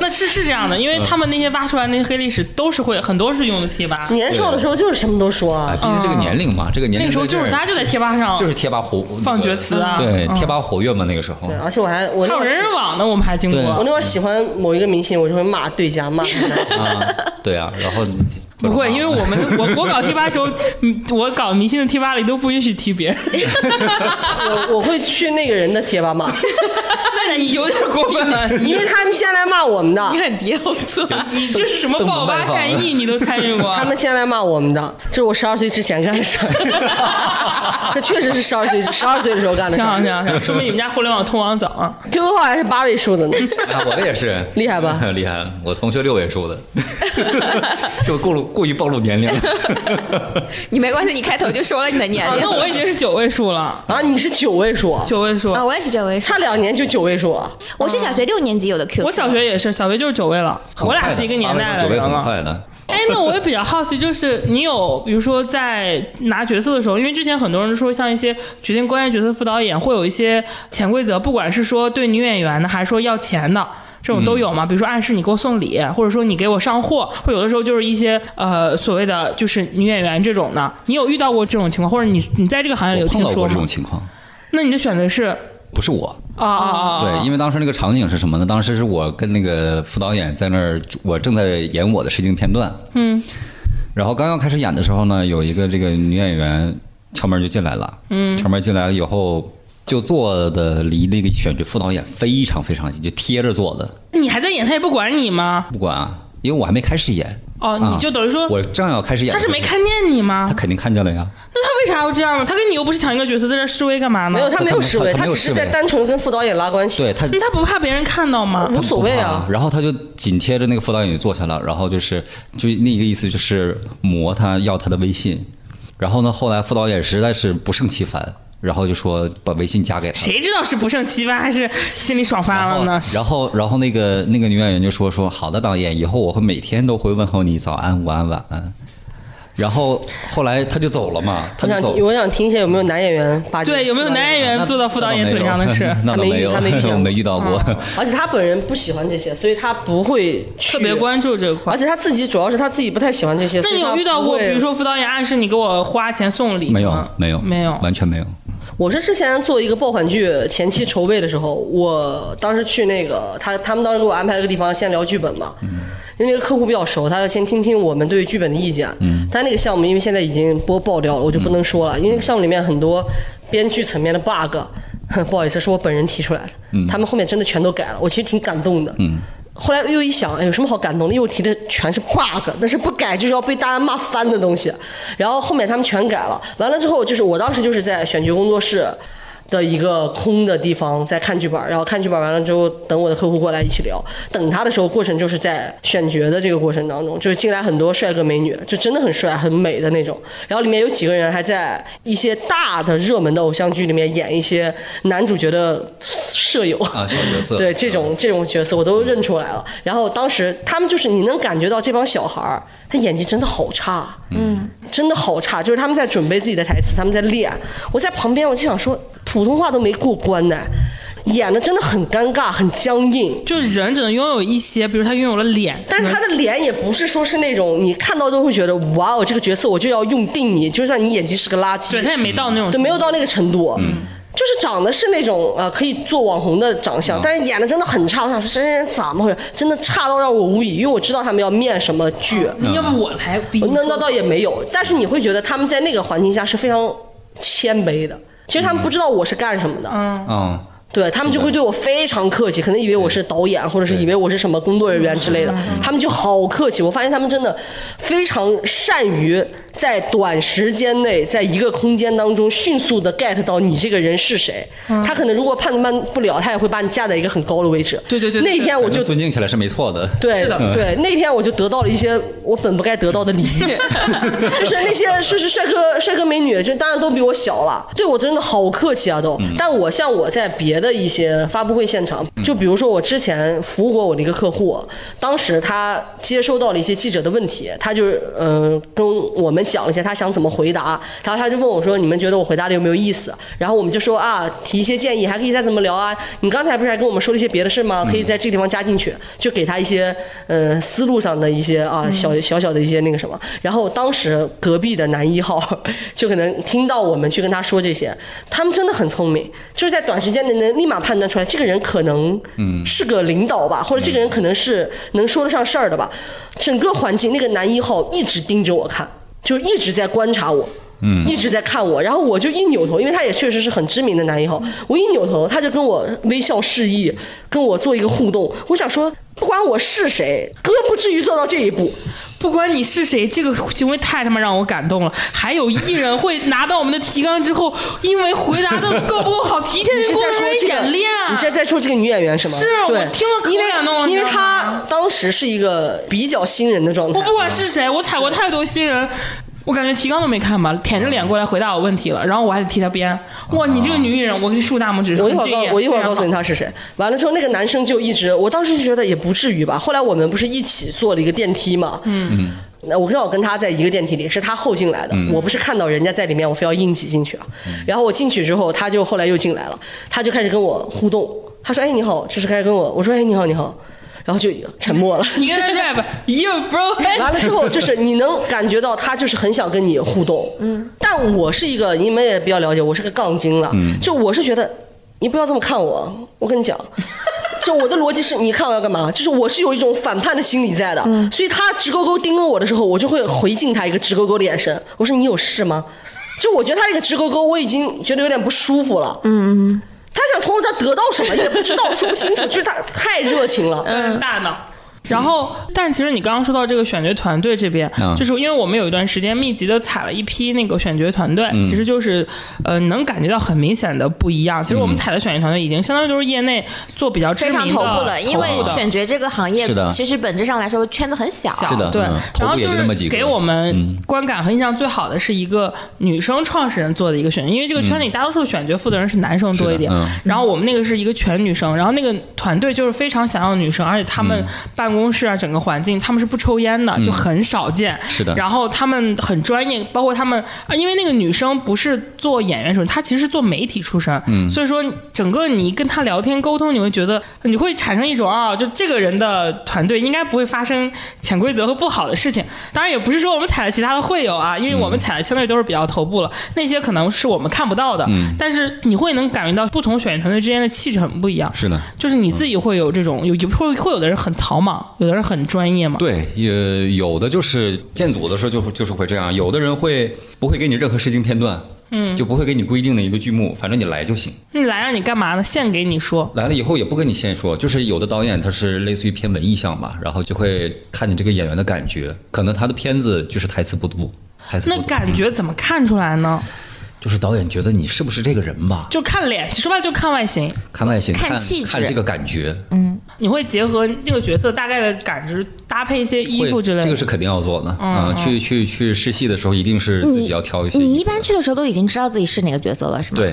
B: 那是是这样的，因为他们那些挖出来那些黑历史都是会很多是用的贴吧，
D: 嗯
C: 年少的时候就是什么都说
D: 啊
C: 啊，
D: 毕竟这个年龄嘛，这个
B: 嗯
D: 年
B: 那
D: 龄
B: 个时候就是大家就在贴吧上
D: 就是贴吧活
B: 放厥词啊
D: 对，贴吧活跃嘛那个时候
C: 对，。而且我还我
B: 还
C: 那
B: 有
C: 会儿
B: 人
C: 喜
B: 人网呢，我们还经
D: 对
B: 过
D: 啊
C: 我。那会儿喜欢某一个明星，我就会骂对家骂他难听。
D: 啊，对啊，然后
B: 不会，因为我们我我搞贴吧的时候，嗯我搞迷信的贴吧里都不允许提别人，
C: 我我会去那个人的贴 吧骂，
B: 那你有点过分了，你
C: 因为他们先来骂我们的，
E: 你很刁钻，
B: 你这是什么爆吧
D: 啊
B: 战役你都参与过？啊
C: 他们先来骂我们的，这是我十二岁之前干的事儿， 这确实是十二岁十二岁的时候干 的事
B: 挺好
C: 儿。
B: 挺好，挺好说明你们家互联网通网早啊。
C: QQ 号还是八位数的呢，
D: 啊我的也是
C: 厉害吧？
D: 厉害，我同学六位数的， 就过露过于暴露年龄了。
E: 你没关系，你开头就说了你的年
B: 啊，
E: 龄
B: 那。我已经是九位数了，
C: 啊，你是九位数啊，
B: 九位数。
A: 啊，我也是这位数，
C: 差两年就九位数了。
A: 我是小学六年级有的 Q，
B: 我小学也是，小学就是九位了， 我俩是一个年代
D: 九
B: 的
D: 位
B: 人
D: 很
B: 了。
D: 快的，
B: 哎，那我也比较好奇，就是你有比如说在拿角色的时候，因为之前很多人说，像一些决定关键角色副导演会有一些潜规则，不管是说对女演员的，还是说要钱的。这种
D: 嗯
B: 都有嘛？比如说暗示你给我送礼，或者说你给我上货，或者有的时候就是一些呃所谓的就是女演员这种的，你有遇到过这种情况，或者你你在这个行业里
D: 我
B: 有
D: 碰
B: 听
D: 到
B: 说
D: 过这
B: 吗
D: 种？情况，
B: 那你的选择是
D: 不是我，
B: 啊啊啊啊！
D: 对，因为当时那个场景是什么呢？当时是我跟那个副导演在那儿，我正在演我的试镜片段。嗯。然后刚要开始演的时候呢，有一个这个女演员敲门就进来了。嗯。敲门进来以后，就坐的离那个选角副导演非常非常近，就贴着坐的，
B: 你还在演，他也不管你吗？
D: 不管啊，因为我还没开始演。
B: 哦，
D: 啊
B: 你就等于说
D: 我正要开始演
B: 他
D: 的时
B: 是
D: 候，
B: 没看见你吗
D: 他？肯定看见了呀。
B: 那他为啥要这样呢？他跟你又不是抢一个角色，在这儿示威干嘛呢？
C: 没有，他没有示威，
D: 他
C: 他
D: 没有
C: 只是
D: 示
C: 在
D: 威
C: 单纯的跟副导演拉关系。
D: 对他
B: 那嗯他不怕别人看到吗？
C: 无所谓啊
D: 不怕然后他就紧贴着那个副导演就坐下了，然后就是就那个意思就是磨他要他的微信，然后呢，后来副导演实在是不胜其烦，然后就说把微信加给他。
B: 谁知道是不胜其烦还是心里爽翻了呢？
D: 然后，然后那个那个女演员就说说好的，导演，以后我会每天都会问候你早安、午安、晚安。然后后来他就走了嘛，他
C: 我
D: 就
C: 想
D: 走。
C: 我想听一下有没有男演员把
B: 对，有没有男演员坐到副导演腿上的事？
D: 那倒没有，
C: 他没遇他没遇见
D: 我 没遇到过。
C: 而且他本人不喜欢这些，所以他不会去
B: 特别。关注这块
C: 而。且他自己主要是他自己不太喜欢这些。
B: 那
C: 所
B: 你
C: 以他
B: 有遇到过，
C: 不会
B: 比如，说副导演暗示你给我花钱送礼吗
D: 没有，没有，
B: 没有。
D: 完全没有。
C: 我是之前做一个爆款剧前期筹备的时候，我当时去那个他他们当时给我安排了个地方，先聊剧本嘛。
D: 嗯
C: 因为那个客户比较熟，他要先听听我们对于剧本的意见。嗯，但那个项目因为现在已经播爆掉了，我就不能说了，因为那个项目里面很多编剧层面的 bug，哼 不好意思，是我本人提出来的。他们后面真的全都改了，我其实挺感动的。嗯。后来又一想，哎，有什么好感动的？因为我提的全是 bug，但是不改就是要被大家骂翻的东西。然后后面他们全改了，完了之后就是我当时就是在选角工作室，的一个空的地方在看剧本，然后看剧本完了之后，等我的客户过来一起聊。等他的时候，过程就是在选角的这个过程当中，就是进来很多帅哥美女，就真的很帅很美的那种。然后里面有几个人还在一些大的热门的偶像剧里面演一些男主角的舍友
D: 啊，这种角色，嗯
C: 对这种这种角色我都认出来了。然后当时他们就是你能感觉到这帮小孩儿，他演技真的好差，嗯，真的好差。就是他们在准备自己的台词，他们在练。我在旁边我就想说，普通话都没过关呢，演的真的很尴尬，很僵硬。
B: 就人只能拥有一些，比如他拥有了脸，
C: 但是他的脸也不是说是那种你看到都会觉得哇哦，这个角色我就要用定你，就算你演技是个垃圾，
B: 对他也没到那种
C: 对，没有到那个程度。就是长得是那种呃可以做网红的长
B: 嗯
C: 相，但是演的真的很差。我想说，这人怎么回事？真的差到让我无语，因为我知道他们要面什么剧。
B: 要不我来逼
C: 那那倒也没有，但是你会觉得他们在那个环境下是非常谦卑的。其实他们不知道我是干什么的，
D: 嗯，
C: 对他们就会对我非常客气，可能以为我是导演，或者是以为我是什么工作人员之类
B: 嗯
C: 的，他们就好客气。我发现他们真的非常善于在短时间内，在一个空间当中迅速的 get 到你这个人是谁。
B: 嗯
C: 他可能如果判断不了，他也会把你架在一个很高的位置。
B: 对对对对
C: 那天我
D: 反
C: 就
D: 正尊敬起来是没错的。
C: 对，
B: 是的
C: 对，那天我就得到了一些我本不该得到的礼遇， 就是那些说是帅哥、帅哥美女，就当然都比我小了，对我真的好客气啊都。但我像我在别的一些发布会现场，就比如说我之前服务过我的一个客户，当时他接收到了一些记者的问题，他就是嗯、呃跟我们讲了一下他想怎么回答，然后他就问我说你们觉得我回答的有没有意思？然后我们就说啊提一些建议，还可以再怎么聊啊。你刚才不是还跟我们说了一些别的事吗？可以在这个地方加进去，就给他一些呃思路上的一些啊小小小的一些那个什么。然后当时隔壁的男一号就可能听到我们去跟他说这些，他们真的很聪明，就是在短时间内能立马判断出来这个人可能是个领导吧，或者这个人可能是能说得上事儿的吧。整个环境那个男一号一直盯着我看，就是一直在观察我。嗯，一直在看我，然后我就一扭头，因为他也确实是很知名的男一号，我一扭头，他就跟我微笑示意，跟我做一个互动。我想说，不管我是谁，哥不至于做到这一步。
B: 不管你是谁，这个行为太他妈让我感动了。还有艺人会拿到我们的提纲之后，因为回答的够不够好，提前
C: 你
B: 给
C: 是
B: 我
C: 在
B: 们
C: 说
B: 人
C: 这个
B: 演练。啊
C: 你是在说这个女演员是吗？
B: 是
C: 对
B: 我听了可
C: 因为
B: 感动了
C: 因为
B: 你知道吗
C: 她当时是一个比较新人的状态
B: 我。不管是谁，我踩过太多新人。我感觉提纲都没看吧，舔着脸过来回答我问题了，然后我还得替他编。哇，你这个女艺人，我给你竖大拇指。
C: 我一会
B: 很
C: 儿
B: 敬业
C: 告我一会儿
B: 非常
C: 告诉你
B: 好
C: 他是谁。完了之后，那个男生就一直，我当时就觉得也不至于吧。后来我们不是一起坐了一个电梯嘛，嗯，那我正好跟他在一个电梯里，是他后进来的，我不是看到人家在里面，我非要硬挤进去啊。然后我进去之后，他就后来又进来了，他就开始跟我互动，他说：“哎，你好。”就是开始跟我，我说：“哎，你好，你好。”然后就沉默了。
B: 你跟他 rap，you bro，
C: 完了之后，就是你能感觉到他就是很想跟你互动，嗯，但我是一个，你们也比较了解，我是个杠精了，就我是觉得你不要这么看我，我跟你 讲。就我的逻辑是，你看我要干嘛？就是我是有一种反叛的心理在的，所以他直勾勾盯着我的时候，我就会回敬他一个直勾勾的眼神。我说你有事吗？就我觉得他这个直勾勾，我已经觉得有点不舒服了。嗯嗯，他想从我这儿得到什么也不知道，说不清楚， 就是他太热情了。
B: 大脑。嗯然后，但其实你刚刚说到这个选角团队这边，
D: 嗯
B: 就是因为我们有一段时间密集的采了一批那个选角团队，其实就是呃能感觉到很明显的不一样。其实我们采的选角团队已经相当于就是业内做比较知
E: 非
B: 名的
E: 常头部了，因为
B: 头部的
E: 选角这个行业
D: 是的
E: 其实本质上来说圈子很小，
D: 是的
B: 对
D: 嗯，
B: 然后
D: 头部也
B: 就
D: 就那么几
B: 是
D: 个嗯
B: 给我们观感和印象最好的是一个女生创始人做的一个选角，因为这个圈里大多数选角负责人是男生多一点
D: 嗯是的嗯，
B: 然后我们那个是一个全女生，然后那个团队就是非常想要女生，而且他们
D: 嗯
B: 办公室啊整个环境他们是不抽烟的，就很少见，
D: 是的
B: 然后他们很专业，包括他们，啊因为那个女生不是做演员出身，她其实是做媒体出身，所以说整个你跟她聊天沟通，你会觉得你会产生一种啊，就这个人的团队应该不会发生潜规则和不好的事情。当然也不是说我们采了其他的会友啊，因为我们采的相对都是比较头部了，那些可能是我们看不到的，但是你会能感觉到不同选员团队之间的气质很不一样。
D: 是的，
B: 就是你自己会有这种有有会会有的人很草莽，有的人很专业嘛。
D: 对，也有的就是建组的时候就就是会这样，有的人会不会给你任何事情片段，嗯，就不会给你规定的一个剧目，反正你来就行。
B: 那你来让你干嘛呢？现给你说，
D: 来了以后也不跟你先说，就是有的导演他是类似于偏文艺向吧，然后就会看你这个演员的感觉，可能他的片子就是台词不多，台词不
B: 那
D: 多
B: 感觉怎么看出来呢？
D: 就是导演觉得你是不是这个人吧，
B: 就看脸，说白了就看外形，
D: 看外形，
A: 看
D: 看
A: 气质
D: 看这个感觉，
B: 嗯你会结合那个角色大概的感知搭配一些衣
D: 会
B: 服之类的。哦
D: 这个是肯定要做的啊、去去去试戏的时候，一定是自己
A: 你
D: 要挑一些。
A: 你一般去的时候都已经知道自己是哪个角色了，是吗？。
D: 对，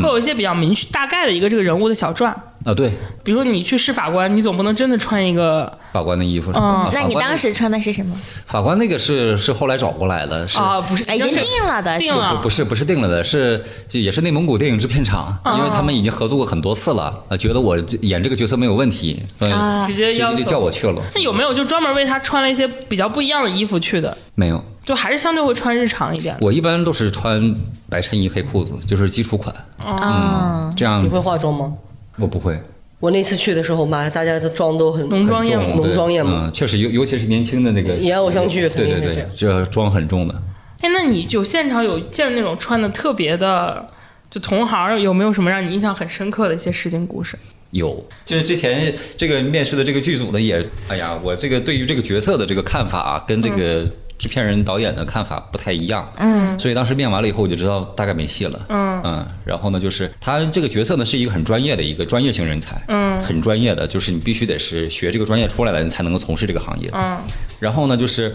B: 会有一些比较明确大概的一个这个人物的小传，
D: 啊对，
B: 比如说你去试法官，你总不能真的穿一个
D: 法官的衣服什
B: 哦
D: 么的。
A: 那
D: 法
A: 你
D: 官
A: 当时穿的是什么？
D: 法官那个是是后来找过来的，是
B: 啊，不是
A: 哎已经
B: 就是
A: 定了的
B: 定啊
A: 是
B: 了
D: 不是不是定了的，是就也是内蒙古电影制片厂，因为他们已经合作过很多次了，啊，觉得我这演这个角色没有问题，嗯，
B: 直接要
D: 就
B: 求
D: 就叫我去了。
B: 那有没有就专门为他穿了一些比较不一样的衣服去的？
D: 没有，
B: 就还是相对会穿日常一点的。
D: 我一般都是穿白衬衣、黑裤子，就是基础款。
A: 啊
D: 嗯，这样
C: 你会化妆吗？
D: 我不会
C: 我那次去的时候，妈，大家的妆都很
B: 浓妆
D: 很
B: 艳
D: 重，
B: 抹，
C: 浓
D: 对
C: 妆艳抹
D: 嗯，确实，尤尤其是年轻的那个
C: 演偶像剧
D: 对对
C: 肯定是
D: 对，这妆很重的。
B: 哎，那你就现场有见那种穿的特别的，就同行有没有什么让你印象很深刻的一些事情故事？
D: 有，就是之前这个面试的这个剧组呢，也，哎呀，我这个对于这个角色的这个看法、啊，跟这个制片人、导演的看法不太一样，嗯，所以当时面完了以后，我就知道大概没戏了，嗯然后呢，就是他这个角色呢是一个很专业的一个专业型人才，嗯，很专业的，就是你必须得是学这个专业出来的，你才能够从事这个行业，嗯，然后呢，就是，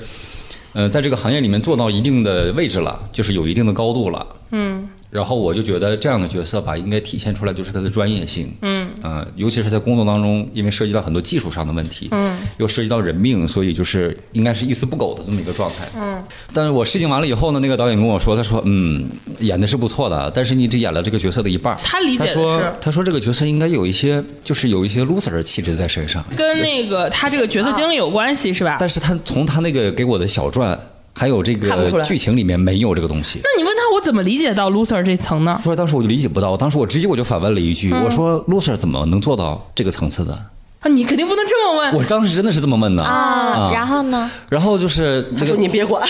D: 呃，在这个行业里面做到一定的位置了，就是有一定的高度了，
B: 嗯，
D: 然后我就觉得这样的角色吧，应该体现出来就是他的专业性。嗯，呃，尤其是在工作当中，因为涉及到很多技术上的问题，嗯，又涉及到人命，所以就是应该是一丝不苟的这么一个状态。嗯，但是我试镜完了以后呢，那个导演跟我说，他说，嗯，演的是不错的，但是你只演了这个角色的一半儿。
B: 他理解
D: 他
B: 的是
D: 说，他说这个角色应该有一些，就是有一些 loser 的气质在身上。
B: 跟那个他这个
D: 啊
B: 角色经历有关系是吧？
D: 但是他从他那个给我的小传，还有这
C: 看不出
D: 个
C: 来
D: 剧情里面没有这个东西。
B: 那你问他我怎么理解到 loser 这层呢？
D: 说当时我就理解不到，当时我直接我就反问了一
C: 嗯
D: 句，我说 loser 怎么能做到这个层次的？
B: 啊，你肯定不能这么
C: 嗯
B: 问。
D: 我当时真的是这么问的，
A: 啊，然后呢？
D: 然后就是那
C: 他说
D: 个，
C: 你别管，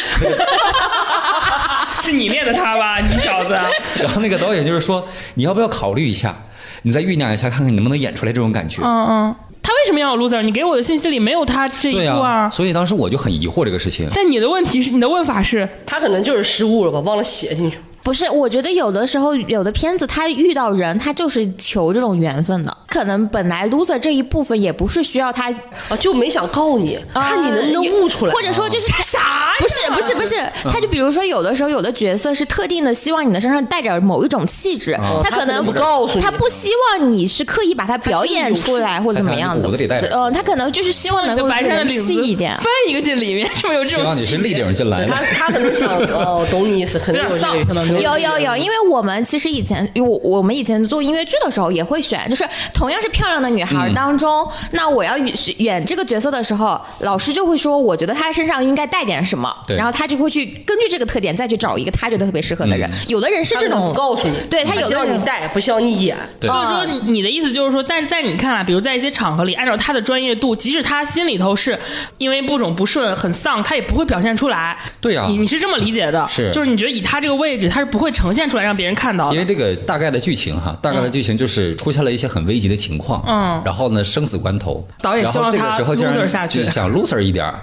B: 是你练的他吧，你小子。
D: 然后那个导演就是说，你要不要考虑一下，你再酝酿一下，看看你能不能演出来这种感觉。
B: 嗯嗯，他为什么要有 loser？你给我的信息里没有他这一
D: 对
B: 步
D: 啊，所以当时我就很疑惑这个事情。
B: 但你的问题是，你的问法是，
C: 他可能就是失误了吧，忘了写进去。
A: 不是，我觉得有的时候有的片子他遇到人，他就是求这种缘分的。可能本来 loser 这一部分也不是需要他，
C: 啊，就没想告你，
B: 啊
C: 看你能不能
A: 有
C: 悟出来，
A: 啊或者说就是啥？不是不是不是，他就比如说有的时候有的角色是特定的，希望你的身上带点某一种气质，他可能
C: 不告诉你
A: 他不希望你是刻意把它表演出来或怎么样
D: 他想
A: 的
D: 骨子里带着。
A: 嗯，他可能就是希望能
B: 你
A: 够
B: 的白衫的领子
A: 细一点。
B: 分一个进里面，是不是有这
D: 希
B: 种？
D: 望你是立领进来
C: 他
D: 的，
C: 他可能想，哦，懂你意思，可能有这
B: 有点丧可能
C: 个，
B: 就
A: 有有有，因为我们其实以前，因为我我们以前做音乐剧的时候也会选，就是同样是漂亮的女
E: 嗯
A: 孩儿当中，那我要演演这个角色的时候，老师就会说，我觉得她身上应该带点什么，
D: 对
A: 然后他就会去根据这个特点再去找一个他觉得特别适合的
E: 嗯
A: 人。有的人是
C: 他
A: 这
C: 可能
A: 种
C: 不，告诉你，
A: 对他有
C: 希
A: 的
C: 望
A: 人
C: 你带，不希望你演，
D: 对
B: 所以说，你你的意思就是说，但在你看来，比如在一些场合里，按照他的专业度，即使他心里头是因为某种不顺、很丧，他也不会表现出来。
D: 对呀
B: 你你是这么理解的？
D: 是
B: 就是你觉得以他这个位置，他是不会呈现出来让别人看到
D: 因
B: 的
D: 为。这个大概的剧情哈，大概的剧情就是出现了一些很危急的情况，
B: 嗯
D: 然后呢，生死关头，
B: 导演
D: 然
B: 希
D: 后
B: 望
D: 这
B: 他
D: 个时候竟
B: loser
D: 然
B: 下去
D: 就想 loser 一点儿，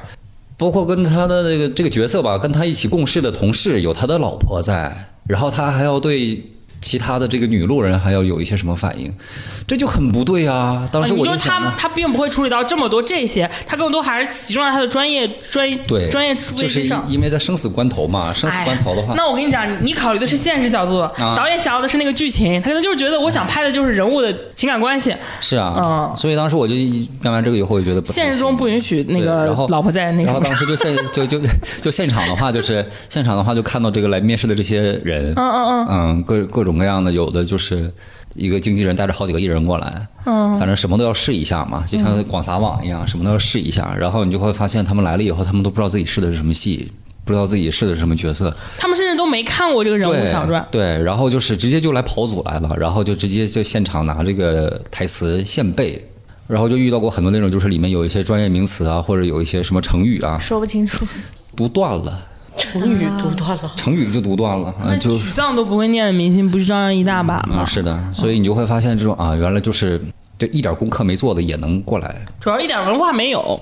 D: 包括跟他的那个这个角色吧，跟他一起共事的同事有他的老婆在，然后他还要对。其他的这个女路人还要有一些什么反应，这就很不对啊！当
B: 啊
D: 时
B: 你
D: 我
B: 说
D: 就想
B: 他
D: 呢，
B: 他并不会处理到这么多这些，他更多还是集中在他的专业专
D: 对，
B: 专业位
D: 就是
B: 置上。
D: 因为在生死关头嘛，生死
B: 哎
D: 关头的话，啊
B: 那我跟你讲，你你考虑的是现实角度，导演想要的是那个剧情，他可能就是觉得我想拍的就是人物的情感关系，
D: 是啊，所以当时我就一干完这个以后，我就觉得不太
B: 现实
D: 行
B: 中不允许那
D: 对
B: 个
D: 然后
B: 老婆在那个
D: 然
B: 什
D: 后
B: 么。
D: 当时就现就就就现场的话，就是现场的话就看到这个来面试的这些人，嗯嗯嗯，各各种各样的，有的就是一个经纪人带着好几个艺人过来，嗯，反正什么都要试一下嘛，就像广撒网一样，什么都要试一下，然后你就会发现他们来了以后，他们都不知道自己试的是什么戏。不知道自己试的是什么角色，
B: 他们甚至都没看过这个人
D: 对
B: 物小传。
D: 对，然后就是直接就来跑组来了，然后就直接就现场拿这个台词现背，然后就遇到过很多那种就是里面有一些专业名词啊，或者有一些什么成语啊，
A: 说不清楚。
D: 读断了，
C: 成语读断了。
D: 成语就读断了，啊，
B: 那
D: 就
B: 沮丧都不会念的明星，不是照样一大把
D: 啊
B: 吗？
D: 是的，所以你就会发现这种啊，原来就是这一点功课没做的也能过来，嗯
B: 主要一点文化没有，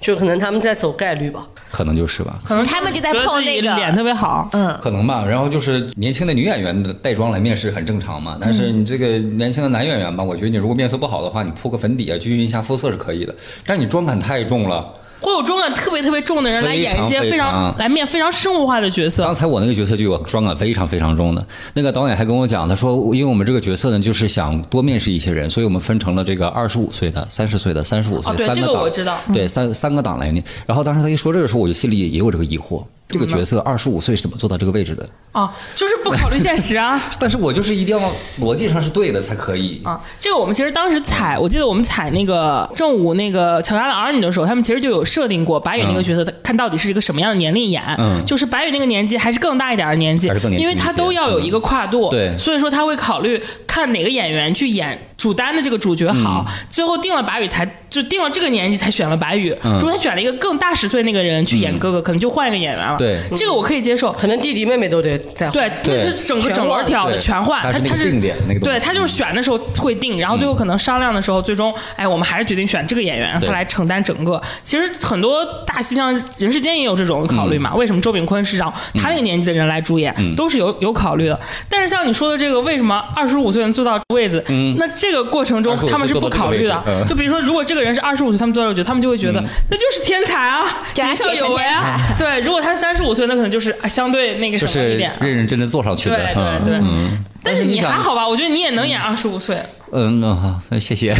C: 就可能他们在走概率吧，
D: 可能就是吧，
B: 可能
A: 他们就在
B: 觉得
A: 泡
B: 自己
A: 那个
B: 脸特别好，
A: 嗯，
D: 可能吧。然后就是年轻的女演员的带妆来面试很正常嘛，但是你这个年轻的男演员吧，我觉得你如果面色不好的话，你铺个粉底啊，均匀一下肤色是可以的。但是你妆感太重了。
B: 会有妆感特别特别重的人来演一些非常
D: 非常非常
B: 来面非常生活化的角色
D: 刚。才我那个角色就有妆感非常非常重的，那个导演还跟我讲，他说，因为我们这个角色呢，就是想多面试一些人，所以我们分成了这个二十五岁的、三十岁的、三十五岁、
B: 哦对
D: 三
B: 这个
D: 档，
B: 我知道嗯
D: 对三三个档来念。然后当时他一说这个时候，我就心里也有这个疑惑，这个角色二十五岁是怎么做到这个位置的？
B: 啊，就是不考虑现实啊
D: 但是我就是一定要逻辑上是对的才可以。
B: 啊！这个我们其实当时采，我记得我们采那个正午那个《乔家的儿女》的时候，他们其实就有设定过白宇那个角色，看到底是一个什么样的年龄演，
D: 嗯
B: 就是白宇那个年纪还是更大一点的年纪，
D: 还是更年
B: 因
D: 轻
B: 为他都要有一个跨度，
D: 嗯对
B: 所以说他会考虑看哪个演员去演主单的这个主角好，
D: 嗯
B: 最后定了白宇才就定了这个年纪才选了白宇，
D: 嗯
B: 如果他选了一个更大十岁那个人去演哥哥，可能就换一个演员了，
D: 对
B: 这个我可以接受，
C: 可能弟弟妹妹都得在
B: 对，那
D: 对
B: 是整个
C: 全
B: 整轮
C: 换
B: 挑的
D: 对
B: 全换，
D: 它
B: 他
D: 是那
B: 他
D: 个
B: 是
D: 定点那个东
B: 对
D: 西嗯
B: 他就是选的时候会定，然后最后可能商量的时候，最终哎，我们还是决定选这个演员，
D: 对
B: 他来承担整个。其实很多大戏像《人世间》也有这种考虑嘛，
D: 嗯
B: 为什么周炳坤是让他那个年纪的人来主演，都是有有考虑的。但是像你说的这个，为什么二十五岁能坐到位子？
D: 嗯
B: 那这个过程中
D: 25
B: 他们是
D: 岁
B: 不
D: 坐到这
B: 考
D: 个
B: 虑的
D: 位置。嗯嗯
B: 就比如说，如果这个人是二十五岁，他们坐到这个位置，他们就会觉得那就是天才啊，
A: 给 他
B: 年少
A: 写成
B: 有为啊。对，如果他三十五岁，那可能就是啊相对那个
D: 就
B: 什么
D: 是
B: 一点啊。
D: 认认真真做上去的，
B: 对对对
D: 嗯，
B: 但是你
D: 想
B: 还，好吧？我觉得你也能演二十五岁，
D: 嗯，那好，那谢 谢，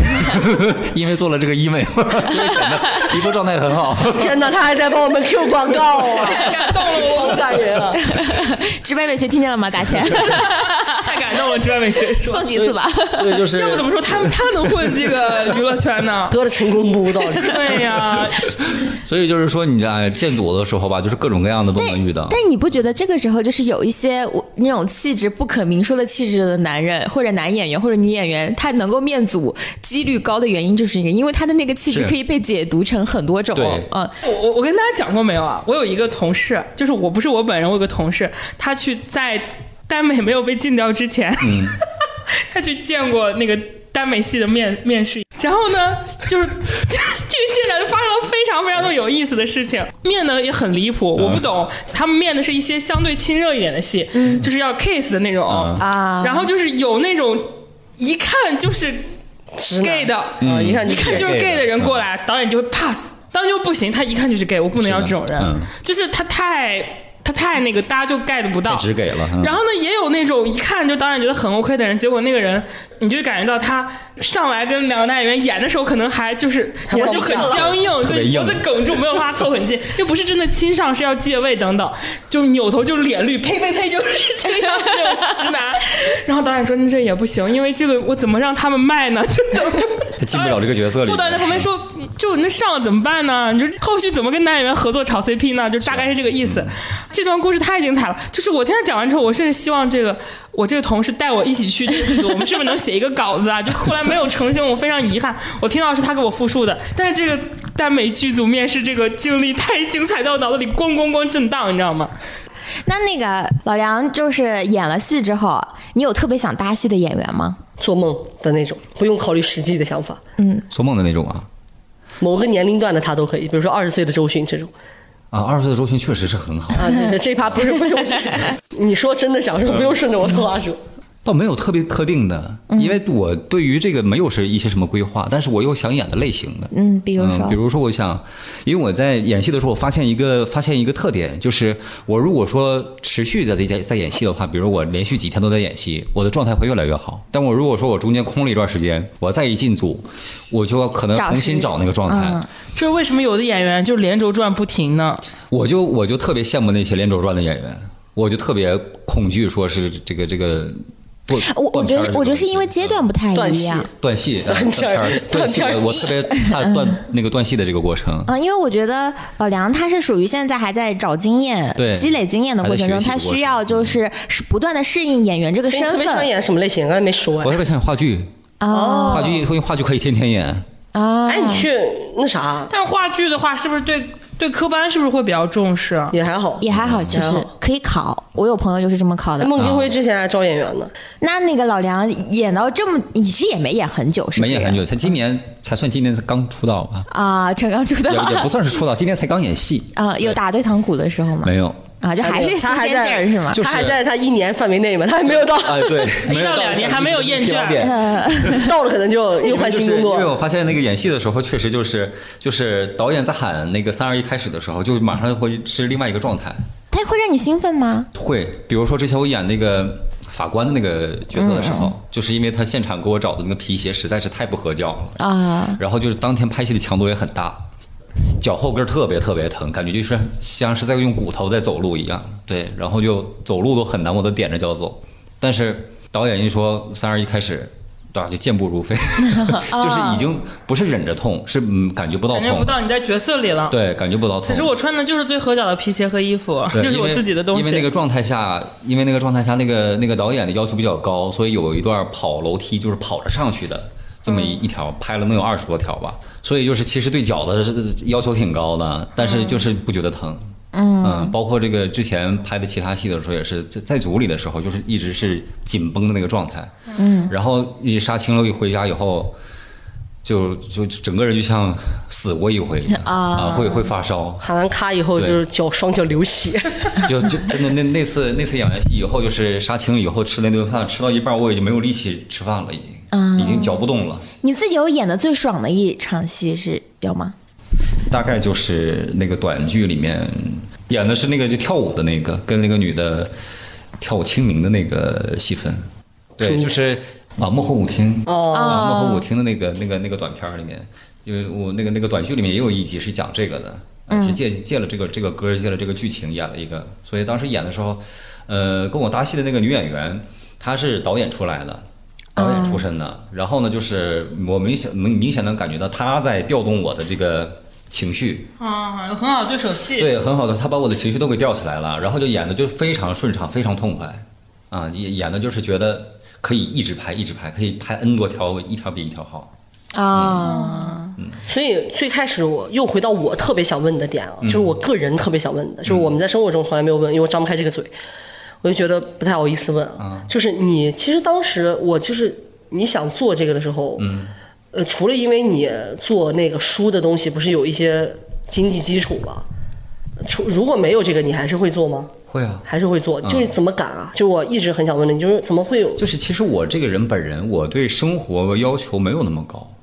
D: 因为做了这个医美， 所以显得皮肤状态很 好。
C: 天哪，他还在帮我们 Q 广告啊，
B: 感动了
C: 好
B: 我，
C: 感 人啊！
E: 直白美学听见了吗？打钱
B: 太感动了，这美学说
E: 送。几次吧。
D: 所以就是
B: 要不怎么说他们他能混这个娱乐圈呢？
C: 哥的成功不无道理。
B: 对呀，
D: 所以就是说，你在建组的时候吧，就是各种各样的都能遇到。
E: 但你不觉得这个时候就是有一些我那种气质不可明说的气质的男人，或者男演员或者女演员，他能够面组几率高的原因就是因为他的那个气质
D: 是
E: 可以被解读成很多种
D: 对。
E: 嗯，
B: 我我我跟大家讲过没有啊？我有一个同事，就是我不是我本人，我有个同事，他去在耽美没有被禁掉之前，
C: 嗯
B: 他去见过那个耽美系的面面试，然后呢，就是 这个现在发生了非常非常多有意思的事情，面呢也很离谱，
C: 嗯
B: 我不懂，他们面的是一些相对亲热一点的戏，就是要 kiss 的那种
D: 嗯
E: 啊
B: 然后就是有那种一看就是
C: 直
B: gay
C: 男
B: 的，
C: 啊，一看
B: 一嗯
C: 就
B: 看就是 gay 的
D: 嗯
B: 人过来，导演就会 pass。当然就不行，他一看就是 gay，我不能要这种人，
D: 是的嗯
B: 就是他太他太那个，大家就 get 不到，
D: 只给了嗯
B: 然后呢，也有那种一看就导演觉得很 OK 的人，结果那个人你就感觉到他上来跟两个男演员演的时候，可能还就是
C: 我
B: 我就很僵硬，
D: 特别
B: 对，
D: 硬
B: 脖子梗住，没有办法凑很近，又不是真的亲上，是要借位等等，就扭头就脸绿，呸呸呸，就是这个样子的直男。 然后导演说：“那这也不行，因为这个我怎么让他们卖呢？” 就等于
D: 他进不了这个角色里
B: 副导演在旁边说：“就那上了怎么办呢？你说后续怎么跟男演员合作炒 CP 呢？就大概是这个意思。这段故事太精彩了，就是我听他讲完之后，我甚至希望这个我这个同事带我一起去这个剧组，我们是不是能写一个稿子啊？ 就后来没有成型，我非常遗憾。我听到是他给我复述的，但是这个耽美剧组面试这个经历太精彩，在我脑子里咣咣咣震荡，你知道吗？
E: 那那个老梁就是演了戏之后，你有特别想搭戏的演员吗？
C: 做梦的那种，不用考虑实际的想法。
D: 做梦的那种啊
C: 某个年龄段的他都可以，比如说二十岁的周迅这种
D: 啊！二十岁的周迅确实是很好，
C: 啊，对对这趴不是不用， 你说真的想说，不用顺着我的话说。
D: 倒没有特别特定的，
B: 嗯
D: 因为我对于这个没有是一些什么规划，但是我又想演的类型的，
E: 嗯，比如说，
D: 嗯，比如说我想，因为我在演戏的时候，我发现一个发现一个特点，就是我如果说持续的在在在演戏的话，比如我连续几天都在演戏，我的状态会越来越好。但我如果说我中间空了一段时间，我再一进组，我就要可能
E: 找
D: 重新
E: 时
D: 找那个状
A: 嗯
D: 态。
B: 这是为什么有的演员就连轴转不停呢？
D: 我就我就特别羡慕那些连轴转的演员，我就特别恐惧说是这个这个。不
A: 我我
D: 断
A: 觉
D: 片儿这
A: 得
D: 个
A: 我觉得
D: 东
A: 是
D: 西
A: 因为阶段不太
C: 断
A: 一
C: 戏
A: 样。嗯
D: 断戏，呃 断
C: 片儿
D: 儿断戏
C: 断片儿
D: 的，我特别怕断那个断戏的这个过程。
A: 嗯，因为我觉得老梁他是属于现在还在找经验、
D: 对
A: 积累经验的过程中，
D: 还在
A: 他
D: 学习的过程
A: 需要就是是不断的适应演员这个
C: 哎你
A: 身
C: 哦特别想
A: 份。
C: 演什么类型？刚才没说
D: 我
C: 哎。
D: 特别想话剧，
A: 哦
D: 话剧因为话剧可以天天演，
A: 啊
C: 哎，你去那啥
B: 但话剧的话，是不是对对科班是不是会比较重视啊？
C: 也还好，
A: 也还好，其
C: 然
A: 实
C: 后
A: 可以考。我有朋友就是这么考的。
C: 孟京辉之前还招演员呢，
A: 那那个老梁演到这么，其实也没演很久，是不
D: 没
A: 是
D: 演很久，才今年才算今年刚出道吧，
A: 啊，陈刚出道
D: 也 也不算是出道，今年才刚演戏，
A: 啊，有打对堂鼓的时候吗？
D: 没有，
A: 啊，就还是新
C: 他还
A: 鲜劲儿
C: 在
A: 是吗？
D: 啊就是
C: 他还在他一年范围内嘛，他还没有到，
D: 哎，对，没有
B: 到两年还没有厌倦
D: 点。
C: 到了可能就又换
D: 就是
C: 新工
D: 因为我
C: 作。
D: 发现那个演戏的时候，确实就是就是导演在喊那个三二一开始的时候，就马上会是另外一个状态。
A: 他会让你兴奋吗？
D: 会，比如说之前我演那个法官的那个角色的时候，
B: 嗯
D: 就是因为他现场给我找的那个皮鞋实在是太不合脚了，
A: 啊，
D: 然后就是当天拍戏的强度也很大，脚后跟儿特别特别疼，感觉就是像是在用骨头在走路一样。对，然后就走路都很难，我都踮着脚走。但是导演一说三二一开始，对吧，就健步如飞， 就是已经不是忍着痛，是嗯感觉不到
B: 感觉不
D: 痛，
B: 到你在角色里了。
D: 对，感觉不到痛。
B: 此时我穿的就是最合脚的皮鞋和衣服，
D: 对
B: 这是
D: 因
B: 我
D: 为
B: 自己的东西。
D: 因为那个状态下，因为那个状态下，那个那个导演的要求比较高，所以有一段跑楼梯就是跑着上去的这么一、
B: 嗯
D: 一条，拍了能有二十多条吧。所以就是其实对脚的要求挺高的，但是就是不觉得疼。嗯包括这个之前拍的其他戏的时候，也是在在组里的时候，就是一直是紧绷的那个状态。嗯，然后一杀青了，一回家以后。就就就整个人就像死过一回一样啊，会会发烧，
C: 喊完咔以后，就
D: 对
C: 是脚双脚流血，
D: 就就真的那那次那次演完戏以后，就是杀青以后吃那顿饭，吃到一半我已经没有力气吃饭了，已经、已经嚼不动了。
A: 你自己有演的最爽的一场戏是有吗？
D: 大概就是那个短剧里面演的是那个就跳舞的那个，跟那个女的跳舞清明的那个戏份，对，就是啊幕后舞厅
C: 哦
D: 啊幕后舞厅的那个那个那个短片儿里面，因为我那个那个短剧里面也有一集是讲这个的，呃是借借了这个这个歌，借了这个剧情演了一个，所以当时演的时候，呃，跟我搭戏的那个女演员，她是导演出来的。导演出身的，然后呢，就是我明显明明显能感觉到她在调动我的这个情绪，
B: 啊，有很好的对手戏。
D: 对，很好的，他把我的情绪都给吊起来了，然后就演的就非常顺畅，非常痛快，啊，演演的就是觉得可以一直拍，一直拍，可以拍 N 多条，一条比一条好。
A: 啊，
C: 所以最开始我又回到我特别想问你的点了，就是我个人特别想问你的，就是我们在生活中从来没有问，因为我张不开这个嘴，我就觉得不太好意思问啊。就是你其实当时我就是你想做这个的时候，嗯，呃，除了因为你做那个书的东西不是有一些经济基础吗？除如果没有这个，你还是会做吗？
D: 会啊，
C: 还是会做，就是怎么敢啊？就是我一直很想问的，你就是怎么会有？
D: 就是其实我这个人本人，我对生活要求没有那么高，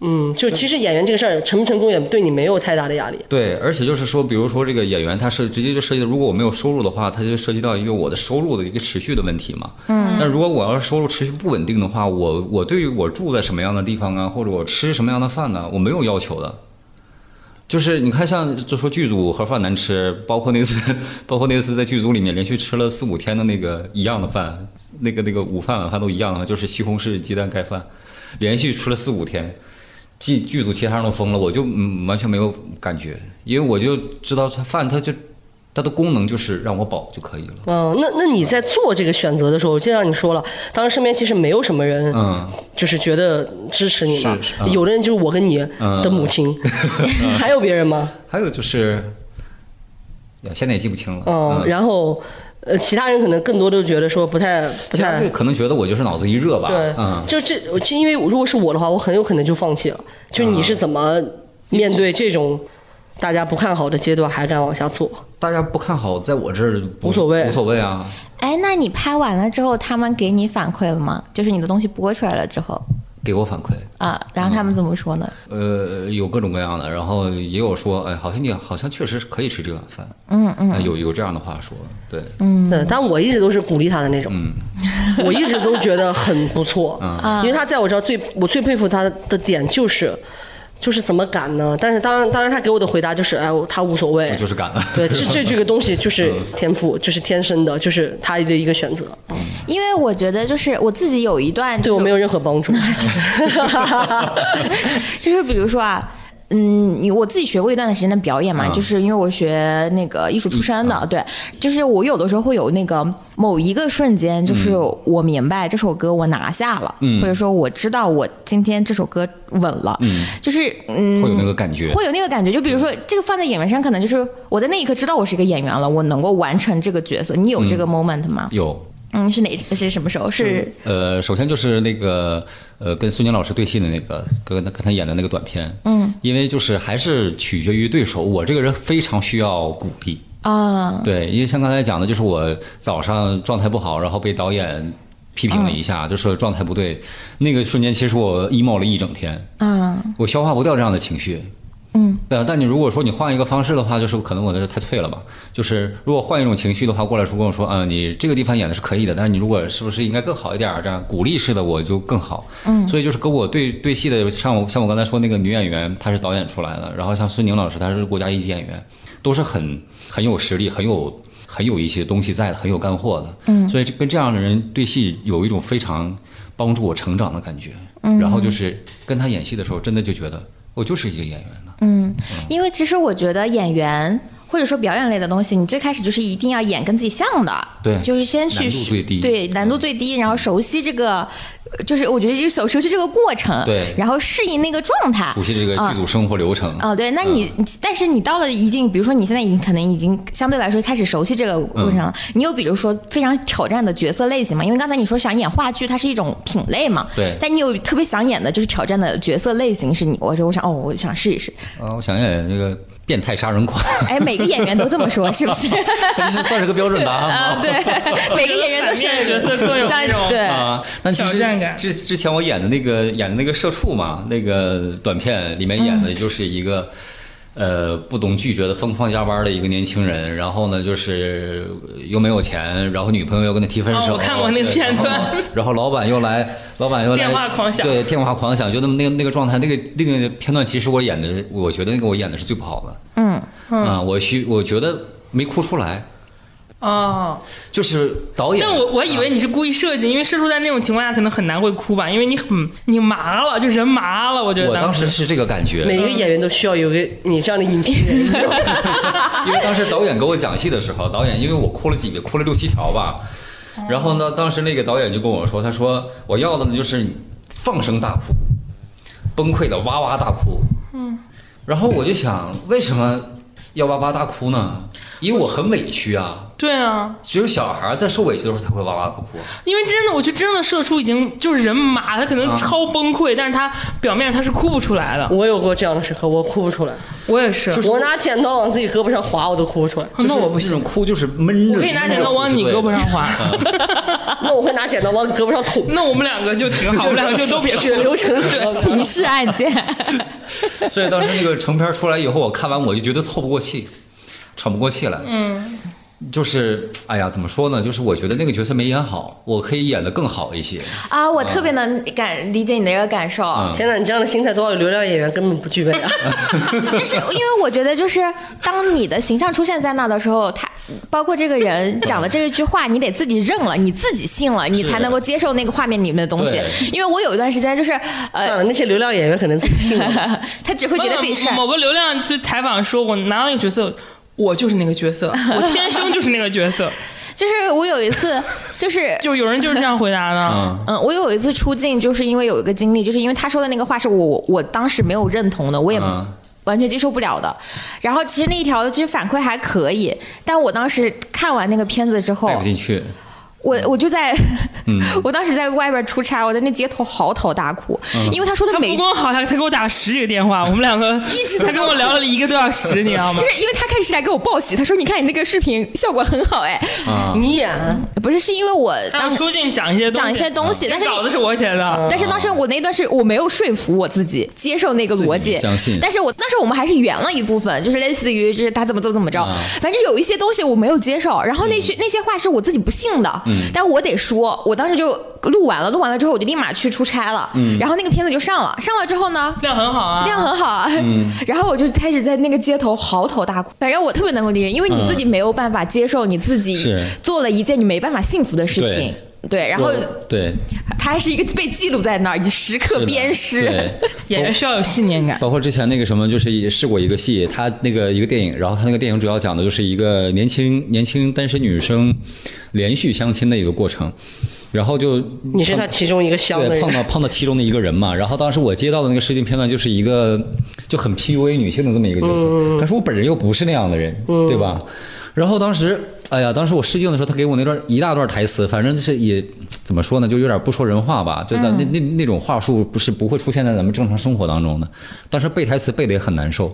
C: 嗯，就其实演员这个事儿成不成功也对你没有太大的压力。
D: 对，而且就是说，比如说这个演员，他是直接就涉及到，如果我没有收入的话，他就涉及到一个我的收入的一个持续的问题嘛。嗯。但如果我要是收入持续不稳定的话，我我对于我住在什么样的地方啊，或者我吃什么样的饭呢、我没有要求的。就是你看，像就说剧组盒饭难吃，包括那次， 包括那次在剧组里面连续吃了四五天的那个一样的饭，那个那个午饭晚饭都一样的，就是西红柿鸡蛋盖饭，连续吃了四五天，剧剧组其他人都疯了，我就嗯完全没有感觉，因为我就知道它饭它就它的功能就是让我饱就可以了。
C: 嗯，那那你在做这个选择的时候，就像你说了，当时身边其实没有什么人，
D: 嗯，
C: 就是觉得支持你嘛
D: 是是。嗯
C: 有的人就是我跟你
D: 嗯
C: 的母 亲，还有别人吗？
D: 还有就是，呀现在也记不清了。
C: 嗯，然后呃，其他人可能更多都觉得说不太不
D: 其他
C: 太
D: 人可能觉得我就是脑子一热吧。
C: 对，
D: 嗯，
C: 就这，我就因为如果是我的话，我很有可能就放弃了。就
D: 嗯
C: 你是怎么面对这种大家不看好的阶段，还敢往下做？
D: 大家不看好，在我这儿不
C: 无所谓
D: 无所谓啊。
A: 哎，那你拍完了之后，他们给你反馈了吗？就是你的东西播出来了之后
D: 给我反馈，
A: 啊，然后他
D: 嗯
A: 们怎么说呢？
D: 呃，有各种各样的，然后也有说，哎，好像你好像确实是可以吃这碗饭，嗯嗯，有有这样的话说，对，
C: 对，但我一直都是鼓励他的那种，
D: 嗯
C: 我一直都觉得很不错，因为他在我这儿最我最佩服他的点就是，就是怎么敢呢？但是当然，当然他给我的回答就是，哎，我他无所谓
D: 我，就是嗯敢了。
C: 对，这这这个东西就是天赋，就是天生的，就是他的一个选择，
A: 因为我觉得就是我自己有一段、
C: 对我没
A: 有，
C: 有任何帮助。
A: 就是比如说啊。
E: 嗯，你我自己学过一段时间的表演嘛，
D: 嗯
E: 就是因为我学那个艺术出身的，对，就是我有的时候会有那个某一个瞬间，就是我明白这首歌我拿下了，
D: 嗯
E: 或者说我知道我今天这首歌稳了，
D: 嗯
E: 就是嗯，
D: 会有那个感觉。
E: 会有那个感觉。就比如说，这个放在演员身上，可能就是我在那一刻知道我是一个演员了，我能够完成这个角色。你有这
D: 嗯
E: 个 moment 吗？
D: 有，
E: 嗯，是哪是什么时候？是
D: 呃，首先就是那个呃，跟孙宁老师对戏的那个，跟他跟他演的那个短片，嗯，因为就是还是取决于对手，我这个人非常需要鼓励，
E: 啊，
D: 对，因为像刚才讲的，就是我早上状态不好，然后被导演批评了一下，就说状态不对，那个瞬间其实我 emo 了一整天，
E: 嗯
D: 我消化不掉这样的情绪。
E: 嗯，
D: 但但你如果说你换一个方式的话，就是可能我的太脆了吧。就是如果换一种情绪的话，过来说跟我说，啊，你这个地方演的是可以的，但是你如果是不是应该更好一点儿？这样鼓励式的我就更好。嗯，所以就是跟我对对戏的，像我像我刚才说那个女演员，她是导演出来的，然后像孙宁老师，她是国家一级演员，都是很很有实力，很有很有一些东西在的，很有干货的。嗯，所以这跟这样的人对戏有一种非常帮助我成长的感觉。嗯，然后就是跟他演戏的时候，真的就觉得我就是一个演员 呢。
E: 嗯，因为其实我觉得演员。或者说表演类的东西，你最开始就是一定要演跟自己像的，
D: 对
E: 就是先去
D: 难度最低
E: 对难度最低，然后熟悉这个，呃就是我觉得就是熟熟悉这个过程，
D: 对
E: 然后适应那个状态，
D: 熟悉这个剧组生活流程。
E: 哦，对，那你、
D: 嗯
E: 你但是你到了一定，比如说你现在已经可能已经相对来说开始熟悉这个过
D: 嗯
E: 程了，你有比如说非常挑战的角色类型吗？因为刚才你说想演话剧，它是一种品类嘛，
D: 对
E: 但你有特别想演的，就是挑战的角色类型是你，我说我想哦，我想试一试。
D: 啊，我想演那个变态杀人狂，
E: 哎，每个演员都这么说，是不是？
D: 这是算是个标准答案吗？
B: 啊
D: 对
E: 每个演员都是
B: 反面角色各有那
E: 像
B: 种
E: 对。
D: 啊，但其实
B: 挑战感
D: 之之前我演的那个演的那个社畜嘛，那个短片里面演
B: 嗯
D: 的就是一个。呃，不懂拒绝的疯狂加班的一个年轻人，然后呢，就是又没有钱，然后女朋友又跟他提分
B: 哦
D: 手，
B: 我看过那
D: 对
B: 片段
D: 然后然后老板又来，老板又来
B: 电话狂想
D: 对，电话狂想，就那么那个那个状态，那个那个片段，其实我演的，我觉得那个我演的是最不好的，
E: 嗯
D: 啊，我需我觉得没哭出来，
B: 哦，
D: 就是导演。啊
B: 但我我以为你是故意设计，因为射出在那种情况下可能很难会哭吧，因为你很你麻了，就人麻了，我觉得
D: 我当
B: 时
D: 时是这个感觉，
C: 每一个演员都需要有个你这样的影评人，
D: 因为当时导演给我讲戏的时候，导演因为我哭了几个，哭了六七条吧。然后
B: 哦
D: 呢，当时那个导演就跟我说，他说我要的呢就是你放声大哭，崩溃的哇哇大哭。嗯。然后我就想，为什么要哇哇大哭呢？因为我很委屈啊，
B: 对啊，
D: 只有小孩在受委屈的时候才会哇哇大哭。
B: 因为真的，我觉得真的射出已经就是人麻，他可能
D: 啊
B: 超崩溃，但是他表面上他是哭不出来的。
C: 我有过这样的时刻，我哭不出来，
B: 我也是，
C: 我拿剪刀往自己胳膊上划，我都哭不出来。
B: 那我不
D: 那种哭就是闷着，
B: 我可以拿剪刀往你胳膊上 划，
C: 那我会拿剪刀往你胳膊上
D: 嗯
C: 捅，
B: 那我们两个就挺好，我们两个就都别哭
C: 血流成河。
E: 刑事案件，
D: 所以当时那个成片出来以后，我看完我就觉得透不过气，喘不过气来。嗯，就是哎呀，怎么说呢？就是我觉得那个角色没演好，我可以演得更好一些。
E: 啊，我特别能感理解你的一个感受，
D: 嗯
C: 天哪，你这样的心态，多少流量演员根本不具备啊！
E: 但是因为我觉得，就是当你的形象出现在那的时候，他包括这个人讲的这一句话，你得自己认了，你自己信了，你才能够接受那个画面里面的东西
D: 对。
E: 因为我有一段时间就是，
C: 算
E: 呃，
C: 了，啊那些流量演员可能自己信了。
E: 他只会觉得自己帅
B: 某。某个流量就采访说，我拿到那个角色，我就是那个角色，我天生就是那个角色。
E: 就是我有一次，就是
B: 就有人就是这样回答的。
F: 啊
D: 嗯，
E: 嗯，我有一次出镜，就是因为有一个经历，就是因为他说的那个话是我我当时没有认同的，我也
F: 哦
D: 嗯
E: 完全接受不了的。然后其实那一条其实反馈还可以，但我当时看完那个片子之后
D: 带，不进嗯去。
E: 我我就在， 我当时在外边出差，我在那街头嚎啕大哭，
D: 嗯
E: 因为他说的
B: 他
E: 每
B: 不
E: 一句。
B: 光好，他他给我打十几个电话，我们两个一直他跟我聊了一个多小时，你知道吗
E: 就？是因为他开始还给我报喜，他说：“你看你那个视频效果很好，哎，
D: 啊，
C: 你演啊，
E: 不是，是因为我
B: 他
E: 当时
B: 出镜讲一些东西
E: 讲一些东西，但是嗯
B: 稿子是我写的，
E: 但是当时我那段是我没有说服我自己接受那个逻
D: 自己
E: 辑，
D: 没相信嗯
E: 但是我当时我们还是圆了一部分，就是类似于就是他怎么怎么怎么着，
D: 啊嗯
E: 反正有一些东西我没有接受，然后那些、那些话是我自己不信的，但我得说，我当时就录完了，录完了之后我就立马去出差了，
D: 嗯
E: 然后那个片子就上了，上了之后呢。
B: 量很好啊。
E: 量很好啊，
D: 嗯
E: 然后我就开始在那个街头嚎啕大哭。反正我特别能够理解，因为你自己没有办法接受你自己
D: 嗯是
E: 做了一件你没办法幸福的事情
D: 对，
F: 对，然后
D: 我对
F: 他还是一个被记录在那儿，你时刻鞭
D: 是
F: 尸。
D: 的对
B: 演员需要有信念感。
D: 包括之前那个什么，就是也试过一个戏，他那个一个电影，然后他那个电影主要讲的就是一个年轻年轻单身女生连续相亲的一个过程，然后就
C: 你是他其中一个香的
D: 对碰
C: 人，
D: 到碰到其中的一个人嘛，然后当时我接到的那个试镜片段就是一个就很 PUA 女性的这么一个角色，但是我本人又不是那样的人，对吧？然后当时，哎呀，当时我试镜的时候，他给我那段一大段台词，反正就是也怎么说呢，就有点不说人话吧，就在那、那那种话术不是不会出现在咱们正常生活当中的。当时背台词背的也很难受，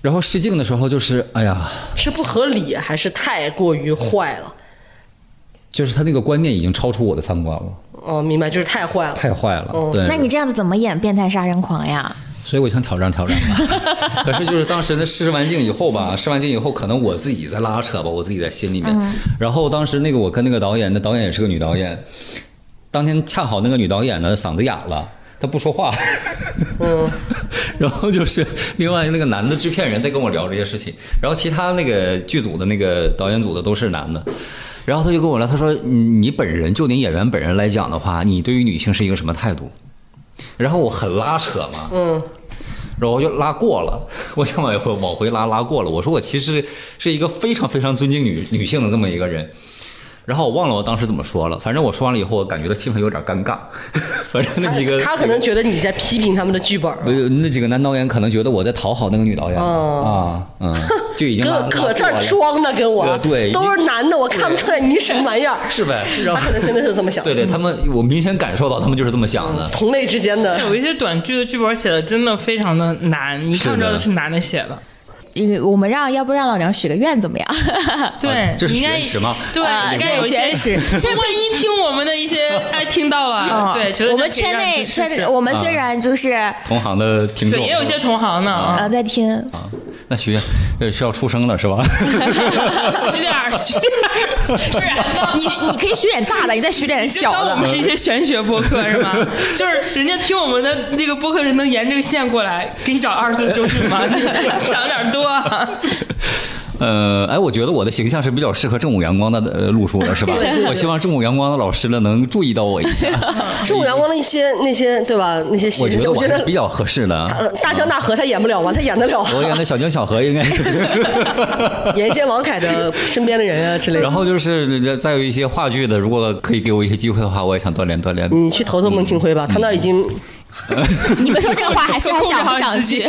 D: 然后试镜的时候就是，哎呀，
C: 是不合理啊还是太过于坏了？
D: 就是他那个观念已经超出我的三观了，
C: 哦，明白，就是太坏了。
D: 太坏了。对，
E: 那你这样子怎么演变态杀人狂呀？
D: 所以我想挑战挑战吧。 可是就是当时那试完镜以后吧，试完镜以后，可能我自己在拉扯吧，我自己在心里面。然后当时那个我跟那个导演，那导演也是个女导演，当天恰好那个女导演呢嗓子哑了，她不说话。然后就是另外那个男的制片人在跟我聊这些事情，然后其他那个剧组的那个导演组的都是男的，然后他就跟我聊，他说你你本人就你演员本人来讲的话，你对于女性是一个什么态度？然后我很拉扯嘛，嗯，然后我就拉过了，我想往回往回拉拉过了，我说我其实是一个非常非常尊敬女女性的这么一个人。然后我忘了我当时怎么说了，反正我说完了以后，我感觉到气氛有点尴尬。 反正那几个
C: 他他可能觉得你在批评他们的剧本儿，
D: 不是那几个男导演可能觉得我在讨好那个女导演、
C: 哦
D: 啊，嗯，就已经拉
C: 搁搁这儿，装呢，跟我
D: 呃对
C: 都是男的，我看不出来你什么玩 意儿
D: 拉过来了。是呗？然
C: 他
D: 后
C: 可能真的是这么想，嗯
D: 对对，他们我明显感受到他们就是这么想的。
C: 同类之间的
B: 有一些短剧的剧本写的真的非常的难，你看不知道
D: 是的
B: 是男的写的。
E: 一个我们让，要不让老梁许个愿怎么样？
B: 对
D: 啊，这是
B: 应该
D: 玄池吗
B: 对，
E: 啊
B: 应该有一
E: 对
B: 些
E: 玄 池
B: 万一听我们的一些 哎听到了，对，觉得
E: 嗯我们
B: 这可以
E: 圈
B: 让
E: 内
B: 你去
E: 圈
B: 试
E: 里
B: 试
E: 我们虽然就是
D: 同行的听众
B: 对也有一些同行呢啊，
E: 呃在听，
D: 啊，那徐院呃是要出生的是吧？
B: 虚点儿 虚点儿，不然呢？
F: 你你可以许点大的，你再许点
B: 就当
F: 小
B: 我
F: 的
B: 们。是一些玄学播客是 吗？就是人家听我们的那个播客人能沿这个线过来，给你找二十岁的周迅 吗？你想点儿多啊。
D: 呃，哎，我觉得我的形象是比较适合正午阳光的呃路数的，是吧？我希望正午阳光的老师呢能注意到我一下，
C: 正午阳光的一些那些对吧？那些戏
D: 我觉得我
C: 我觉
D: 还是比
C: 得
D: 较合适的。啊
C: 呃大江大河他演不了吗？他演得了啊，
D: 我演的小江小河应该是。
C: 演一些王凯的身边的人啊之类
D: 然
C: 的。
D: 后就是呃再有一些话剧的，如果可以给我一些机会的话，我也想锻炼锻炼。
C: 你去投投孟庆辉
D: 嗯
C: 吧，他那儿已经，
E: 你们说这个话还是还想不想去？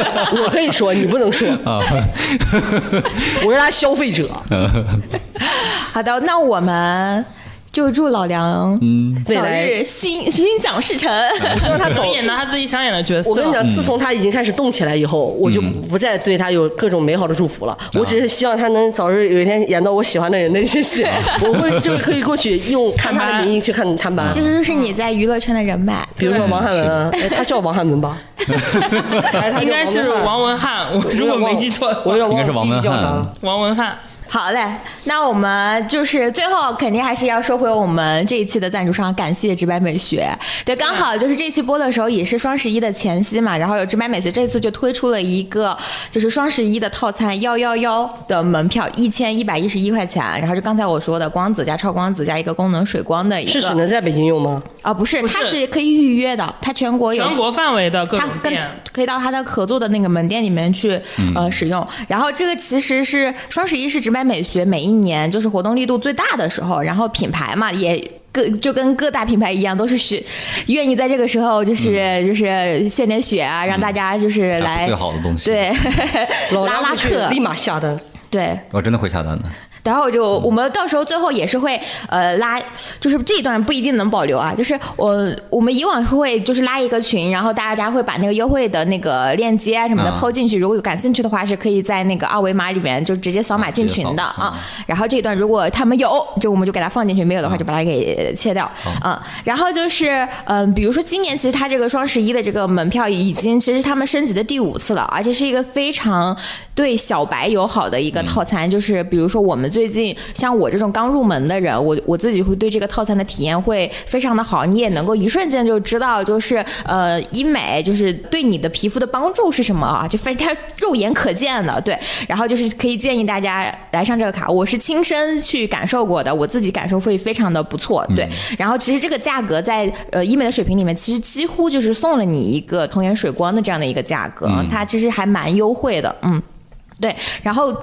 C: 我可以说，你不能说，
D: 啊，
C: 我是他消费者。
E: 好的，那我们就祝老梁
C: 未
E: 早
C: 来
E: 日心心想事成。
C: 希望他走
B: 能演到他自己想演的角色。
C: 我跟你讲，自从他已经开始动起来以后，我就
D: 嗯
C: 不再对他有各种美好的祝福了。
D: 啊
C: 我只是希望他能早日有一天演到我喜欢的人的一些戏，
D: 啊
C: 我会就是可以过去用看他的名义去看探
D: 嗯
C: 班。
E: 这就是你在娱乐圈的人脉，
C: 比如说王汉文 啊，哎，他叫王汉文吧？还他叫
B: 应该是王文翰，我如果没记错的话，
C: 我啊有点忘了
D: 应该是王文
C: 弟弟叫啥
D: 翰
B: 王文翰。
E: 好嘞，那我们就是最后肯定还是要说回我们这一期的赞助商，感谢直白美学。对，刚好就是这期播的时候也是双十一的前夕嘛，然后有直白美学这次就推出了一个就是双十一的套餐幺幺幺的门票，一千一百一十一块钱，然后就刚才我说的光子加超光子加一个功能水光的一个，
C: 是只能在北京用吗？
E: 啊、不是，
B: 不是
E: 它是可以预约的，它全国有
B: 全国范围的各
E: 它
B: 种
E: 跟
B: 店，
E: 可以到它的合作的那个门店里面去、
D: 嗯
E: 呃使用。然后这个其实是双十一是直白美学每一年就是活动力度最大的时候，然后品牌嘛也。各就跟各大品牌一样，都是是愿意在这个时候就是、
D: 嗯
E: 就是献点血啊，让大家就是
D: 拿出
E: 来
D: 最好的东西
E: 对
C: 老
E: 拉
C: 梁
E: 拉
C: 回去
E: 客
C: 立马下单。
E: 对。
D: 我真的会下单的。
E: 然后就我们到时候最后也是会呃拉，就是这一段不一定能保留啊，就是我我们以往会就是拉一个群，然后大家会把那个优惠的那个链接啊什么的
D: 嗯
E: 抛进去，如果有感兴趣的话，是可以在那个二维码里面就直接扫码进群
D: 直接
E: 的
D: 扫
E: 啊。然后这一段如果他们有，就我们就给它放进去；没有的话，就把它给切掉啊。然后就是嗯、比如说今年其实它这个双十一的这个门票已经其实他们升级的第五次了，而且是一个非常对小白友好的一个套餐，就是比如说我们最。最近像我这种刚入门的人，我我自己会对这个套餐的体验会非常的好，你也能够一瞬间就知道，就是呃医美就是对你的皮肤的帮助是什么啊，就非它肉眼可见的，对。然后就是可以建议大家来上这个卡，我是亲身去感受过的，我自己感受会非常的不错，对。然后其实这个价格在呃医美的水平里面，其实几乎就是送了你一个童颜水光的这样的一个价格，它其实还蛮优惠的，嗯。对，然后。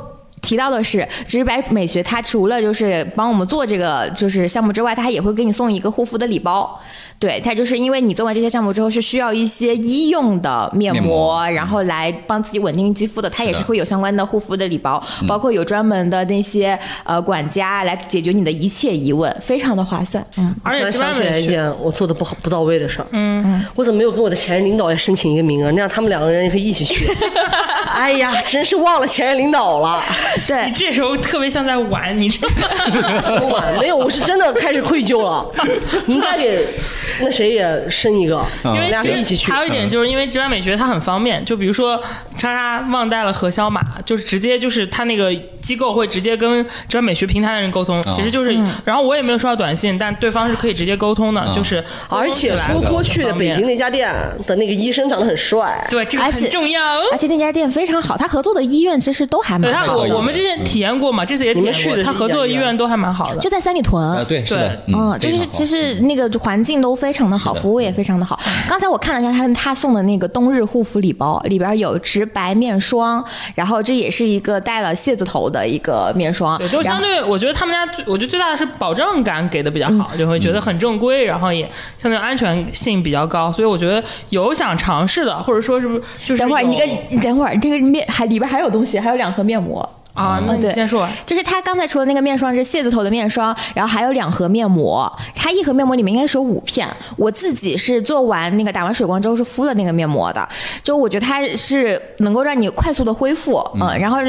E: 提到的是，直白美学，它除了就是帮我们做这个就是项目之外，它也会给你送一个护肤的礼包。对，它就是因为你做完这些项目之后，是需要一些医用的面膜，
D: 面膜
E: 然后来帮自己稳定肌肤的，嗯它也是
D: 是的
E: 会有相关的护肤的礼包，包括有专门的那些呃管家来解决你的一切疑问，非常的划算。嗯，
B: 而
C: 突
B: 且
C: 然
B: 直白
C: 想起来
B: 美
C: 一
B: 学，
C: 件我做的不好不到位的事儿。嗯，我怎么没有跟我的前任领导也申请一个名额？那样他们两个人也可以一 起去。哎呀，真是忘了前任领导了。
E: 对
B: 你，这时候特别像在玩，你知道吗？
C: 不晚没有，我是真的开始愧疚了。你应该给那谁也申一个，
D: 嗯
B: 因为
C: 俩
B: 其
C: 人
B: 实
C: 一起去
B: 还。有一点就是因为直白美学它很方便，就比如说莎莎忘带了核销码，就是直接就是他那个机构会直接跟直白美学平台的人沟通，其实就是，
C: 嗯
B: 然后我也没有收到短信，但对方是可以直接沟通的，就是沟
C: 而
B: 通起
C: 且
B: 来
C: 说
B: 的
C: 过去的北京那家店的那个医生长得很帅，
B: 对这个
E: 而且
B: 很重要哦。
E: 而且那家店非常好，它合作的医院其实都还蛮
B: 对他，
E: 好
B: 我
E: 的，
B: 我们之前体验过嘛，这次也体
C: 你们
B: 验
C: 去的
B: 过，
C: 是
B: 他合作的医院都还蛮好的
E: 就。在三里屯。
D: 啊，对，是的，
E: 嗯，就
D: 非
E: 是
D: 常好
E: 其实那个环境都非常的好，服务也非常的好。刚才我看了一下他他送的那个冬日护肤礼包，里边有植白面霜，然后这也是一个带了蟹子头的一个面霜，
B: 对，都
E: 然
B: 相
E: 后
B: 对，我觉得他们家最，我觉得最大的是保障感给的比较好，就会觉得很正规，然后也相对安全性比较高，所以我觉得有想尝试的，或者说是不是就是
E: 等会儿
B: 有
E: 你这个等会儿这个面还里边还有东西，还有两盒面膜。
B: 啊，那
E: 嗯
B: 你
E: 对
B: 先说完。
E: 就是他刚才除了那个面霜是蟹子头的面霜，然后还有两盒面膜，它一盒面膜里面应该是有五片。我自己是做完那个打完水光之后是敷了那个面膜的，就我觉得它是能够让你快速的恢复，嗯，然后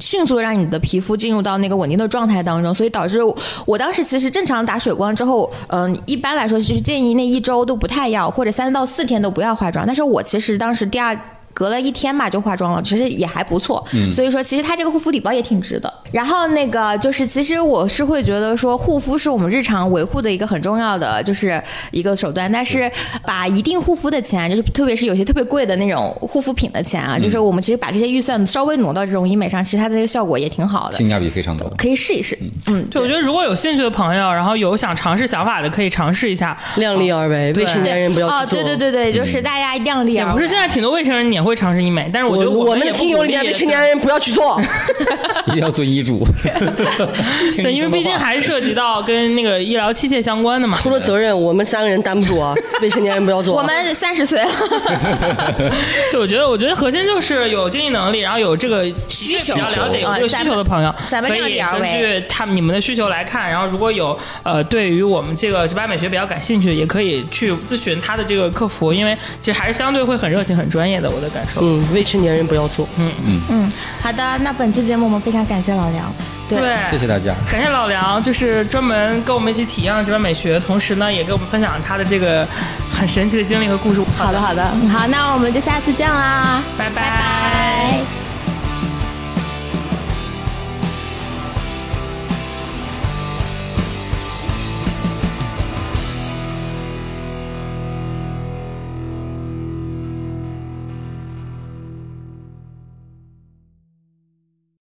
E: 迅速的让你的皮肤进入到那个稳定的状态当中，所以导致我我当时其实正常打水光之后，嗯、一般来说就是建议那一周都不太要，或者三到四天都不要化妆，但是我其实当时第二。隔了一天吧就化妆了，其实也还不错。所以说，其实它这个护肤礼包也挺值的。然后那个就是，其实我是会觉得说，护肤是我们日常维护的一个很重要的就是一个手段。但是把一定护肤的钱，就是特别是有些特别贵的那种护肤品的钱啊，就是我们其实把这些预算稍微挪到这种医美上，其实它的这个效果也挺好的，
D: 性价比非常高。
E: 可以试一试。嗯，
B: 对，我觉得如果有兴趣的朋友，然后有想尝试想法的，可以尝试一下。
C: 量力而为，未成年人不要
B: 啊
E: 哦，
C: 去做。
E: 对对对对，就是大家量力
B: 也
E: 而为。
B: 不是现在挺多未成年人也会尝试医美，但是
C: 我
B: 觉得
C: 我
B: 们也
C: 们的
B: 不
C: 听友里
B: 鼓
C: 面
B: 励
C: 未成年人不要 去做，
D: 一定要遵医嘱。
B: 对，因为毕竟还是涉及到跟那个医疗器械相关的嘛。
C: 除了责任，我们三个人担不住啊。未成年人不要做。
E: 我们三十岁了，
B: 对，我觉得，我觉得核心就是有经济能力，然后有这个需
E: 求
B: 比较了解有这个
E: 嗯咱
B: 需
E: 们
B: 求的朋友，
E: 咱们
B: 可
E: 量力
B: 以
E: 而
B: 根
E: 为
B: 据他们你们的需求来看。然后，如果有呃对于我们这个直白美学比较感兴趣，也可以去咨询他的这个客服，因为其实还是相对会很热情、很专业的。我的感受。
C: 嗯，未成年人不要做。
E: 嗯，好的，那本期节目我们非常感谢老梁，对
D: 谢谢大家。
B: 感谢老梁，就是专门跟我们一起体验了直白美学，同时呢也给我们分享了他的这个很神奇的经历和故事。
E: 好的，好的，好，那我们就下次见啦，
B: 拜拜
E: 拜拜